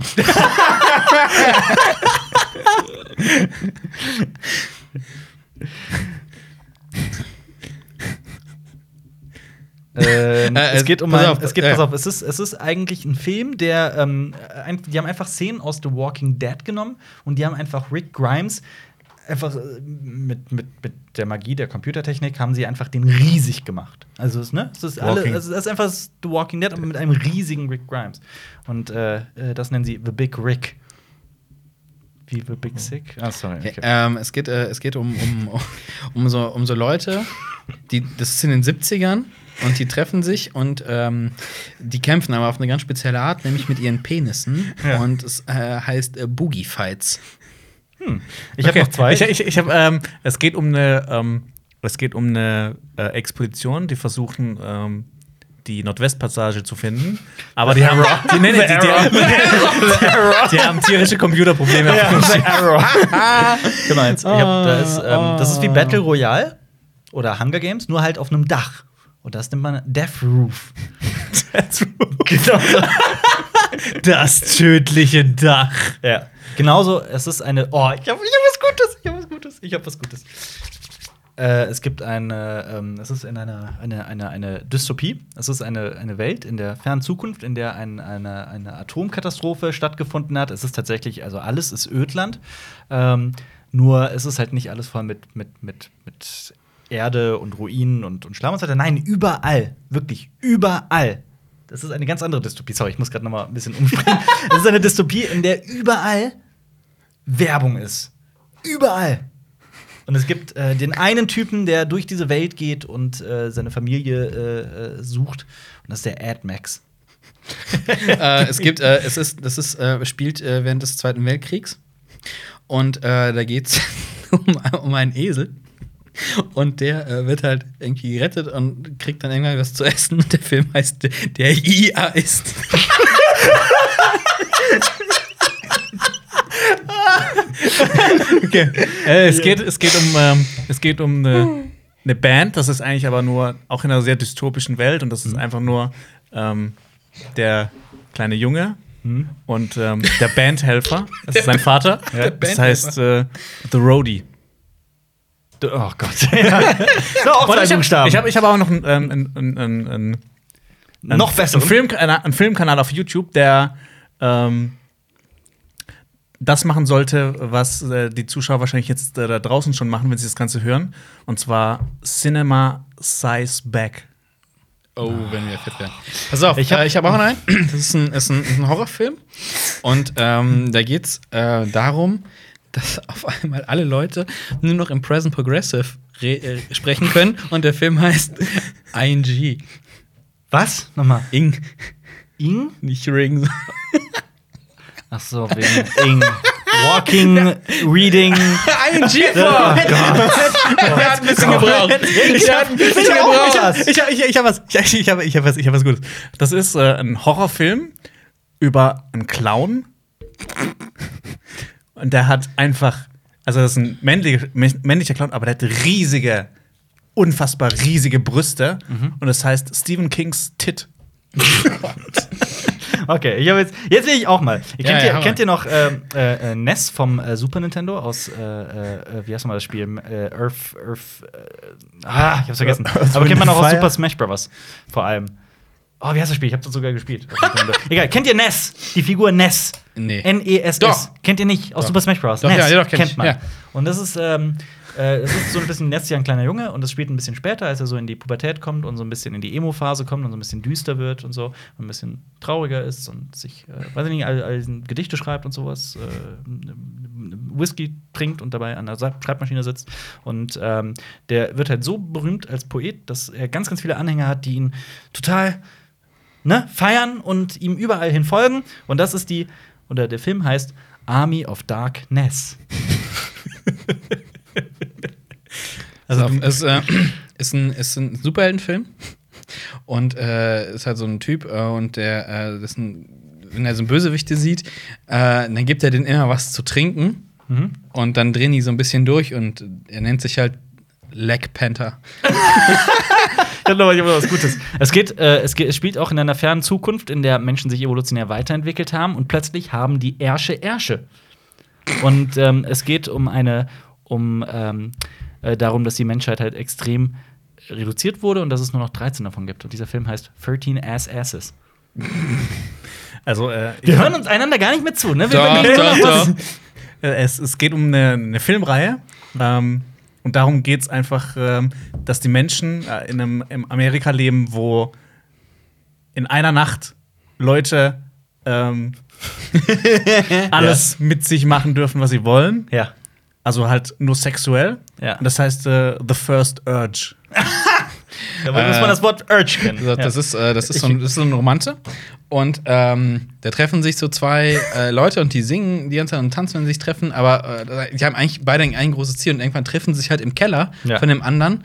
A: Ähm,
B: Äh,
A: es
B: äh,
A: geht um
B: pass
A: ein,
B: auf,
A: es geht,
B: äh.
A: pass auf, es ist, es ist eigentlich ein Film, der ähm, ein, die haben einfach Szenen aus The Walking Dead genommen und die haben einfach Rick Grimes einfach äh, mit, mit, mit der Magie der Computertechnik haben sie einfach den riesig gemacht. Also es, ne, es ist alle,
C: Walking-
A: es ist- es ist einfach The Walking Dead, aber mit einem riesigen Rick Grimes. Und äh, äh, das nennen sie The Big Rick. Wie The Big Sick? Ah, sorry. Okay.
B: Ähm, es geht, Hm. äh, es geht um, um, um, so, um so Leute, die, das ist in den 70ern und die treffen sich und ähm, die kämpfen aber auf eine ganz spezielle Art, nämlich mit ihren Penissen. Und es äh, heißt äh, Boogie Fights.
A: Ich habe
C: Okay.
A: noch zwei.
C: Ich, ich, ich hab, ähm, es geht um eine, ähm, es geht um eine äh, Expedition, die versuchen, ähm, die Nordwestpassage zu finden. Aber die haben, die, nee, nee, die, die, haben, die haben tierische Computerprobleme.
A: The Arrow. genau, jetzt, ich hab, da ist,
C: Ah.
A: ähm, das ist wie Battle Royale oder Hunger Games, nur halt auf einem Dach. Und das nennt man Death Roof. genau.
C: Das tödliche Dach.
A: Ja. Genauso, es ist eine. Oh, ich habe ich hab was Gutes, ich habe was Gutes, ich habe was Gutes. Äh, es gibt eine, ähm, es ist in einer eine, eine, eine Dystopie. Es ist eine, eine Welt in der fernen Zukunft, in der ein, eine, eine Atomkatastrophe stattgefunden hat. Es ist tatsächlich, also alles ist Ödland. Ähm, nur es ist halt nicht alles voll mit, mit, mit, mit Erde und Ruinen und, und Schlamm und so weiter. Nein, überall. Wirklich, überall. Das ist eine ganz andere Dystopie. Sorry, ich muss gerade noch mal ein bisschen umspringen. Es ist eine Dystopie, in der überall Werbung ist. Überall. Und es gibt äh, den einen Typen, der durch diese Welt geht und äh, seine Familie äh, äh, sucht. Und das ist der Ad Max.
B: äh, es gibt, äh, es ist, das ist, äh, spielt äh, während des Zweiten Weltkriegs. Und äh, da geht's um, um einen Esel. Und der äh, wird halt irgendwie gerettet und kriegt dann irgendwann was zu essen. Und der Film heißt Der IA ist.
C: Okay. Äh, es, geht, es geht um, ähm, es geht um eine, eine Band, das ist eigentlich aber nur auch in einer sehr dystopischen Welt und das
A: Mhm.
C: ist einfach nur ähm, der kleine Junge
A: Mhm.
C: und ähm, der Bandhelfer. Das ist sein Vater.
B: der
C: das heißt äh, The Roadie.
A: Oh Gott. ja. So, auch
C: Und
A: zwei
C: ich habe
A: Buchstaben.
C: ich hab, ich hab auch noch einen, ähm, einen, einen, einen, einen
A: Noch besser.
C: Ein Film, ein Filmkanal auf YouTube, der ähm, das machen sollte, was äh, die Zuschauer wahrscheinlich jetzt äh, da draußen schon machen, wenn sie das Ganze hören. Und zwar Cinema Size Back.
B: Oh, wenn wir fett werden. Pass auf,
A: Ich
B: ich
A: hab-
B: habe äh, ich hab auch noch einen. Das ist ein, ist ein, ist ein Horrorfilm. Und ähm, da geht's äh, darum, dass auf einmal alle Leute nur noch im Present Progressive re- äh, sprechen können und der Film heißt ING.
A: Was? Nochmal.
B: Ing.
A: Ing?
B: Nicht Ring.
A: Ach so, wegen Ing. Walking, Reading.
B: ING vor! Er hat ein bisschen gebraucht. Ich hat ein bisschen
C: Ich hab auch- ich
B: gebraucht.
C: hab- ich hab- ich hab- ich hab was. Ich hab- ich hab- ich hab was. Ich hab was Gutes. Das ist äh, ein Horrorfilm über einen Clown. Und der hat einfach, also das ist ein männlicher, männlicher Clown, aber der hat riesige, unfassbar riesige Brüste. Und das heißt Stephen Kings Tit.
A: Okay, ich hab jetzt, jetzt will ich auch mal. Ihr
B: Ja,
A: kennt,
B: ja,
A: ihr,
B: hau
A: kennt
B: mal.
A: ihr noch ähm, äh, äh, NES vom äh, Super Nintendo aus, äh, äh, wie heißt nochmal das Spiel? Äh, Earth, Earth, äh, ah, ich hab's vergessen.
C: Earth,
A: Aber kennt man auch aus
C: Fire?
A: Super Smash Bros. vor allem. Oh, wie heißt das Spiel? Ich hab's sogar gespielt. auf Nintendo. Egal, kennt ihr Ness? Die Figur Ness?
B: Nee.
A: N-E-S-S.
B: Doch.
A: E Kennt ihr nicht? Aus
B: Doch.
A: Super Smash Bros.
B: Doch,
A: Ness
B: ja, ja, doch, kenn ich,
A: kennt man.
B: ja.
A: Und das ist, ähm, äh, es ist so ein bisschen letztes Jahr ein kleiner Junge und das spielt ein bisschen später, als er so in die Pubertät kommt und so ein bisschen in die Emo-Phase kommt und so ein bisschen düster wird und so und ein bisschen trauriger ist und sich, äh, weiß ich nicht, all, all Gedichte schreibt und sowas, äh, Whisky trinkt und dabei an der Sa- Schreibmaschine sitzt. Und ähm, der wird halt so berühmt als Poet, dass er ganz, ganz viele Anhänger hat, die ihn total ne, feiern und ihm überall hin folgen. Und das ist die, oder der Film heißt Army of Darkness.
B: Also, es äh, ist, ein, ist ein Superheldenfilm und äh, ist halt so ein Typ äh, und der, äh, das ist ein, wenn er so einen Bösewichte sieht, äh, dann gibt er denen immer was zu trinken und dann drehen die so ein bisschen durch und er nennt sich halt Leg Panther.
A: Ich hab noch ich hab noch was Gutes. Es geht, äh, es geht, es spielt auch in einer fernen Zukunft, in der Menschen sich evolutionär weiterentwickelt haben und plötzlich haben die Ärsche Ärsche. Und ähm, es geht um eine, um ähm, äh, darum, dass die Menschheit halt extrem reduziert wurde und dass es nur noch 13 davon gibt. Und dieser Film heißt 13 Ass Asses.
C: Also, äh, ich-
A: Wir hören uns einander gar nicht mehr zu, ne? Wir
B: Doch,
A: überlegen
B: doch,
A: noch was.
B: doch.
C: Äh, Es, es geht um eine, eine Filmreihe. Ähm, und darum geht es einfach, ähm, dass die Menschen äh, in einem im Amerika leben, wo in einer Nacht Leute ähm, alles mit sich machen dürfen, was sie wollen.
A: Ja.
C: Also halt nur sexuell.
A: Ja.
C: Und Das heißt äh, The First Urge.
A: Da muss man Äh. das Wort Urge kennen.
B: So, Das, ist, äh, das, ist so, ein- das ist so eine Romanze. Und ähm, da treffen sich so zwei äh, Leute und die singen die ganze Zeit und tanzen, wenn sie sich treffen. Aber äh, die haben eigentlich beide ein großes Ziel und irgendwann treffen sie sich halt im Keller
A: Ja.
B: von dem anderen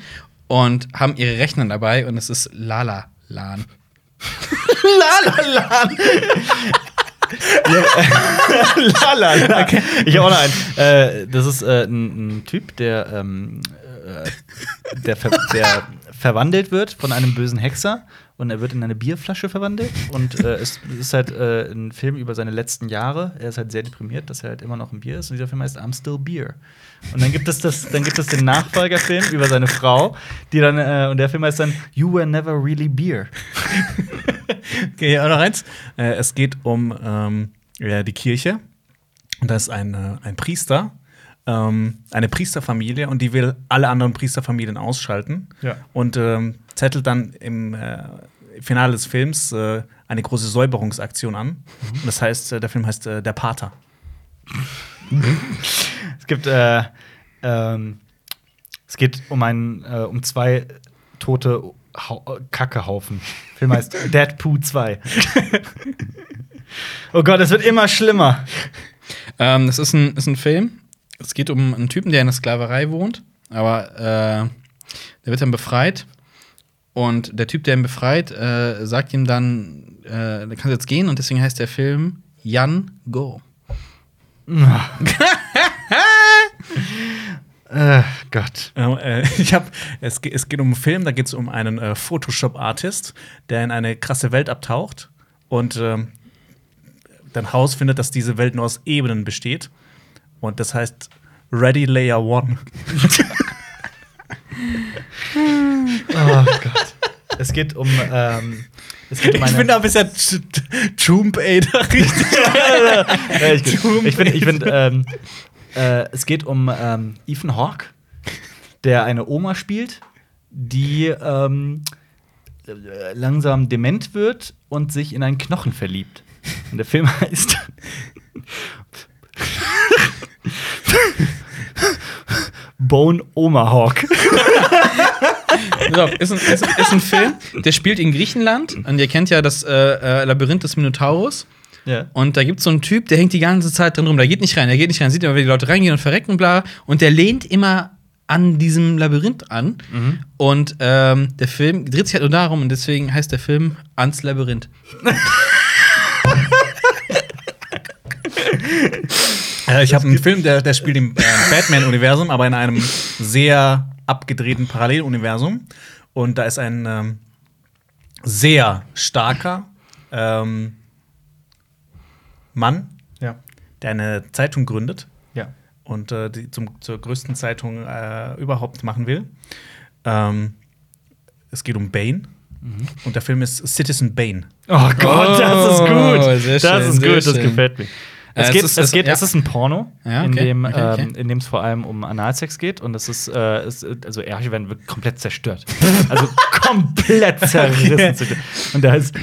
B: und haben ihre Rechner dabei und es ist Lala Lan.
A: Lala, lala. Ich hab auch noch einen. Äh, das ist äh, ein, ein Typ, der, ähm, äh, der, ver der verwandelt wird von einem bösen Hexer. Und er wird in eine Bierflasche verwandelt. Und äh, es ist halt äh, ein Film über seine letzten Jahre. Er ist halt sehr deprimiert, dass er halt immer noch ein Bier ist. Und dieser Film heißt I'm Still Beer. Und dann gibt es, das, dann gibt es den Nachfolgerfilm über seine Frau, die dann, äh, und der Film heißt dann You Were Never Really Beer.
C: Okay, auch noch eins. Äh, es geht um ähm, ja, die Kirche. Und da ist ein, äh, ein Priester, ähm, eine Priesterfamilie, und die will alle anderen Priesterfamilien ausschalten.
A: Ja.
C: Und ähm, zettelt dann im äh, Finale des Films äh, eine große Säuberungsaktion an. Und das heißt, äh, der Film heißt äh, Der Pater.
A: Es gibt, äh, ähm, es geht um einen, äh, um zwei tote Hau Kackehaufen. Der Film heißt Deadpoo 2. oh Gott, es wird immer schlimmer.
B: Ähm, das ist ein, ist ein Film. Es geht um einen Typen, der in der Sklaverei wohnt, aber äh, der wird dann befreit. Und der Typ, der ihn befreit, äh, sagt ihm dann, äh, du kannst jetzt gehen und deswegen heißt der Film Jan Go.
A: Äh, Gott.
C: Ähm, äh, ich hab, es, ge- es geht um einen Film, da geht es um einen äh, Photoshop-Artist, der in eine krasse Welt abtaucht und ähm, dann Haus findet, dass diese Welt nur aus Ebenen besteht. Und das heißt Ready Layer One.
A: Oh Gott. Es geht um, ähm, es geht um
C: Ich bin
A: eine
C: da ein bisschen T- T- Tomb Raider richtig.
A: Ja, ich ich finde, ich find, ähm, äh, es geht um ähm, Ethan Hawke, der eine Oma spielt, die ähm, äh, langsam dement wird und sich in einen Knochen verliebt. Und der Film heißt
E: Bone Omahawk.
B: Pass auf, ist, ein, ist, ist ein Film, der spielt in Griechenland und ihr kennt ja das äh, äh, Labyrinth des Minotaurus.
A: Ja.
B: Und da gibt's so einen Typ, der hängt die ganze Zeit drin rum. Der geht nicht rein, der geht nicht rein. Sieht immer, wie die Leute reingehen und verrecken, bla. Und der lehnt immer an diesem Labyrinth an. Und ähm, der Film dreht sich halt nur darum und deswegen heißt der Film Ans Labyrinth.
C: Äh, ich habe einen Film, der, der spielt im äh, Batman-Universum, aber in einem sehr abgedrehten Paralleluniversum. Und da ist ein ähm, sehr starker ähm, Mann,
A: Ja.
C: der eine Zeitung gründet
A: Ja.
C: und äh, die zum, zur größten Zeitung äh, überhaupt machen will. Ähm, es geht um Bane. Und der Film ist Citizen Bane.
A: Oh Gott, das ist
B: Oh,
A: gut.
B: sehr
A: das
B: schön,
A: ist
B: sehr
A: gut, das
B: schön.
A: gefällt mir.
B: Äh,
A: Es
B: es
A: geht,
B: ist-
A: es,
B: es-
A: geht,
B: ja.
A: es ist ein Porno,
B: Ja,
A: in
B: okay,
A: dem
B: okay, okay.
A: ähm, in dem es vor allem um Analsex geht und es ist, äh, es, also er werden wird komplett zerstört, also komplett zerrissen und da heißt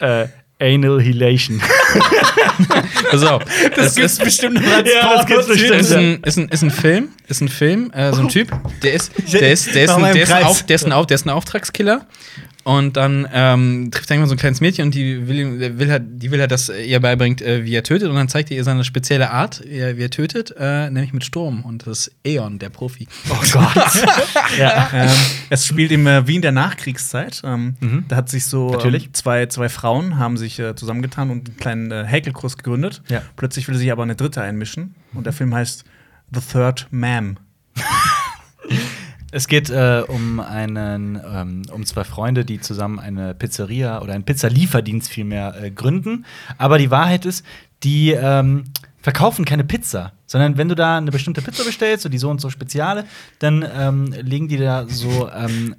A: äh, Anal Helation.
B: Pass auf. Das
C: gibt's bestimmt noch als
A: Ja, das gibt's
C: Porno-Titel.
A: bestimmt.
B: ist ein, ist ein, ist ein Film, ist ein Film, äh, so ein Typ, der ist, der ist, der ist,
C: Nach
B: ein,
C: meinem
B: der ist, ein,
C: Preis.
B: Auf, der ist, ein, Auf, der ist ein Auftragskiller. Und dann ähm, trifft er irgendwann so ein kleines Mädchen und die will, ihm- der will halt, die will halt, dass er ihr beibringt, äh, wie er tötet. Und dann zeigt er ihr seine spezielle Art, wie er, wie er tötet, äh, nämlich mit Sturm. Und das ist Eon, der Profi.
A: Oh Gott. ja.
C: ähm, es spielt im äh, Wien der Nachkriegszeit. Ähm, Da hat sich so
A: Mhm. Natürlich.
C: Ähm, zwei, zwei Frauen haben sich äh, zusammengetan und einen kleinen äh, Häkelkurs gegründet.
A: Ja.
C: Plötzlich will sich aber eine dritte einmischen und der Film heißt The Third Ma'am.
A: Es geht äh, um einen, ähm, um zwei Freunde, die zusammen eine Pizzeria oder einen Pizzalieferdienst vielmehr äh, gründen. Aber die Wahrheit ist, die ähm, verkaufen keine Pizza, sondern wenn du da eine bestimmte Pizza bestellst, so die so und so Speziale, dann ähm, legen die da so ähm,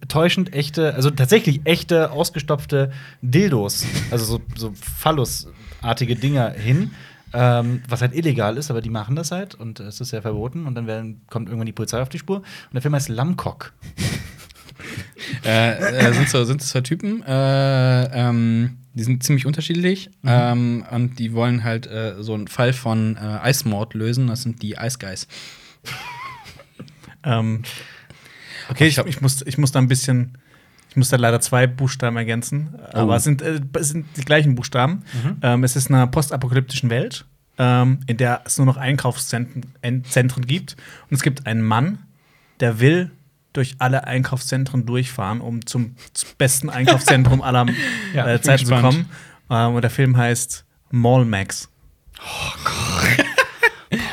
A: äh, täuschend echte, also tatsächlich echte, ausgestopfte Dildos, also so, so Phallus-artige Dinger hin. Ähm, was halt illegal ist, aber die machen das halt und es ist ja verboten und dann werden, kommt irgendwann die Polizei auf die Spur und der Film heißt Lammkock.
B: äh, äh, sind, so, sind so zwei Typen. Äh, ähm, die sind ziemlich unterschiedlich
C: Mhm.
B: ähm, und die wollen halt äh, so einen Fall von äh, Eismord lösen. Das sind die Eisgeis.
C: Ähm, okay, ich,
B: hab-
C: ich, muss, ich muss da ein bisschen. Ich muss da leider zwei Buchstaben ergänzen, aber es sind, äh, es sind die gleichen Buchstaben. Ähm, es ist in einer postapokalyptischen Welt, ähm, in der es nur noch Einkaufszentren en- Zentren gibt. Und es gibt einen Mann, der will durch alle Einkaufszentren durchfahren, um zum z- besten Einkaufszentrum aller
A: Ja,
C: äh,
A: ich bin
C: Zeiten zu
B: gespannt.
C: kommen. Ähm, und der Film heißt Mall Max.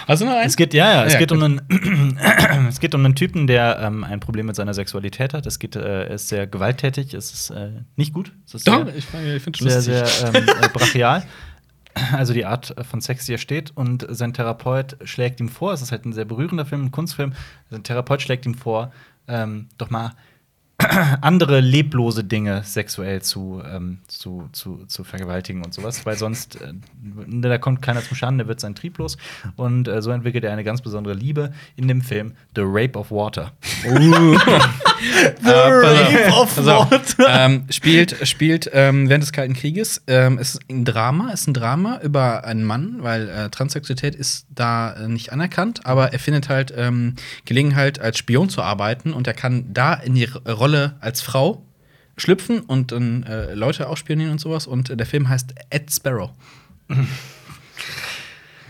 B: Also noch eins?
A: Es geht, ja, ja, es
B: Ja,
A: geht um einen, es geht um einen Typen, der ähm, ein Problem mit seiner Sexualität hat. Es geht, äh, er ist sehr gewalttätig, es ist äh, nicht gut. Es ist
B: Doch,
A: sehr,
B: ich, ich finde
A: sehr, sehr ähm, äh, brachial. Also die Art äh, von Sex, die er steht. Und sein Therapeut schlägt ihm vor, es ist halt ein sehr berührender Film, ein Kunstfilm. Sein Therapeut schlägt ihm vor, ähm, doch mal andere leblose Dinge sexuell zu, ähm, zu, zu, zu vergewaltigen und sowas, weil sonst äh, da kommt keiner zum Schaden, der wird sein Trieb los. Und äh, so entwickelt er eine ganz besondere Liebe in dem Film The Rape of Water.
C: äh,
B: Rape of Water. Ähm, spielt spielt ähm, während des Kalten Krieges. Ähm, es ist ein Drama, ist ein Drama über einen Mann, weil äh, Transsexualität ist da äh, nicht anerkannt, aber er findet halt ähm, Gelegenheit, als Spion zu arbeiten und er kann da in die R Rolle als Frau schlüpfen und dann äh, Leute ausspionieren und sowas. Und äh, der Film heißt Ed Sparrow.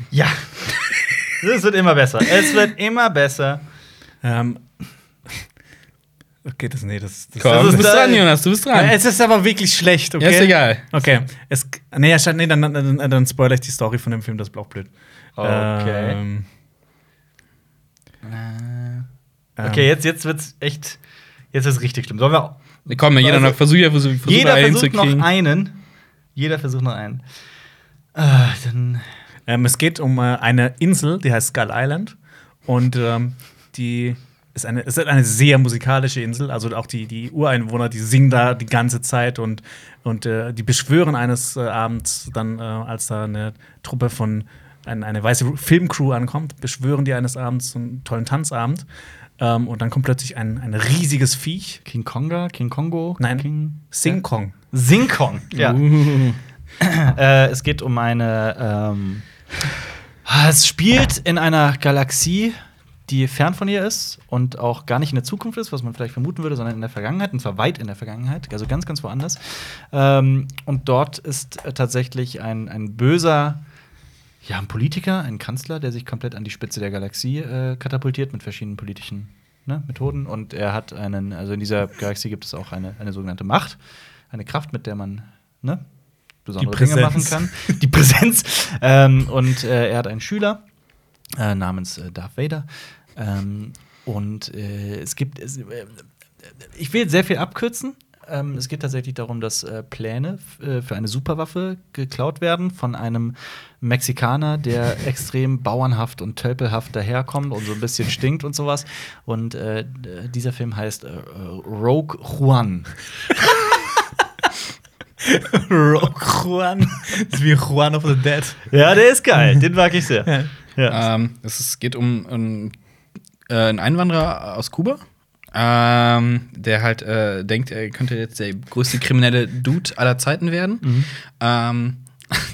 A: Ja. Es wird immer besser. Es wird immer besser.
C: Ähm, okay, das, nee, das, das,
B: Komm,
C: das
B: Also, du
C: ist
B: bist
A: da-
B: dran, Jonas, du bist dran.
C: Ja, es ist aber wirklich schlecht, okay?
B: Ja, ist egal.
C: Okay. Es, nee, ja, stand- nee dann, dann, dann, dann spoilere ich die Story von dem Film, das ist auch blöd.
A: Okay.
C: Ähm,
A: Ah. Okay,
C: ähm,
A: jetzt, jetzt wird's echt. Jetzt ist richtig schlimm. Sollen wir,
B: Komm, jeder
A: Also,
B: noch versucht, versucht, versucht
A: jeder
B: einen
A: versucht noch
B: hinzukriegen.
A: einen. Jeder versucht noch einen. Ah, dann.
C: Ähm, es geht um äh, eine Insel, die heißt Skull Island. Und ähm, die ist eine, es ist eine sehr musikalische Insel. Also auch die, die Ureinwohner, die singen da die ganze Zeit und, und äh, die beschwören eines äh, Abends dann, äh, als da eine Truppe von ein, eine weiße Filmcrew ankommt, beschwören die eines Abends so einen tollen Tanzabend. Ähm, und dann kommt plötzlich ein, ein riesiges Viech.
A: King Konga? King Kongo?
C: Nein.
A: King.
C: Sing Kong.
A: Sing Kong. Ja.
B: Uh.
A: Äh, es geht um eine. Ähm, Es spielt in einer Galaxie, die fern von ihr ist und auch gar nicht in der Zukunft ist, was man vielleicht vermuten würde, sondern in der Vergangenheit, und zwar weit in der Vergangenheit, also ganz, ganz woanders. Ähm, und dort ist äh, tatsächlich ein, ein böser ja, ein Politiker, ein Kanzler, der sich komplett an die Spitze der Galaxie äh, katapultiert mit verschiedenen politischen ne, Methoden. Und er hat einen, also in dieser Galaxie gibt es auch eine, eine sogenannte Macht, eine Kraft, mit der man ne, besondere
C: Die
A: Dinge machen
C: Präsenz.
A: kann. Die Präsenz. ähm, und äh, er hat einen Schüler äh, namens äh, Darth Vader. Ähm, und äh, es gibt, es, äh, ich will sehr viel abkürzen. Ähm, es geht tatsächlich darum, dass äh, Pläne f- äh, für eine Superwaffe geklaut werden von einem Mexikaner, der extrem bauernhaft und tölpelhaft daherkommt und so ein bisschen stinkt und sowas. Und äh, d- dieser Film heißt äh, äh, Rogue Juan.
C: Juan. Das ist wie Juan of the Dead.
A: Ja, der ist geil. Den mag ich sehr. Ja.
B: Ähm, es ist, geht um, um äh, einen Einwanderer aus Kuba, ähm, der halt äh, denkt, er könnte jetzt der größte kriminelle Dude aller Zeiten werden. Ähm,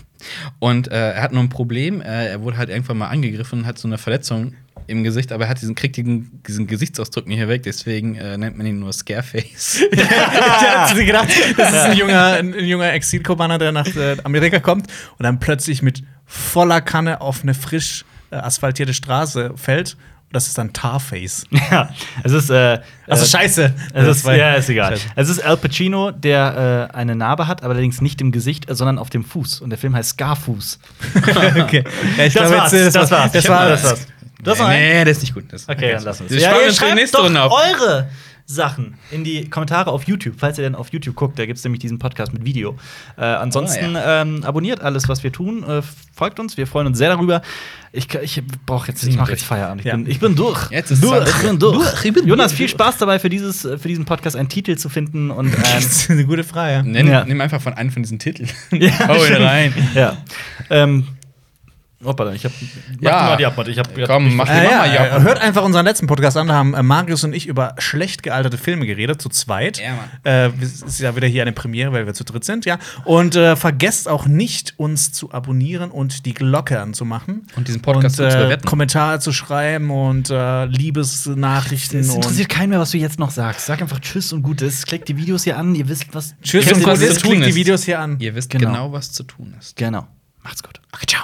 B: und äh, er hat nur ein Problem. Äh, er wurde halt irgendwann mal angegriffen und hat so eine Verletzung im Gesicht, aber er hat diesen, kriegt diesen, diesen Gesichtsausdruck nicht hier weg, deswegen äh, nennt man ihn nur Scareface.
C: ich hatte gedacht, das ist ein junger, ein, ein junger Exilkubaner, der nach äh, Amerika kommt und dann plötzlich mit voller Kanne auf eine frisch äh, asphaltierte Straße fällt. Das ist dann Tarface.
A: ja. Es ist. Äh,
C: Also
A: äh,
C: scheiße.
A: Es ist,
C: Das war-
A: ja, ist egal.
C: Scheiße.
A: Es ist Al Pacino, der äh, eine Narbe hat, aber allerdings nicht im Gesicht, äh, sondern auf dem Fuß. Und der Film heißt Scarfuß.
C: okay. Ja, ich glaub, jetzt, äh,
A: das war's.
C: Das war,
A: das war's. Das war
B: nee, der ist nicht gut. Das,
A: Okay, dann lassen wir
B: Wir
A: es.
B: sparen uns für die nächste Runde auf.
A: eure Sachen in die Kommentare auf YouTube, falls ihr denn auf YouTube guckt. Da gibt es nämlich diesen Podcast mit Video. Äh, ansonsten ähm, abonniert alles, was wir tun. Äh, folgt uns. Wir freuen uns sehr darüber. Ich, ka- ich brauche jetzt, ich mache jetzt Feierabend. Ich,
C: Ja.
A: bin, ich bin durch.
B: Jetzt ist es
A: durch.
B: Zeit.
A: Ich bin durch.
B: Durch, ich bin
A: Jonas,
B: durch.
A: viel Spaß dabei, für, dieses, für diesen Podcast einen Titel zu finden und ähm,
C: das ist eine gute Frage.
B: Nimm,
A: Ja.
B: nimm einfach von einem von diesen Titeln.
A: Ja,
B: Hau ihn
A: stimmt.
B: rein.
A: Ja. Ähm. Hoppala, ich hab. Mach
B: Ja.
A: du mal die Abmatt. Ich hab grad-
B: Komm, mach die
C: Äh,
B: Mama
C: ja,
B: ja.
C: hört einfach unseren letzten Podcast an. Da haben äh, Marius und ich über schlecht gealterte Filme geredet, zu zweit.
B: Ja, Mann.
C: äh, es ist ja wieder hier eine Premiere, weil wir zu dritt sind, ja. Und äh, vergesst auch nicht, uns zu abonnieren und die Glocke anzumachen.
B: Und diesen Podcast
C: und,
B: zu
C: äh,
B: bewerten.
C: Kommentare zu schreiben und äh, Liebesnachrichten
A: Es
C: und
A: interessiert keinen mehr, was du jetzt noch sagst. Sag einfach Tschüss und Gutes. Klickt die Videos hier an. Ihr wisst, was.
C: Tschüss
B: Ihr
C: und
B: wisst, was
C: Kulis,
B: zu tun
C: klickt die
B: ist.
C: Videos hier an.
B: Ihr wisst
A: Genau.
B: genau. was zu tun ist.
A: Genau. Macht's gut. Okay, ciao.